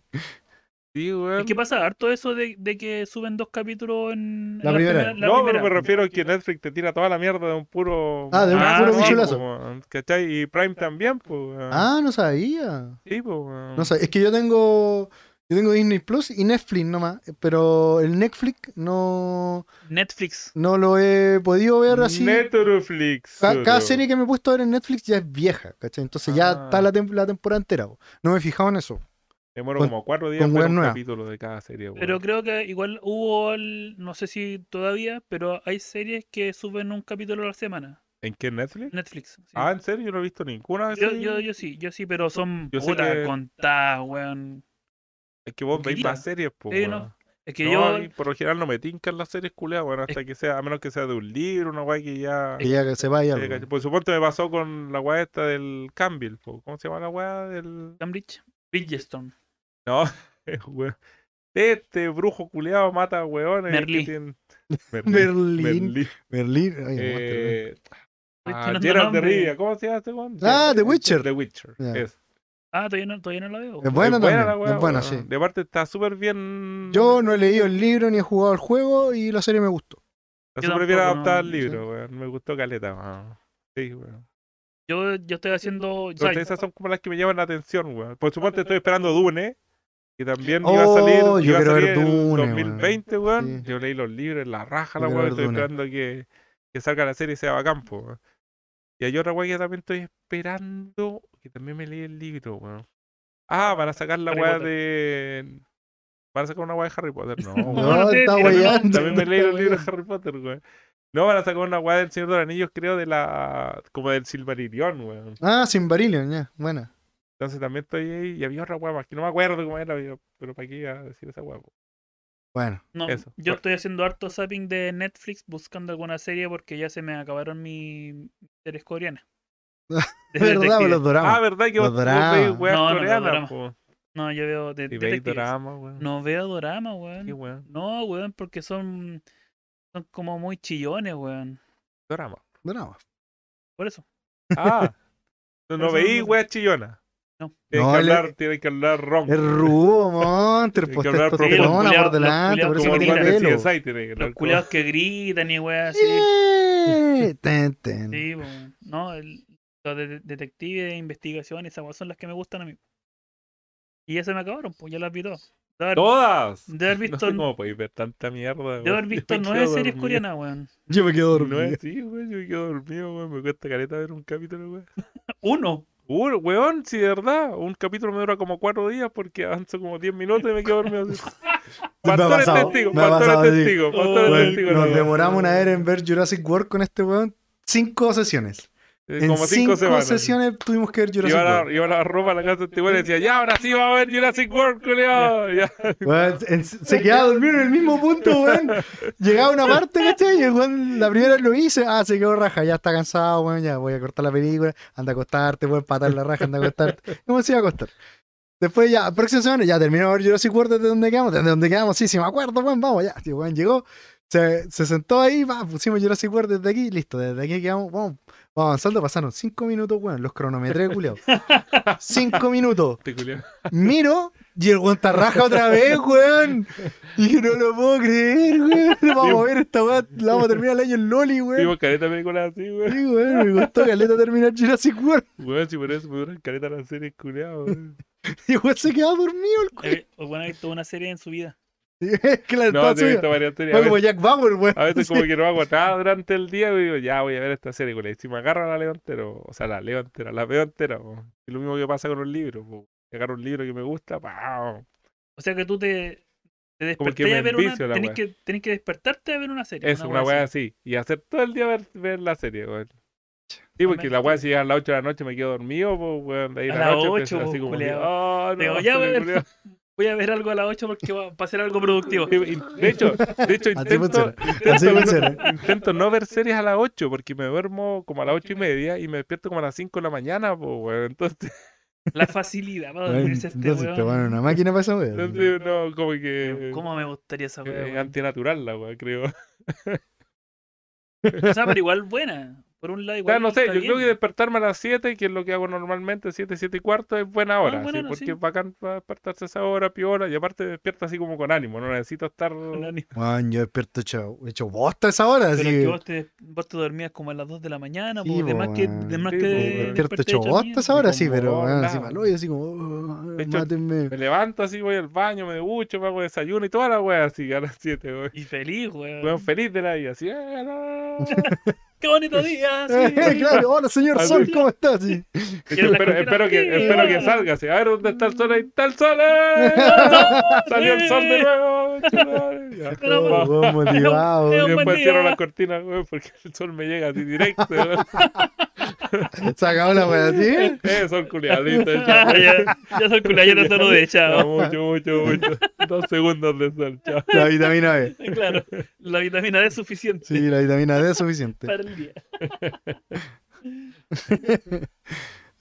Speaker 2: Sí, weón.
Speaker 1: Es que pasa harto eso de, de que suben dos capítulos en.
Speaker 4: La primera.
Speaker 2: No, pero me refiero a que Netflix te tira toda la mierda de un puro.
Speaker 4: Ah, de
Speaker 1: un puro
Speaker 4: bichulazo.
Speaker 2: po, weón, ¿Cachai? Y Prime también, pues.
Speaker 4: Ah, no sabía.
Speaker 2: Sí, po, weón.
Speaker 4: No sé, es que yo tengo yo tengo Disney Plus y Netflix nomás, pero el Netflix no,
Speaker 1: Netflix.
Speaker 4: no lo he podido ver así.
Speaker 2: Netflix.
Speaker 4: Ca- cada serie que me he puesto a ver en Netflix ya es vieja, ¿cachai? Entonces
Speaker 2: Ah.
Speaker 4: ya está la, tem- la temporada entera. po. No me he fijado en eso.
Speaker 2: Demoro
Speaker 4: con-
Speaker 2: como cuatro días
Speaker 4: con
Speaker 2: para
Speaker 4: weón
Speaker 2: un
Speaker 4: nueva.
Speaker 2: capítulo de cada serie, weón.
Speaker 1: Pero creo que igual hubo, el- no sé si todavía, pero hay series que suben un capítulo a la semana.
Speaker 2: ¿En qué Netflix?
Speaker 1: Netflix. sí.
Speaker 2: Ah, ¿en serio? Yo no he visto ninguna de
Speaker 1: yo,
Speaker 2: esas.
Speaker 1: yo, yo sí, yo sí, pero son
Speaker 2: Yo sé
Speaker 1: puta,
Speaker 2: que-
Speaker 1: contadas, weón.
Speaker 2: Es que vos veis
Speaker 1: Poquitita.
Speaker 2: más series, po,
Speaker 1: Sí,
Speaker 2: weón.
Speaker 1: no. Es que
Speaker 2: No,
Speaker 1: yo.
Speaker 2: a mí por lo general no me tincan las series culeadas, weón, hasta que sea, a menos que sea de un libro, una weá que ya...
Speaker 4: Que ya que se vaya.
Speaker 2: eh, cachai. Por supuesto me pasó con la weá esta del Campbell, po. ¿cómo se llama la weá del...?
Speaker 1: Cambridge. Bridgestone.
Speaker 2: No, weón. Este brujo culeado mata weones. que
Speaker 1: Merlí.
Speaker 2: tienen-
Speaker 4: Merlín.
Speaker 2: Merlí.
Speaker 4: Berlín. ay, no, este,
Speaker 2: Eh,
Speaker 1: Estoy
Speaker 2: ah,
Speaker 1: tirando
Speaker 2: Gerard de
Speaker 1: nombre.
Speaker 2: Rivia, ¿cómo se llama este weón?
Speaker 4: Ah,
Speaker 2: Gerard-
Speaker 4: The Witcher.
Speaker 2: The Witcher,
Speaker 4: Ya.
Speaker 2: es.
Speaker 1: Ah, todavía no, todavía no la veo.
Speaker 4: Es buena también.
Speaker 2: la weá,
Speaker 4: es buena,
Speaker 2: weón.
Speaker 4: sí.
Speaker 2: De parte está súper bien...
Speaker 4: Yo no he leído el libro ni he jugado el juego y la serie me gustó.
Speaker 2: Está
Speaker 1: Yo
Speaker 2: súper bien
Speaker 1: tampoco,
Speaker 2: adaptada al
Speaker 4: no, sí.
Speaker 2: libro, weón. Me gustó caleta, weón. Sí, weón.
Speaker 1: Yo, yo estoy haciendo. o sea,
Speaker 2: Entonces, esas son como las que me llaman la atención, weón. Por supuesto, estoy esperando Dune, que también
Speaker 4: Oh,
Speaker 2: iba a salir,
Speaker 4: yo
Speaker 2: iba a
Speaker 4: quiero ver
Speaker 2: salir en
Speaker 4: Dune, weón.
Speaker 2: 2020, weón.
Speaker 4: Sí.
Speaker 2: Yo leí los libros, la raja, la
Speaker 4: Yo
Speaker 2: weón.
Speaker 4: quiero ver
Speaker 2: Estoy
Speaker 4: Dune.
Speaker 2: esperando que, que salga la serie y sea bacán, po, weón. Y hay otra weón que también estoy esperando, que también me leí el libro, weón. Ah, van a sacar la
Speaker 1: Harry
Speaker 2: weá
Speaker 1: Potter.
Speaker 2: de. Van a sacar una weá de Harry Potter, no, weón.
Speaker 1: No,
Speaker 4: No,
Speaker 1: te-
Speaker 4: está
Speaker 1: mira, no,
Speaker 4: weyando,
Speaker 2: También me
Speaker 4: está
Speaker 2: leí los libros
Speaker 4: weyando.
Speaker 2: de Harry Potter, weón. No, van a sacar una weá del Señor de los Anillos, creo, de la. como del Silmarillion, weón.
Speaker 4: Ah, sin Barillion, ya. Buena.
Speaker 2: Entonces también estoy ahí y había otra hueá más que no me acuerdo cómo era, pero- pero para qué iba a decir esa hueá. po.
Speaker 4: Bueno.
Speaker 1: no,
Speaker 2: eso,
Speaker 1: yo
Speaker 2: bueno.
Speaker 1: estoy haciendo harto zapping de Netflix buscando alguna serie porque ya se me acabaron mis series coreanas. De
Speaker 4: ¿Verdad?
Speaker 1: detectives.
Speaker 2: Ah,
Speaker 4: Los doramas.
Speaker 2: ¿verdad que
Speaker 4: los
Speaker 2: vos, vos
Speaker 4: dramas.
Speaker 2: veis hueás
Speaker 1: No, no, los
Speaker 2: coreanas?
Speaker 1: dramas.
Speaker 2: po?
Speaker 1: No, yo veo de,
Speaker 2: Y veis
Speaker 1: detectives.
Speaker 2: drama, weón.
Speaker 1: No veo dorama, weón.
Speaker 2: Qué weón.
Speaker 1: No, weón, porque son, son como muy chillones, weón.
Speaker 2: Drama.
Speaker 4: Doramas.
Speaker 1: Por eso.
Speaker 2: Ah. No, no
Speaker 1: Eso
Speaker 2: veí
Speaker 1: no-
Speaker 2: hueás chillonas.
Speaker 1: No.
Speaker 2: Tienen
Speaker 4: No,
Speaker 2: que
Speaker 4: él
Speaker 2: hablar, tienen que hablar rom.
Speaker 4: Es rubo, Monter,
Speaker 2: Hay
Speaker 4: pues
Speaker 2: que hablar por
Speaker 4: testosterona
Speaker 1: los culiados,
Speaker 4: por
Speaker 1: los
Speaker 4: delante,
Speaker 1: culiados
Speaker 4: por eso
Speaker 2: Como el
Speaker 4: que
Speaker 1: tiene
Speaker 2: weón de
Speaker 4: tiene pelo.
Speaker 2: CSI tienen que
Speaker 1: Los
Speaker 2: hablar como-
Speaker 1: culiados que gritan y weón así.
Speaker 4: Eh, ten, ten.
Speaker 1: Sí, pues, weón. No, el- los de- detectives, investigaciones, esas weas son las que me gustan a mí. Y ya se me acabaron, pues ya las vi todas. De haber,
Speaker 2: ¡Todas!
Speaker 1: de haber
Speaker 2: No
Speaker 1: visto,
Speaker 2: sé cómo podéis ver tanta mierda, weón.
Speaker 1: de haber
Speaker 2: Yo
Speaker 1: visto
Speaker 2: me quedo
Speaker 1: nueve series
Speaker 2: dormido.
Speaker 1: coreanas, weón.
Speaker 4: Yo me quedo
Speaker 2: Nueve,
Speaker 4: dormido.
Speaker 2: sí, weón. Yo me quedo dormido, weón. Me cuesta careta ver un capítulo, weón.
Speaker 1: Uno.
Speaker 2: Uh, weón, sí, de verdad. Un capítulo me dura como cuatro días porque avanzo como 10 minutos y me quedo dormido. así.
Speaker 4: Me ha
Speaker 2: Factores
Speaker 4: pasado,
Speaker 2: testigos,
Speaker 4: me ha pasado,
Speaker 2: factores
Speaker 4: sí.
Speaker 2: testigos, factores
Speaker 1: Bueno,
Speaker 2: testigos,
Speaker 4: Nos
Speaker 2: no.
Speaker 4: demoramos una era en ver Jurassic World con este weón. Cinco sesiones.
Speaker 2: Eh,
Speaker 4: En
Speaker 2: Como cinco, semanas.
Speaker 4: sesiones tuvimos que ver Jurassic
Speaker 2: Iba a,
Speaker 4: World.
Speaker 2: la, iba a la ropa a la casa de este weón y decía, ya, ahora sí va a ver Jurassic World, culiao. Ya.
Speaker 4: Weón, en- se quedaba dormido en el mismo punto, weón. Llegaba una parte, ¿cachai? Y el weón, la primera vez lo hice. Ah, se quedó raja, ya está cansado, weón. Ya voy a cortar la película. Anda a acostarte, weón, patar la raja, anda a acostarte. ¿Cómo se iba a acostar? Después ya, próxima semana, ya terminó de ver Jurassic World desde donde quedamos, desde donde quedamos, sí, sí, me acuerdo, weón, vamos, ya, tío, weón, llegó, se, se sentó ahí, va, pusimos Jurassic World desde aquí, listo, desde aquí quedamos, vamos, vamos avanzando, pasaron cinco minutos, weón, los cronometré, culiao. Cinco minutos
Speaker 2: Este culiao.
Speaker 4: miro y el weón está raja otra vez, weón. Y dije, no lo puedo creer, weón. Vamos a ver esta weá, la vamos a terminar el año en Loli, weón.
Speaker 2: Vimos careta pues, películas así, weón.
Speaker 4: Sí, weón, me gustó caleta terminar Jurassic World.
Speaker 2: Weón, si por eso me duran careta las series, culiao. weón.
Speaker 4: Y el weón se quedaba dormido el
Speaker 1: Eh, El weón ha visto una serie en su vida.
Speaker 4: culo. que la
Speaker 2: No, Ah,
Speaker 4: estaba
Speaker 2: te he
Speaker 4: suya.
Speaker 2: visto varias series. A
Speaker 4: Fue como
Speaker 2: veces,
Speaker 4: Jack Bauer, weón.
Speaker 2: a veces como que no hago nada durante el día y digo, ya voy a ver esta serie, culiao. Y si me agarra la leo entera, o sea, la leo entera, la veo entera. weón. Es lo mismo que pasa con los libros, po. Agarro un libro que me gusta, ¡pau!
Speaker 1: O sea que tú te, te
Speaker 2: Como que
Speaker 1: despertás
Speaker 2: me
Speaker 1: a ver una.
Speaker 2: envicio la
Speaker 1: Tenés
Speaker 2: wea.
Speaker 1: que, tenés que despertarte a ver una serie.
Speaker 2: Eso, una
Speaker 1: wea
Speaker 2: weá
Speaker 1: así.
Speaker 2: así. Y hacer todo el día ver, ver la serie, weón. Sí, porque
Speaker 1: también
Speaker 2: la weá
Speaker 1: estoy-
Speaker 2: si llega a las 8 de la noche me quedo dormido, pues, weón. De ahí
Speaker 1: A
Speaker 2: la
Speaker 1: las
Speaker 2: noche
Speaker 1: 8,
Speaker 2: empiezo
Speaker 1: pues,
Speaker 2: así como. que,
Speaker 1: culiao.
Speaker 2: "Oh, no,
Speaker 1: Digo, ya,
Speaker 2: soy
Speaker 1: weón".
Speaker 2: culiao".
Speaker 1: Voy a ver algo a las 8 porque va, va a ser algo productivo.
Speaker 2: Sí, y- De hecho, de hecho intento,
Speaker 4: funciona, así
Speaker 2: intento, no,
Speaker 4: funciona.
Speaker 2: intento no ver series a las 8 porque me duermo como a las 8 y media y me despierto como a las 5 de la mañana, pues, weón. Entonces,
Speaker 1: La facilidad para
Speaker 4: Weón,
Speaker 1: dormirse este
Speaker 4: Entonces, te van a
Speaker 1: weón.
Speaker 4: una máquina para eso, weón.
Speaker 2: entonces no, como que.
Speaker 1: ¿Cómo me gustaría esa
Speaker 2: eh,
Speaker 1: wea, weón?
Speaker 2: antinatural la weá, creo.
Speaker 1: O sea, pero igual buena. por un lado
Speaker 2: O sea,
Speaker 1: igual.
Speaker 2: no sé,
Speaker 1: está
Speaker 2: yo
Speaker 1: bien.
Speaker 2: creo que despertarme a las 7, que es lo que hago normalmente, 7, 7 y cuarto, es buena
Speaker 1: Ah,
Speaker 2: hora. sí,
Speaker 1: buena hora,
Speaker 2: porque
Speaker 1: sí.
Speaker 2: es bacán para despertarse a esa hora, piola, y aparte despierta así como con ánimo, no necesito estar...
Speaker 1: Con ánimo.
Speaker 4: Juan, yo despierto hecho, hecho bosta a esa hora.
Speaker 1: Pero
Speaker 4: Así,
Speaker 1: es que
Speaker 4: que-
Speaker 1: vos te, vos te dormías como a las 2 de la mañana,
Speaker 4: Sí,
Speaker 1: pues, de
Speaker 4: po,
Speaker 1: más que,
Speaker 4: weón.
Speaker 1: de más
Speaker 2: Sí,
Speaker 1: que
Speaker 2: po,
Speaker 4: me
Speaker 2: weón.
Speaker 1: desperté
Speaker 4: despierto
Speaker 1: hecho
Speaker 4: hecho bosta a
Speaker 1: mierda.
Speaker 4: esa hora,
Speaker 2: como
Speaker 4: sí, pero
Speaker 2: bola,
Speaker 4: weón, así
Speaker 2: weón.
Speaker 4: malo, y así como, oh,
Speaker 2: De hecho,
Speaker 4: mátenme.
Speaker 2: Me levanto así, voy al baño, me ducho, me hago desayuno y toda la wea así a las 7, weón.
Speaker 1: Y feliz, weón.
Speaker 2: Weón, feliz de la vida, así... "Ah, no".
Speaker 1: ¡Qué bonito día!
Speaker 4: Eh,
Speaker 1: Sí.
Speaker 4: claro, hola señor
Speaker 2: Así.
Speaker 4: Sol, ¿cómo estás? Sí.
Speaker 2: De hecho, espero,
Speaker 1: la
Speaker 2: espero que,
Speaker 1: cortina.
Speaker 2: espero que salga, así, a ver dónde está el sol, ahí está el sol, ¡eh! Salió el sol de nuevo, chulare. Ya.
Speaker 1: Pero
Speaker 4: Oh, Ah,
Speaker 1: bueno.
Speaker 4: weón, motivado.
Speaker 1: Era
Speaker 2: Y
Speaker 1: un buen
Speaker 2: después cierro
Speaker 1: día.
Speaker 2: la cortina, weón, porque el sol me llega así directo, weón.
Speaker 4: Sacado la wea, ¿sí?
Speaker 2: Eh, son culiaditos.
Speaker 1: Ah, ya, ya soy culiado, ya te solo de chao.
Speaker 2: mucho, mucho, mucho. Dos segundos de sol, chao.
Speaker 4: La vitamina B.
Speaker 1: Claro, la vitamina D es suficiente
Speaker 4: Sí, este, la vitamina D es suficiente.
Speaker 1: para el día.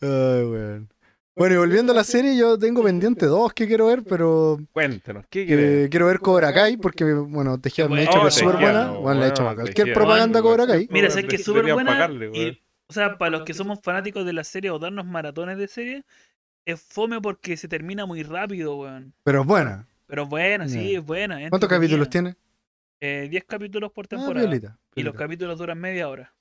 Speaker 4: Ay, weón. Bueno, y volviendo a la serie, yo tengo pendiente dos que quiero ver, pero
Speaker 2: Cuéntanos, ¿qué
Speaker 4: eh,
Speaker 2: quieres?
Speaker 4: quiero ver Cobra Kai, porque, bueno, Tejidas me ha
Speaker 1: Bueno,
Speaker 4: dicho que es
Speaker 1: oh,
Speaker 4: súper buena.
Speaker 2: Tejidas,
Speaker 4: Bueno, le ha hecho
Speaker 2: weón,
Speaker 4: cualquier
Speaker 2: Tejidas.
Speaker 4: propaganda a Cobra Kai.
Speaker 1: Mira,
Speaker 2: Bueno,
Speaker 1: sabes que es
Speaker 2: de-
Speaker 1: súper
Speaker 2: deberían
Speaker 1: buena.
Speaker 2: pagarle,
Speaker 1: y-
Speaker 2: weón.
Speaker 1: o sea, para los que somos fanáticos de la serie o darnos maratones de serie, es fome porque se termina muy rápido, weón.
Speaker 4: Pero es buena.
Speaker 1: Pero bueno, sí,
Speaker 4: Ya.
Speaker 1: es buena. es
Speaker 4: ¿Cuántos
Speaker 1: entretenida.
Speaker 4: capítulos tiene?
Speaker 1: Eh, 10 capítulos por
Speaker 4: Ah,
Speaker 1: temporada.
Speaker 4: piolita,
Speaker 1: y los
Speaker 4: piolita.
Speaker 1: capítulos duran media hora.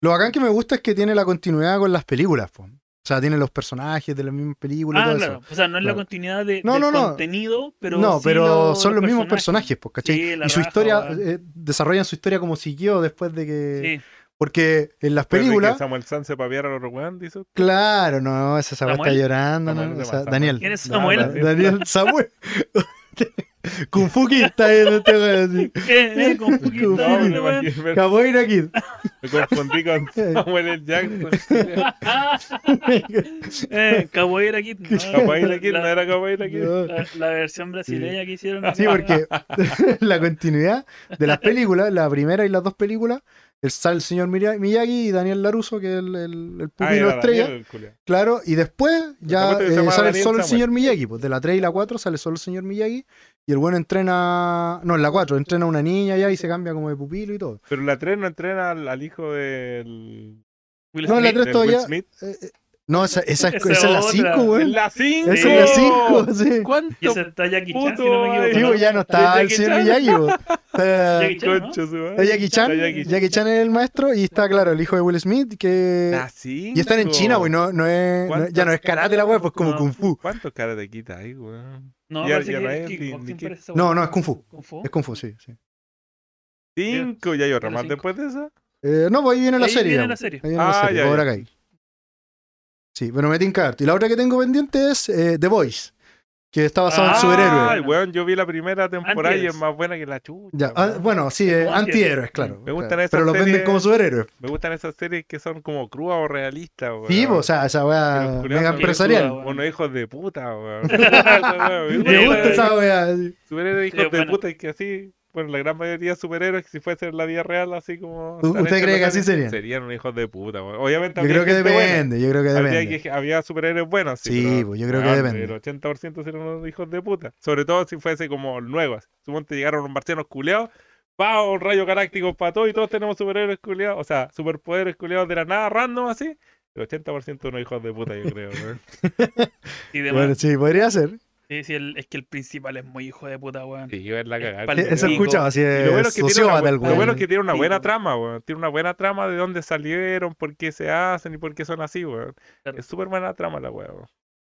Speaker 4: Lo bacán que me gusta es que tiene la continuidad con las películas, po. O sea, tiene los personajes de las mismas películas y
Speaker 1: Ah,
Speaker 4: todo
Speaker 1: claro.
Speaker 4: eso.
Speaker 1: O sea, no es la
Speaker 4: Claro.
Speaker 1: continuidad de,
Speaker 4: No,
Speaker 1: del
Speaker 4: no, no.
Speaker 1: contenido, pero.
Speaker 4: no,
Speaker 1: sí
Speaker 4: pero
Speaker 1: lo-
Speaker 4: son los mismos personajes, po, ¿cachai?
Speaker 1: Sí, la
Speaker 4: y su
Speaker 1: raja,
Speaker 4: historia,
Speaker 1: weón.
Speaker 4: eh, desarrollan su historia como siguió después de que...
Speaker 1: Sí,
Speaker 4: Porque en
Speaker 2: Después de
Speaker 4: las
Speaker 2: que
Speaker 4: películas...
Speaker 2: Samuel Sanz se paviara a los weón, dice. usted.
Speaker 4: Claro, no, ese Samuel
Speaker 1: ¿Samuel?
Speaker 4: está llorando,
Speaker 2: Samuel se
Speaker 4: ¿no? O
Speaker 2: llama
Speaker 4: sea,
Speaker 2: Samuel.
Speaker 4: Daniel.
Speaker 1: ¿Quién es
Speaker 4: No,
Speaker 1: Samuel?
Speaker 4: Da- Daniel Samuel. Kung Fu Kid está ahí en este weón, así.
Speaker 1: Eh, eh, con poquito,
Speaker 4: No,
Speaker 2: No,
Speaker 1: weón.
Speaker 2: me, imagino, me-
Speaker 4: Capoeira Kid.
Speaker 2: me confundí con
Speaker 4: Eh.
Speaker 2: Samuel L. Jackson.
Speaker 1: Ah, Eh, Capoeira Kid. no,
Speaker 2: Capoeira Kid, no
Speaker 1: la,
Speaker 2: era Capoeira Kid.
Speaker 4: No.
Speaker 1: la- la versión brasileña que hicieron.
Speaker 4: Sí,
Speaker 1: acá,
Speaker 4: porque la continuidad de las películas, la primera y las dos películas, el sal señor Mira- Miyagi y Daniel Laruso, que es el, el, el
Speaker 2: Ah, era
Speaker 4: pupilo pues, estrella,
Speaker 2: Daniel, el culiao.
Speaker 4: claro, y después ya
Speaker 2: Supuestamente se
Speaker 4: eh,
Speaker 2: llamaba
Speaker 4: sale
Speaker 2: Daniel
Speaker 4: solo el
Speaker 2: Samuel.
Speaker 4: señor Miyagi, pues de la 3 y la 4 sale solo el señor Miyagi, y el bueno entrena, no, en la 4, entrena a una niña ya y se cambia como de pupilo y todo.
Speaker 2: Pero la 3 no entrena al, al hijo del.
Speaker 1: Will
Speaker 4: No, la
Speaker 1: Smith.
Speaker 4: tres
Speaker 2: del
Speaker 4: todavía-
Speaker 2: Will Smith.
Speaker 4: Eh, eh, no, esa, esa, es-
Speaker 1: Esa
Speaker 4: esa es la
Speaker 1: otra.
Speaker 4: 5,
Speaker 2: ¡Es
Speaker 4: weón.
Speaker 2: la 5!
Speaker 4: Esa es la 5, sí.
Speaker 2: ¿Cuánto?
Speaker 1: Y ese está Jackie Chan, si
Speaker 2: Puto,
Speaker 1: no me
Speaker 2: ay,
Speaker 4: Sí,
Speaker 1: equivoco.
Speaker 4: pues, ya no está el
Speaker 2: Jackie
Speaker 4: señor
Speaker 2: Chan.
Speaker 4: Miyagi, pues. Está-
Speaker 1: Jackie Chan, ¿no?
Speaker 2: concha su
Speaker 4: está
Speaker 2: madre.
Speaker 4: Jackie Chan,
Speaker 2: Está Jackie Chan.
Speaker 4: Jackie Chan es el maestro y está, claro, el hijo de Will Smith, que...
Speaker 2: La Ah, cinco.
Speaker 4: Eh, Y están en China, güey, no, no es, no- ya no es karate la wea, pues como
Speaker 1: No.
Speaker 4: Kung Fu.
Speaker 2: ¿Cuántos caras de quita hay, weón?
Speaker 1: No,
Speaker 2: Y
Speaker 1: parece
Speaker 2: a- y a
Speaker 1: que
Speaker 2: Rael
Speaker 1: es
Speaker 2: ni-
Speaker 1: kickboxing,
Speaker 2: ni kick-
Speaker 1: parece esa
Speaker 4: No,
Speaker 1: weá.
Speaker 4: no, es Kung Fu.
Speaker 1: Kung Fu.
Speaker 4: Es Kung Fu, sí. sí.
Speaker 2: Cinco, y hay otra
Speaker 1: Era
Speaker 2: más
Speaker 1: cinco.
Speaker 2: después de esa.
Speaker 4: Eh, no, pues ahí viene la
Speaker 1: Ahí
Speaker 4: serie.
Speaker 1: viene la
Speaker 4: ya, pues.
Speaker 1: serie.
Speaker 4: Ahí viene la
Speaker 2: Ah,
Speaker 4: serie,
Speaker 2: ya,
Speaker 4: Cobra
Speaker 2: ya.
Speaker 4: Kai. Sí, pero me tinca harto. Y la otra que tengo pendiente es eh, The Voice, que está basado en
Speaker 1: Ah,
Speaker 4: superhéroes.
Speaker 2: Ay, weón, yo vi la primera temporada y es
Speaker 1: Antihéroes.
Speaker 2: más buena que la chucha.
Speaker 4: Ya, ah,
Speaker 2: weón.
Speaker 4: bueno, sí, eh,
Speaker 1: Como
Speaker 4: antihéroes,
Speaker 1: antihéroes.
Speaker 4: claro.
Speaker 2: Me gustan
Speaker 4: claro.
Speaker 2: esas
Speaker 4: Pero los venden
Speaker 2: series-
Speaker 4: como superhéroes.
Speaker 2: Me gustan esas series que son como crúas o realistas, weón.
Speaker 4: Sí, pues, o sea, esa
Speaker 2: Que los
Speaker 4: weá
Speaker 2: culiados
Speaker 4: mega
Speaker 2: son
Speaker 4: empresarial.
Speaker 1: bien
Speaker 2: Unos hijos de puta, weón. Esa weón,
Speaker 1: Me
Speaker 4: Me
Speaker 1: Sí,
Speaker 4: gusta
Speaker 1: weón.
Speaker 4: esa weá. así.
Speaker 2: Superhéroes
Speaker 1: Sí,
Speaker 2: hijos de
Speaker 1: bueno.
Speaker 2: puta y que así, bueno, la gran mayoría de superhéroes que si fuese en la vida real, así como...
Speaker 4: ¿U-
Speaker 2: están
Speaker 4: usted
Speaker 2: hechos
Speaker 4: cree que
Speaker 2: de-
Speaker 4: así serían?
Speaker 2: Serían unos hijos de puta, weón. Obviamente
Speaker 4: Yo
Speaker 2: habría
Speaker 4: creo que
Speaker 2: gente buena.
Speaker 4: depende, yo creo que
Speaker 2: Habría
Speaker 4: depende.
Speaker 2: que- había superhéroes buenos, sí.
Speaker 4: Sí,
Speaker 2: pero,
Speaker 4: pues, yo creo que
Speaker 2: weón,
Speaker 4: depende.
Speaker 2: El 80% eran unos hijos de puta. Sobre todo si fuese como nuevas. Suponte llegaron los marcianos culeados. Va un rayo galáctico para todos y todos tenemos superhéroes culeados. O sea, superpoderes culeados de la nada, random así. El 80% unos hijos de puta, yo creo. weón.
Speaker 1: Y demás.
Speaker 4: Bueno, sí, podría ser.
Speaker 1: Sí, sí, el- es que el principal es muy hijo de puta, weón.
Speaker 2: sí, es la cagada.
Speaker 1: Pal-
Speaker 4: Eh, Eso
Speaker 1: Pico.
Speaker 4: escuchaba, así
Speaker 2: Y Lo bueno, es
Speaker 4: es
Speaker 2: que tiene una,
Speaker 4: sociópata el
Speaker 2: bu- lo
Speaker 4: weón.
Speaker 2: bueno es que tiene una buena
Speaker 1: Pico.
Speaker 2: trama, weón. Tiene una buena trama de dónde salieron, por qué se hacen y por qué son así, weón.
Speaker 1: Claro.
Speaker 2: Es súper buena trama la weá, weón.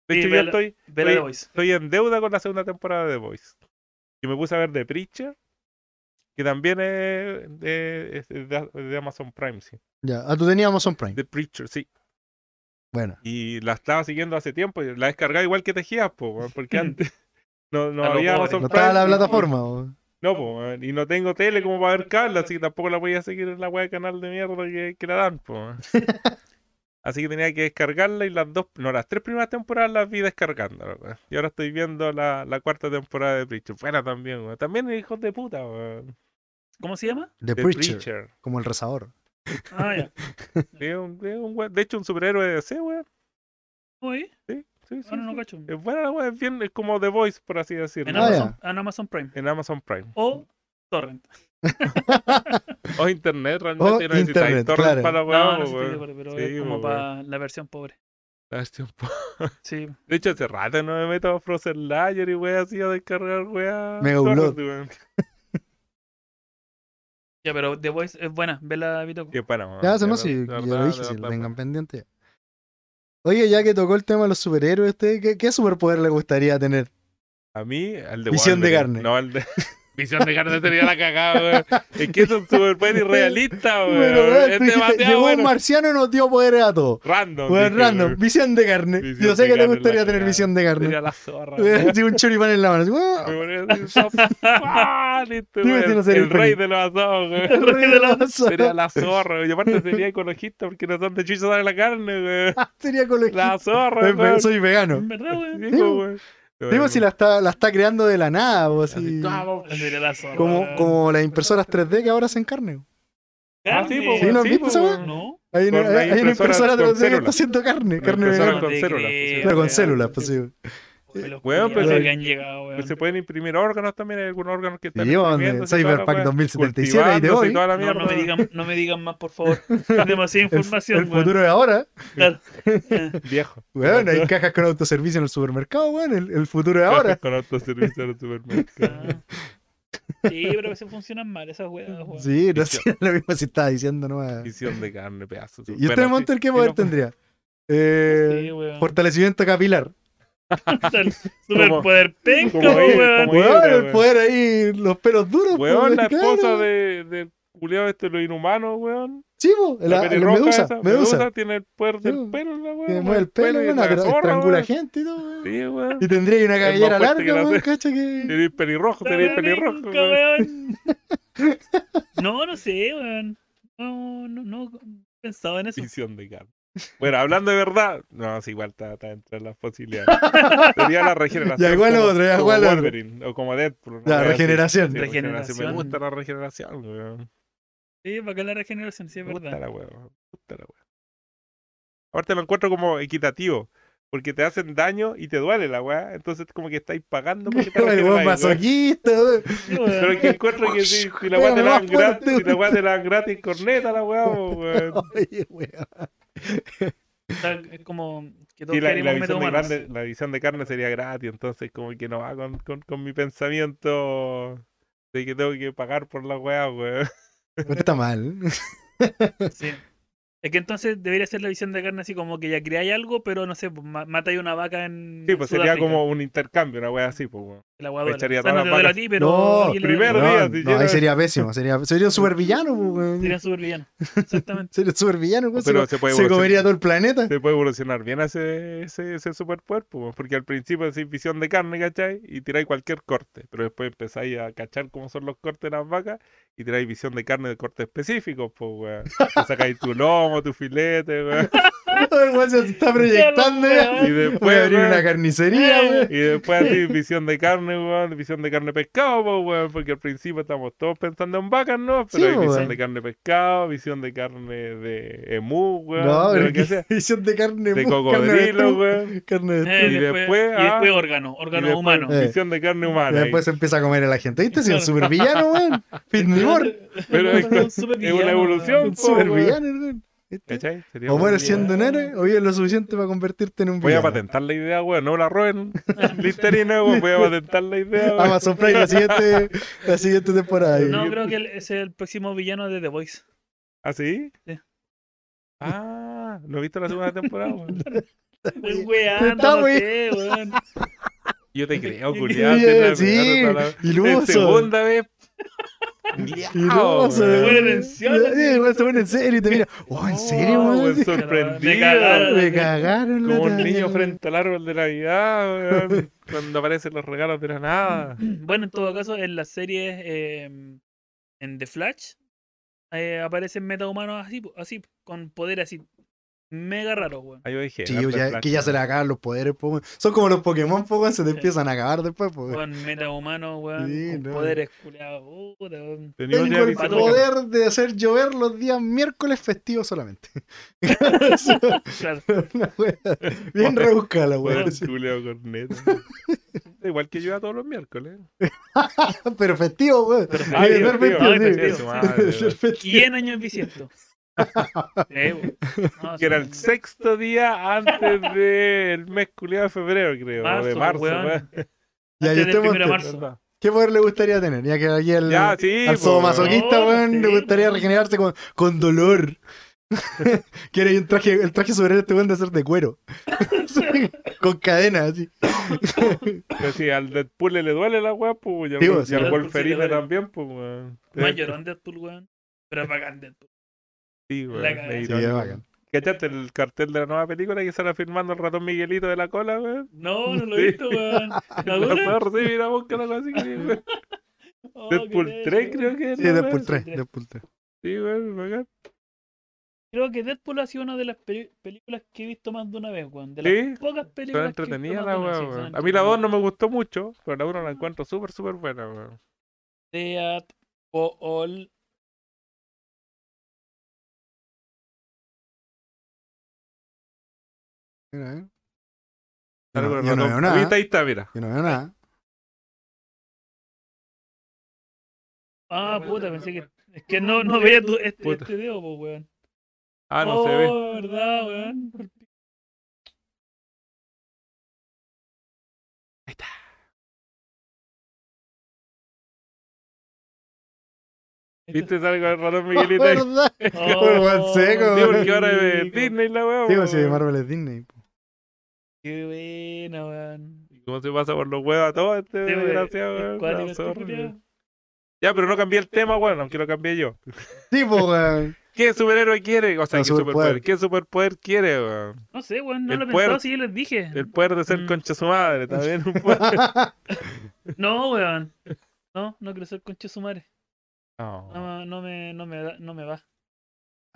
Speaker 2: De
Speaker 1: Sí,
Speaker 2: hecho, yo
Speaker 1: vela-
Speaker 2: estoy,
Speaker 1: Vela
Speaker 2: Oye,
Speaker 1: The Voice.
Speaker 2: estoy en deuda con la segunda temporada de The Voice. Y me puse a ver The Preacher, que también es de, es de- de Amazon Prime, sí.
Speaker 4: Ya, ah, tú tenías Amazon Prime.
Speaker 2: The Preacher, sí.
Speaker 4: Bueno.
Speaker 2: Y la estaba siguiendo hace tiempo, y la descargaba igual que Tejías, po, weón, porque antes no, no
Speaker 1: A lo
Speaker 2: había
Speaker 1: pobre.
Speaker 2: Amazon
Speaker 4: No
Speaker 2: Prime.
Speaker 4: estaba la
Speaker 2: y-
Speaker 4: plataforma. weón.
Speaker 2: No, po, weón, y no tengo tele como para ver cable, así que tampoco la voy a seguir en la wea de canal de mierda que, que la dan, po. weón. Así que tenía que descargarla y las dos, no, las tres primeras temporadas las vi descargando, weón. Y ahora estoy viendo la, la cuarta temporada de Preacher. Buena también, weón. También hijos de puta, weón.
Speaker 1: ¿Cómo se llama?
Speaker 4: The
Speaker 2: The
Speaker 4: Preacher, como el rezador.
Speaker 1: Ah, ya.
Speaker 2: Es un- es un weón- de hecho, un superhéroe de DC, weón.
Speaker 1: Oye,
Speaker 2: Sí, sí, sí.
Speaker 1: ah, no, no
Speaker 2: sí.
Speaker 1: cacho.
Speaker 2: Es buena la weón, es bien, es como The Voice, por así
Speaker 1: En
Speaker 2: decirlo.
Speaker 4: Ah,
Speaker 1: Amazon, en Amazon Prime.
Speaker 2: En Amazon Prime.
Speaker 1: O Torrent.
Speaker 2: O internet, realmente
Speaker 4: O
Speaker 2: no necesitáis
Speaker 4: internet,
Speaker 2: torrent
Speaker 4: claro.
Speaker 2: para la
Speaker 1: No,
Speaker 2: weá,
Speaker 1: no, sí,
Speaker 2: po,
Speaker 1: estoy de
Speaker 2: weón.
Speaker 1: acuerdo, pero
Speaker 2: Sí,
Speaker 1: es como
Speaker 2: po,
Speaker 1: para la versión pobre.
Speaker 2: La versión po-
Speaker 1: Sí.
Speaker 2: De hecho, hace rato no me meto a Frozen Layer y weá así a descargar weá.
Speaker 4: Mega
Speaker 2: torrent,
Speaker 4: Upload.
Speaker 2: weón.
Speaker 1: Ya, pero The Voice es buena, vela, Vito.
Speaker 2: Qué para, weón.
Speaker 4: Ya, eso
Speaker 2: De
Speaker 4: no,
Speaker 2: ver-
Speaker 4: sí,
Speaker 2: Ah, de
Speaker 4: yo
Speaker 2: verdad,
Speaker 4: lo
Speaker 2: de
Speaker 4: dije, sí,
Speaker 2: verdad, pues.
Speaker 4: vengan pendientes. Oye, ya que tocó el tema de los superhéroes, ¿usted ¿qué, qué superpoder le gustaría tener?
Speaker 2: A mí, al de
Speaker 4: Visión de
Speaker 2: Wolverine.
Speaker 4: carne.
Speaker 2: No, al de. Visión de carne sería la cagada, weón. Es que es un superpoder irrealista, weón.
Speaker 4: Bueno, weón,
Speaker 2: es
Speaker 4: tú dijiste,
Speaker 2: demasiado
Speaker 4: llegó
Speaker 2: este bueno.
Speaker 4: un marciano y nos dio poderes a todos.
Speaker 2: Random.
Speaker 4: Weón,
Speaker 2: dije,
Speaker 4: random,
Speaker 2: weón.
Speaker 4: visión de carne.
Speaker 2: Visión
Speaker 4: yo sé
Speaker 2: de
Speaker 4: que le
Speaker 2: carne,
Speaker 4: gustaría
Speaker 2: la
Speaker 4: tener
Speaker 2: cagada.
Speaker 4: visión de carne.
Speaker 2: Sería la zorra. weón.
Speaker 4: Weón, tiene un choripán en la mano. así, weón.
Speaker 2: Me ponía así, ¡ah! Listo,
Speaker 4: Dime
Speaker 2: weón.
Speaker 4: si no
Speaker 2: el,
Speaker 4: sería un
Speaker 2: rey
Speaker 4: pequeño.
Speaker 2: de los asados, weón.
Speaker 4: El rey de la
Speaker 2: Sería
Speaker 4: basura.
Speaker 2: la zorra, weón. Y aparte sería ecologista porque no son de chicho sale la carne, weón.
Speaker 4: Sería ecologista.
Speaker 2: La zorra,
Speaker 4: Weón,
Speaker 2: weón.
Speaker 4: Soy vegano.
Speaker 1: ¿En verdad, weón?
Speaker 2: Sí,
Speaker 4: Sí,
Speaker 2: po, weón.
Speaker 4: Digo, si la está, la está creando de la nada, po, así,
Speaker 2: Así, vamos.
Speaker 1: Sería pues, la zorra,
Speaker 4: como,
Speaker 1: weón.
Speaker 4: como las impresoras 3D que ahora hacen carne.
Speaker 2: Ah, sí, po,
Speaker 1: Carne.
Speaker 4: Sí,
Speaker 2: weón,
Speaker 4: ¿no has
Speaker 2: sí,
Speaker 4: visto
Speaker 2: po,
Speaker 4: esa
Speaker 2: weón.
Speaker 1: pues, ¿No?
Speaker 4: Hay una,
Speaker 2: Con- hay
Speaker 4: hay una
Speaker 2: impresoras
Speaker 4: impresora
Speaker 2: con
Speaker 4: 3D que
Speaker 2: células.
Speaker 4: está haciendo carne,
Speaker 2: Una
Speaker 4: carne
Speaker 2: impresora
Speaker 4: vegana.
Speaker 1: No
Speaker 2: con
Speaker 1: te
Speaker 2: células,
Speaker 1: creo,
Speaker 2: pues,
Speaker 4: Pero con
Speaker 1: weón.
Speaker 4: células, pues sí.
Speaker 1: Oye, los
Speaker 2: Weón,
Speaker 1: culiados
Speaker 4: pero-
Speaker 1: que han llegado, weón.
Speaker 2: Pues se pueden imprimir órganos también, hay algunos órganos que están
Speaker 4: Sí, weón, de
Speaker 2: imprimiéndose y toda la
Speaker 4: Cyberpunk
Speaker 2: weá,
Speaker 4: 2077 ahí de
Speaker 2: cultivándose y
Speaker 4: hoy.
Speaker 2: toda la
Speaker 1: No, no, me
Speaker 2: mierda.
Speaker 1: digan, no me digan más, por favor. Es demasiada
Speaker 4: El,
Speaker 1: información,
Speaker 2: pues.
Speaker 4: el
Speaker 1: weón.
Speaker 4: futuro de ahora,
Speaker 1: Claro.
Speaker 2: Viejo.
Speaker 4: weón, hay cajas con autoservicio en el supermercado, weón, el, el futuro de ahora.
Speaker 2: Con autoservicio en el supermercado.
Speaker 1: Ah. Sí, pero a veces funcionan mal esas weas, weón.
Speaker 4: Sí, no sé,
Speaker 2: Visión.
Speaker 4: lo mismo si estaba diciendo nomás.
Speaker 2: Visión de carne, pedazos.
Speaker 4: ¿Y usted, Monter, qué poder
Speaker 2: pues.
Speaker 4: tendría? Eh,
Speaker 1: Sí, weón.
Speaker 4: fortalecimiento capilar.
Speaker 1: El superpoder penca,
Speaker 2: pues, como es,
Speaker 1: weón.
Speaker 2: como Oye,
Speaker 4: Weón,
Speaker 2: pero,
Speaker 4: el poder ahí, los pelos duros.
Speaker 2: Weón,
Speaker 4: pues,
Speaker 2: la
Speaker 4: claro.
Speaker 2: esposa de, del culiao este, lo inhumano, weón.
Speaker 4: Sí, po, la, la
Speaker 2: pelirroja
Speaker 4: medusa,
Speaker 2: esa,
Speaker 4: medusa.
Speaker 2: tiene el poder
Speaker 4: Sí,
Speaker 2: del
Speaker 4: weón.
Speaker 2: pelo, la weón.
Speaker 4: Que mueve el pelo,
Speaker 2: y
Speaker 4: weón,
Speaker 2: la
Speaker 4: atra-
Speaker 2: zorra,
Speaker 4: estrangula
Speaker 2: weón.
Speaker 4: gente y todo, weón.
Speaker 2: Sí, weón.
Speaker 4: Y tendría ahí una
Speaker 2: más
Speaker 4: cabellera
Speaker 2: fuerte que
Speaker 4: larga,
Speaker 2: la
Speaker 4: weón,
Speaker 2: ceja.
Speaker 4: cacha que.
Speaker 2: Tenía pelirrojo, tenía
Speaker 1: Esta wea
Speaker 2: pelirrojo,
Speaker 1: penca,
Speaker 2: weón.
Speaker 1: weón. No, no sé, weón. No, no, no he pensado en eso.
Speaker 2: Visión de carne. Bueno, hablando de verdad, no, sí, igual está, está entre las posibilidades. Sería la regeneración.
Speaker 4: Ya, igual
Speaker 2: como-
Speaker 4: otro, ya,
Speaker 2: como
Speaker 4: igual otro.
Speaker 2: Wolverine, o como Deadpool. una
Speaker 4: La
Speaker 2: wea así.
Speaker 4: regeneración.
Speaker 2: Sí, regeneración. Me
Speaker 1: Regeneración.
Speaker 2: gusta la regeneración, weón.
Speaker 1: Sí, para que la regeneración, sí, es
Speaker 2: Me gusta
Speaker 1: verdad.
Speaker 2: la weá, weón. Me gusta la weá. Aparte lo encuentro como equitativo. Porque te hacen daño y te duele la weá. Entonces como que estáis pagando porque te
Speaker 4: El
Speaker 2: regeneráis,
Speaker 4: weón
Speaker 2: weón.
Speaker 4: masoquista, weón.
Speaker 1: Sí, weón.
Speaker 2: Pero que encuentro que si, si la weá te la dan gratis, si la weá te la dan gratis, corneta la weá, po, weón.
Speaker 4: Oye, weón.
Speaker 1: O sea, es como que todos
Speaker 2: Y la, y la
Speaker 1: queremos
Speaker 2: visión de
Speaker 1: metahumanos.
Speaker 2: carne, la visión de carne sería gratis, entonces como que no va con, con, con mi pensamiento de que tengo que pagar por la weá, weón.
Speaker 4: No está mal.
Speaker 1: Sí. Es que entonces debería ser la visión de carne así como que ya creáis algo, pero no sé, pues, ma- matáis una vaca en.
Speaker 2: Sí, pues sería
Speaker 1: Sudáfrica,
Speaker 2: como un intercambio, una weá así, pues weón.
Speaker 1: La guadola.
Speaker 2: me echaría
Speaker 1: O sea, no
Speaker 2: todas
Speaker 1: te
Speaker 2: las
Speaker 1: duele a
Speaker 2: vacas.
Speaker 1: ti, pero.
Speaker 4: No,
Speaker 1: alguien le-
Speaker 2: primero.
Speaker 1: No,
Speaker 2: día,
Speaker 4: Weón,
Speaker 2: si
Speaker 4: No, ahí
Speaker 2: llena-
Speaker 4: sería pésimo. Sería, sería un supervillano, po,
Speaker 1: Sería
Speaker 4: weón.
Speaker 1: súper villano. Exactamente.
Speaker 4: Sería un supervillano, weón.
Speaker 2: Pero
Speaker 4: se,
Speaker 2: se puede
Speaker 4: se
Speaker 2: evolucionar.
Speaker 4: comería todo el planeta.
Speaker 2: Se puede evolucionar bien ese, ese, ese superpoder, pues, weón, porque al principio decís visión de carne, ¿cachai? Y tiráis cualquier corte, pero después empezáis a cachar cómo son los cortes de las vacas y tiráis visión de carne de corte específicos, pues, weón. Te sacáis tu lomo, tu filete, weón.
Speaker 4: Todo el weón se está proyectando.
Speaker 1: Ya lo
Speaker 4: ya.
Speaker 2: Y después,
Speaker 4: Voy a abrir
Speaker 2: weón,
Speaker 4: una carnicería, weón.
Speaker 2: Y después así, visión de carne, weón, visión de carne pescado, po, weón, porque al principio estamos todos pensando en vacas, ¿no? Pero
Speaker 4: Sí,
Speaker 2: hay
Speaker 4: po,
Speaker 2: visión
Speaker 4: weón.
Speaker 2: de carne pescado, visión de carne de emú, weón,
Speaker 4: No,
Speaker 2: de, lo
Speaker 4: pero
Speaker 2: que
Speaker 4: qué
Speaker 2: sea,
Speaker 4: visión de carne.
Speaker 2: de
Speaker 4: bu, carne de
Speaker 2: cocodrilo,
Speaker 4: truco,
Speaker 2: weón.
Speaker 4: Carne de
Speaker 1: Eh,
Speaker 2: Y después,
Speaker 1: y
Speaker 2: ah,
Speaker 1: después órgano,
Speaker 2: y
Speaker 1: órgano
Speaker 2: después
Speaker 1: humano.
Speaker 4: Eh,
Speaker 2: Visión de carne
Speaker 4: truco.
Speaker 2: humana.
Speaker 4: Y
Speaker 2: ahí.
Speaker 4: después se empieza a comer a la gente. ¿Viste? Si es un supervillano, weón. Fit me more.
Speaker 2: Pero es- es una evolución,
Speaker 4: Un
Speaker 2: po, weón.
Speaker 4: supervillano, weón. ¿Viste?
Speaker 2: ¿Cachai? Sería
Speaker 4: O mueres
Speaker 2: buenísimo.
Speaker 4: siendo un héroe, o vives lo suficiente para convertirte en un
Speaker 2: Voy a
Speaker 4: villano.
Speaker 2: patentar la idea, weón, no la roben. Listerina, weón, voy a patentar la
Speaker 4: Ah,
Speaker 2: idea, weón.
Speaker 4: Amazon Prime la siguiente, la siguiente temporada. ahí.
Speaker 1: No, creo que el- es el próximo villano de The Voice.
Speaker 2: ¿Ah, sí?
Speaker 1: Sí.
Speaker 2: Ah, no he visto la segunda temporada, weón.
Speaker 1: Estoy weando,
Speaker 4: Está
Speaker 1: no
Speaker 4: muy-
Speaker 1: sé, weón.
Speaker 2: Yo te creo,
Speaker 1: Sí,
Speaker 2: culiado.
Speaker 4: sí,
Speaker 2: En
Speaker 4: iluso.
Speaker 2: segunda vez.
Speaker 4: Iluso,
Speaker 1: weón.
Speaker 4: weón.
Speaker 1: Bueno, en serio.
Speaker 4: Sí, el weón se pone en serio y te mira. Oh, en serio,
Speaker 2: Oh, weón,
Speaker 4: weón. Sí,
Speaker 1: Me
Speaker 2: sorprendido.
Speaker 1: cagaron.
Speaker 4: Me cagaron la
Speaker 2: Como un
Speaker 4: cara,
Speaker 2: niño
Speaker 4: weón.
Speaker 2: frente al árbol de Navidad, weón, cuando aparecen los regalos de la nada.
Speaker 1: Bueno, en todo caso, en las series eh, en The Flash eh, aparecen metahumanos así, po- así, po, con poder así. Mega raro, weón.
Speaker 2: Ahí yo dije.
Speaker 4: Sí,
Speaker 2: Art
Speaker 4: ya-
Speaker 2: Flash,
Speaker 4: que ya se le acaban los poderes, po, weón. Son como los Pokémon, po, weón, se te
Speaker 1: Sí.
Speaker 4: empiezan a acabar después, po, weón.
Speaker 1: Con metahumano, weón.
Speaker 4: Sí,
Speaker 1: con
Speaker 4: no.
Speaker 1: poderes culiados. puta, weón.
Speaker 2: Tenía
Speaker 4: Tengo
Speaker 2: un día
Speaker 4: el
Speaker 2: visto-
Speaker 4: poder de hacer llover los días miércoles festivos solamente.
Speaker 1: Claro.
Speaker 4: Una wea Bien rebuscada,
Speaker 2: Poder
Speaker 4: weón. Sí.
Speaker 2: Julio Corneta. Igual que yo a todos los miércoles.
Speaker 4: Pero festivo, weón.
Speaker 1: Pero
Speaker 4: Ah,
Speaker 1: feliz,
Speaker 4: bien,
Speaker 1: weón.
Speaker 4: perfecto,
Speaker 1: Ay,
Speaker 4: sí.
Speaker 1: perfecto.
Speaker 2: Eso, madre,
Speaker 4: Ser
Speaker 2: weón.
Speaker 4: festivo.
Speaker 1: 100 años bisiesto. Sí, weón. No,
Speaker 2: Que era el
Speaker 1: sí.
Speaker 2: sexto día antes del mes culiado de febrero, creo. o de
Speaker 1: Marzo,
Speaker 2: marzo,
Speaker 1: weón.
Speaker 2: weón.
Speaker 4: Ya,
Speaker 1: Antes
Speaker 4: yo
Speaker 1: del
Speaker 4: te
Speaker 1: primero de
Speaker 4: monté.
Speaker 1: marzo.
Speaker 4: ¿Qué poder le gustaría tener? Ya que aquí el,
Speaker 2: Ya, sí.
Speaker 4: al
Speaker 2: po,
Speaker 4: sadomasoquista,
Speaker 1: no,
Speaker 4: weón,
Speaker 1: sí,
Speaker 4: le gustaría
Speaker 1: weón.
Speaker 4: regenerarse con, con dolor. Quiere un traje, el traje sobre este weón de hacer de cuero. Sí, con cadena, así.
Speaker 2: Pero si al Deadpool le duele la weá, pues. Y al,
Speaker 4: Sí,
Speaker 2: y
Speaker 4: pues, sí.
Speaker 2: al
Speaker 1: Al Deadpool sí
Speaker 2: Wolverine
Speaker 1: le duele.
Speaker 2: también, pues, weón.
Speaker 1: Más llorón Deadpool, weón. Pero es bacán Deadpool.
Speaker 2: Sí, weón.
Speaker 1: la
Speaker 2: es
Speaker 1: cagada. Sí,
Speaker 4: Sí,
Speaker 2: irónico.
Speaker 4: es bacán.
Speaker 2: ¿Cachaste el cartel de la nueva película que estará firmando el ratón Miguelito de la cola, weón?
Speaker 1: No, no lo
Speaker 2: Sí.
Speaker 1: he visto, weón. ¿No
Speaker 2: La
Speaker 1: dura?
Speaker 2: puedo recibir a vos, que la cosa así, weón.
Speaker 1: Oh, qué
Speaker 2: Deadpool
Speaker 1: teso,
Speaker 2: 3,
Speaker 1: weón.
Speaker 2: creo que es.
Speaker 4: Sí,
Speaker 2: la weá.
Speaker 4: Deadpool 3,
Speaker 1: sí.
Speaker 4: Deadpool 3.
Speaker 2: Sí, weón, bacán.
Speaker 1: Creo que Deadpool ha sido una de las peli- películas que he visto más de una vez, weón. De las
Speaker 2: Sí,
Speaker 1: pocas películas.
Speaker 2: Estaba
Speaker 1: que he visto
Speaker 2: entretenida
Speaker 1: más
Speaker 2: la
Speaker 1: de una vez,
Speaker 2: weá,
Speaker 1: sí, son
Speaker 2: weón. A mí la 2
Speaker 1: entretenidas.
Speaker 2: no me gustó mucho, pero la 1 la encuentro súper, súper buena, weón.
Speaker 1: Dead Paul.
Speaker 4: Mira, eh. Yo
Speaker 2: Sale
Speaker 4: no,
Speaker 2: con el
Speaker 4: yo no
Speaker 2: ratón.
Speaker 4: veo nada.
Speaker 2: Ahorita ahí está, mira.
Speaker 4: Yo no veo nada.
Speaker 1: Ah, puta, pensé que. Es que no, no veía tu, este,
Speaker 2: Puta.
Speaker 1: este dedo, pues, weón.
Speaker 2: Ah, no
Speaker 1: oh,
Speaker 2: se ve.
Speaker 1: verdad, weón. Ahí está.
Speaker 2: ¿Viste? Sale con el ratón Miguelito ahí. Sí,
Speaker 4: ¿Verdad?
Speaker 1: Oh,
Speaker 4: weón seco, weón.
Speaker 2: porque ahora es Disney la weá,
Speaker 4: Sí, pues, sí,
Speaker 2: weón.
Speaker 4: Marvel es Disney. po.
Speaker 1: Qué buena, weón.
Speaker 2: Y ¿Cómo se pasa por los huevos a todo este
Speaker 1: Sí, weón,
Speaker 2: desgraciado,
Speaker 1: es
Speaker 2: weón?
Speaker 1: cuático
Speaker 2: La
Speaker 1: este
Speaker 2: zorra,
Speaker 1: culiao.
Speaker 2: weón. Ya, pero no cambié el tema, weón, aunque lo cambié yo.
Speaker 4: Sí, pues, weón.
Speaker 2: ¿Qué superhéroe quiere? O sea,
Speaker 4: No,
Speaker 2: ¿qué superpoder?
Speaker 4: superpoder.
Speaker 2: ¿Qué superpoder quiere, weón?
Speaker 1: No sé, weón, no
Speaker 2: El
Speaker 1: lo he
Speaker 2: puer-
Speaker 1: pensado si yo les dije.
Speaker 2: El poder de ser
Speaker 1: Mm.
Speaker 2: concha su madre, también un poder.
Speaker 1: No, weón. No, no quiero ser conche su madre.
Speaker 2: No.
Speaker 1: No, no, me, no, me, da- no me va.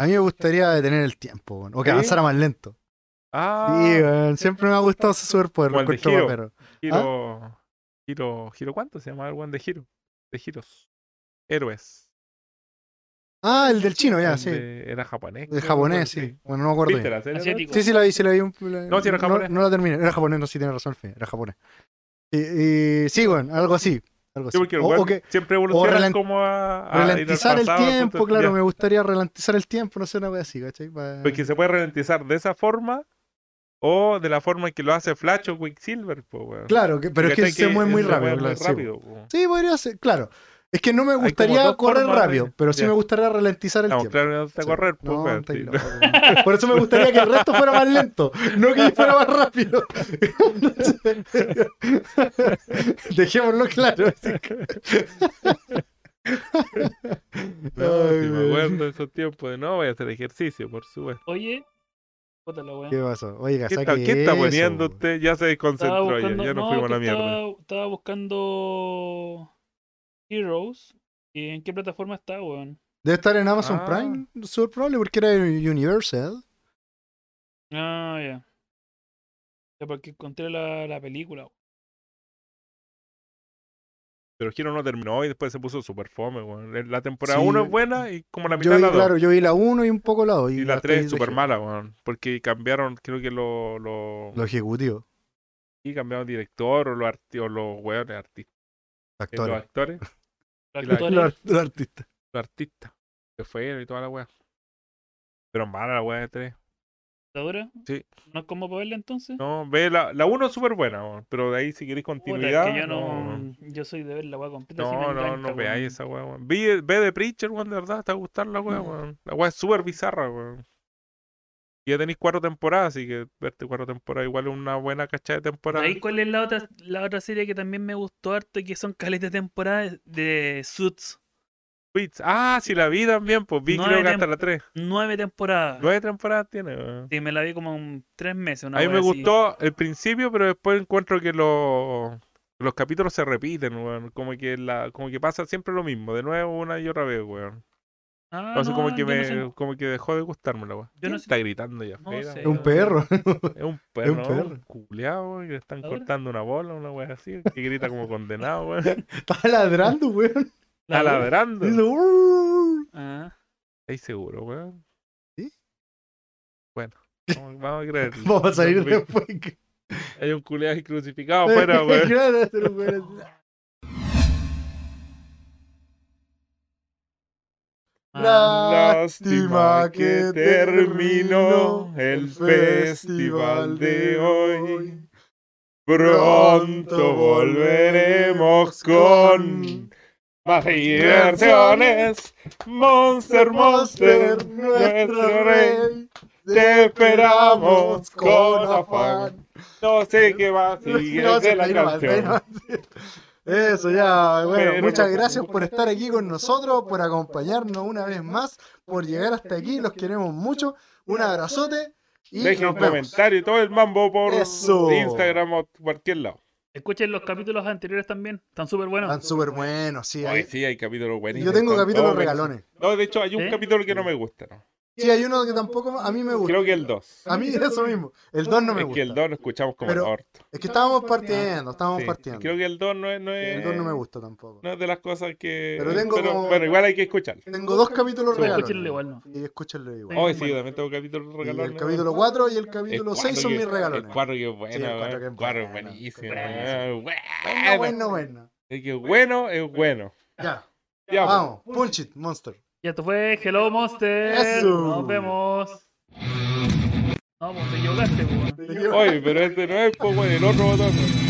Speaker 4: A mí me gustaría detener el tiempo, weón. O que
Speaker 2: ¿Sí?
Speaker 4: avanzara más lento. Sí,
Speaker 2: Ah,
Speaker 4: weón. Siempre me ha gustado ese superpoder.
Speaker 2: Como
Speaker 4: Lo
Speaker 2: el de
Speaker 4: encuentro
Speaker 2: Hero.
Speaker 4: papero. ¿Ah?
Speaker 2: Giro. Giro. Giro, ¿cuánto se llama el weón de Giro? De Giros. Héroes.
Speaker 4: Ah, el del chino, ya,
Speaker 2: El
Speaker 4: sí.
Speaker 2: de- Era japonés.
Speaker 4: El
Speaker 2: creo,
Speaker 4: japonés,
Speaker 2: weón,
Speaker 4: sí. Bueno, no me acuerdo.
Speaker 2: ¿Viste
Speaker 4: bien.
Speaker 2: la serie?
Speaker 1: Asiático.
Speaker 4: Sí, sí, la vi, sí la vi. un- la-
Speaker 2: No, sí era japonés.
Speaker 4: No, la terminé. Era japonés, no, sí, tiene razón, fe. Era japonés. Y, y- sí, weón, algo así. Algo
Speaker 2: Sí,
Speaker 4: así.
Speaker 2: porque el
Speaker 4: O-
Speaker 2: weón
Speaker 4: o que
Speaker 2: siempre evoluciona
Speaker 4: relent-
Speaker 2: como a, a ir al
Speaker 4: ralentizar el
Speaker 2: pasado, al
Speaker 4: tiempo,
Speaker 2: punto-
Speaker 4: claro.
Speaker 2: ya.
Speaker 4: Me gustaría ralentizar el tiempo, no sé, una cosa así, ¿cachai? Pa-
Speaker 2: Porque se puede ralentizar de esa forma o de la forma en que lo hace Flash o Quicksilver, po, weón.
Speaker 4: Claro, que, pero es que
Speaker 2: ¿Cachai?
Speaker 4: se mueve muy
Speaker 2: esa weá
Speaker 4: rápido.
Speaker 2: es
Speaker 4: claro,
Speaker 2: muy
Speaker 4: sí,
Speaker 2: rápido, po.
Speaker 4: Sí, podría ser, claro. Es que no me
Speaker 2: como
Speaker 4: gustaría
Speaker 2: dos
Speaker 4: correr
Speaker 2: formas de-
Speaker 4: rápido, pero sí
Speaker 2: ya.
Speaker 4: me gustaría ralentizar el
Speaker 2: Estamos
Speaker 4: tiempo.
Speaker 2: claros que no está a
Speaker 4: Sí.
Speaker 2: correr, po,
Speaker 4: No,
Speaker 2: pues, weón,
Speaker 4: estáis
Speaker 2: sí.
Speaker 4: loco, weón. Por eso me gustaría que el resto fuera más lento, no que yo fuera más rápido. Dejémoslo claro. así que-
Speaker 2: No,
Speaker 4: Ay,
Speaker 2: si me
Speaker 4: weón.
Speaker 2: acuerdo de esos tiempos de no voy a hacer ejercicio, por supuesto.
Speaker 1: Oye, puta la weón.
Speaker 4: ¿Qué pasó? Oiga,
Speaker 2: ¿Qué
Speaker 4: saque
Speaker 2: está, qué está
Speaker 4: eso,
Speaker 2: poniendo
Speaker 4: weón.
Speaker 2: usted? Ya se
Speaker 1: Estaba
Speaker 2: desconcentró, ya,
Speaker 1: buscando,
Speaker 2: ya nos
Speaker 1: no,
Speaker 2: fuimos a
Speaker 1: que
Speaker 2: la mierda.
Speaker 1: Estaba, estaba buscando Heroes. ¿Y en qué plataforma está, weón?
Speaker 4: Debe estar en Amazon
Speaker 2: Ah.
Speaker 4: Prime, super probable, porque era de Universal.
Speaker 1: Ah, ya. Ya porque encontré la, la película. weón.
Speaker 2: Pero Giro no terminó y después se puso super fome, weón. La temporada
Speaker 4: Sí,
Speaker 2: 1 es buena y como la mitad
Speaker 4: Yo vi,
Speaker 2: de la 2.
Speaker 4: claro, yo vi la 1 y un poco la 2.
Speaker 2: Y la 3 es súper mala, weón. Porque cambiaron, creo que lo, lo,
Speaker 4: Los ejecutivos,
Speaker 2: y cambiaron director o los, arti- o los weones artistas. eh, Los
Speaker 4: actores,
Speaker 2: actores,
Speaker 1: La
Speaker 2: Y la-
Speaker 1: actual-
Speaker 4: los, los artistas.
Speaker 2: los artistas. Se fueron y toda la weá. Pero mala la weá de 3.
Speaker 1: ¿Está dura?
Speaker 2: Sí.
Speaker 1: ¿No es como para verla entonces?
Speaker 2: No, ve, la, la 1 es súper buena, weón. Pero de ahí si queréis
Speaker 1: Puta, es
Speaker 2: continuidad.
Speaker 1: que yo
Speaker 2: no,
Speaker 1: no,
Speaker 2: no,
Speaker 1: yo soy de ver la weá completa. si me
Speaker 2: no, no,
Speaker 1: engancha, weón.
Speaker 2: veáis esa weá, weón. Ve, ve de Preacher, weón, de verdad, te va a gustar la weá,
Speaker 1: Mm.
Speaker 2: weón. La weá es súper bizarra, weón. Y ya tenéis cuatro temporadas, así que verte cuatro temporadas igual es una buena cachada de temporada.
Speaker 1: ¿Sabéis cuál es la otra, la otra serie que también me gustó harto y que son caletas de temporada de Suits?
Speaker 2: Tweets. Ah, sí, la vi también, pues vi
Speaker 1: Nueve
Speaker 2: creo que hasta
Speaker 1: tem-
Speaker 2: la 3.
Speaker 1: Nueve temporadas.
Speaker 2: Nueve temporadas tiene. weón.
Speaker 1: Sí, me la vi como en tres meses. Una
Speaker 2: a mí
Speaker 1: wea
Speaker 2: me
Speaker 1: así.
Speaker 2: gustó el principio, pero después encuentro que los los capítulos se repiten, weón. Como que, la, como que pasa siempre lo mismo, de nuevo una y otra vez, weón.
Speaker 1: Ah,
Speaker 2: Entonces, como,
Speaker 1: no,
Speaker 2: que
Speaker 1: yo no
Speaker 2: me,
Speaker 1: sé.
Speaker 2: como que dejó de gustarme la weá.
Speaker 1: Yo no
Speaker 2: ¿Quién
Speaker 1: sé.
Speaker 2: Está gritando allá
Speaker 1: No
Speaker 2: afuera.
Speaker 1: sé.
Speaker 4: Es un perro.
Speaker 2: Es un perro,
Speaker 4: un
Speaker 2: ¿no?
Speaker 4: perro.
Speaker 2: un culiao, y le están
Speaker 1: ¿Ahora?
Speaker 2: cortando una bola, una wea así, que grita como condenado, weón. Está
Speaker 4: Está ladrando, weón.
Speaker 1: La-
Speaker 2: ladrando.
Speaker 4: Dice, "Urr".
Speaker 1: Ah,
Speaker 2: ¿Estáis seguro, weón?
Speaker 4: ¿Sí?
Speaker 2: Bueno, vamos, vamos a creer.
Speaker 4: Vamos a salir después.
Speaker 2: Hay un culiao ahí crucificado afuera, weón.
Speaker 4: Claro, hacer un weón así.
Speaker 1: ah,
Speaker 2: Lástima que terminó el festival de hoy. Pronto volveremos con más diversiones. Monster Monster, nuestro rey. Te esperamos con afán. No sé qué más sigue
Speaker 4: No,
Speaker 2: de
Speaker 4: se
Speaker 2: la
Speaker 4: está ahí nomás,
Speaker 2: canción.
Speaker 4: está ahí nomás. Eso ya, bueno,
Speaker 2: Pero-
Speaker 4: muchas gracias por estar aquí con nosotros, por acompañarnos una vez más, por llegar hasta aquí, los queremos mucho, un abrazote y
Speaker 2: Dejen
Speaker 4: nos vemos.
Speaker 2: comentario y todo el mambo por
Speaker 4: Eso.
Speaker 2: Instagram o cualquier lado.
Speaker 1: Escuchen los capítulos anteriores también, están súper buenos.
Speaker 4: Están súper buenos, sí.
Speaker 2: Hoy
Speaker 4: hay-
Speaker 2: sí hay capítulos buenísimos.
Speaker 4: Yo tengo
Speaker 2: están
Speaker 4: capítulos
Speaker 2: todos buenísimos.
Speaker 4: regalones.
Speaker 2: No, de hecho hay un
Speaker 1: ¿Sí?
Speaker 2: capítulo que no me gusta. ¿no?
Speaker 4: Sí, hay uno que tampoco a mí me gusta.
Speaker 2: Creo que el 2.
Speaker 4: A mí eso mismo, el 2 no me
Speaker 2: es que el
Speaker 4: gusta.
Speaker 2: 2 lo escuchamos como
Speaker 4: Pero-
Speaker 2: el orto.
Speaker 4: Es que estábamos partiendo, estábamos
Speaker 2: Sí.
Speaker 4: partiendo.
Speaker 2: Creo que el 2 no es, no es,
Speaker 4: El 2 no me gusta tampoco.
Speaker 2: no es de las cosas que...
Speaker 4: Pero tengo como-
Speaker 2: Bueno, igual hay que escucharlo.
Speaker 4: Tengo dos capítulos
Speaker 2: Sí,
Speaker 4: regalones.
Speaker 1: escúchenlo igual, ¿no?
Speaker 4: Y escúchenlo igual.
Speaker 1: Sí,
Speaker 2: Hoy sí,
Speaker 1: bueno.
Speaker 2: yo también tengo capítulos
Speaker 4: Y
Speaker 2: regalones.
Speaker 4: el capítulo 4 y el capítulo 6 son mis
Speaker 2: El
Speaker 4: regalones.
Speaker 2: 4 que es bueno.
Speaker 4: Sí, el cuatro que es
Speaker 2: el 4 es
Speaker 4: bueno.
Speaker 2: buenísimo. ¿eh?
Speaker 1: Buenísimo.
Speaker 4: Bueno,
Speaker 2: Bueno,
Speaker 4: bueno, bueno.
Speaker 2: Es que bueno es bueno.
Speaker 4: Ya,
Speaker 2: Ya, pues.
Speaker 4: vamos. Punch it, monster.
Speaker 1: Y esto fue Hello Monster.
Speaker 4: Eso.
Speaker 1: Nos vemos. No, pues te equivocaste, weón.
Speaker 2: Oye, pero este no es pues, bueno, el otro botón.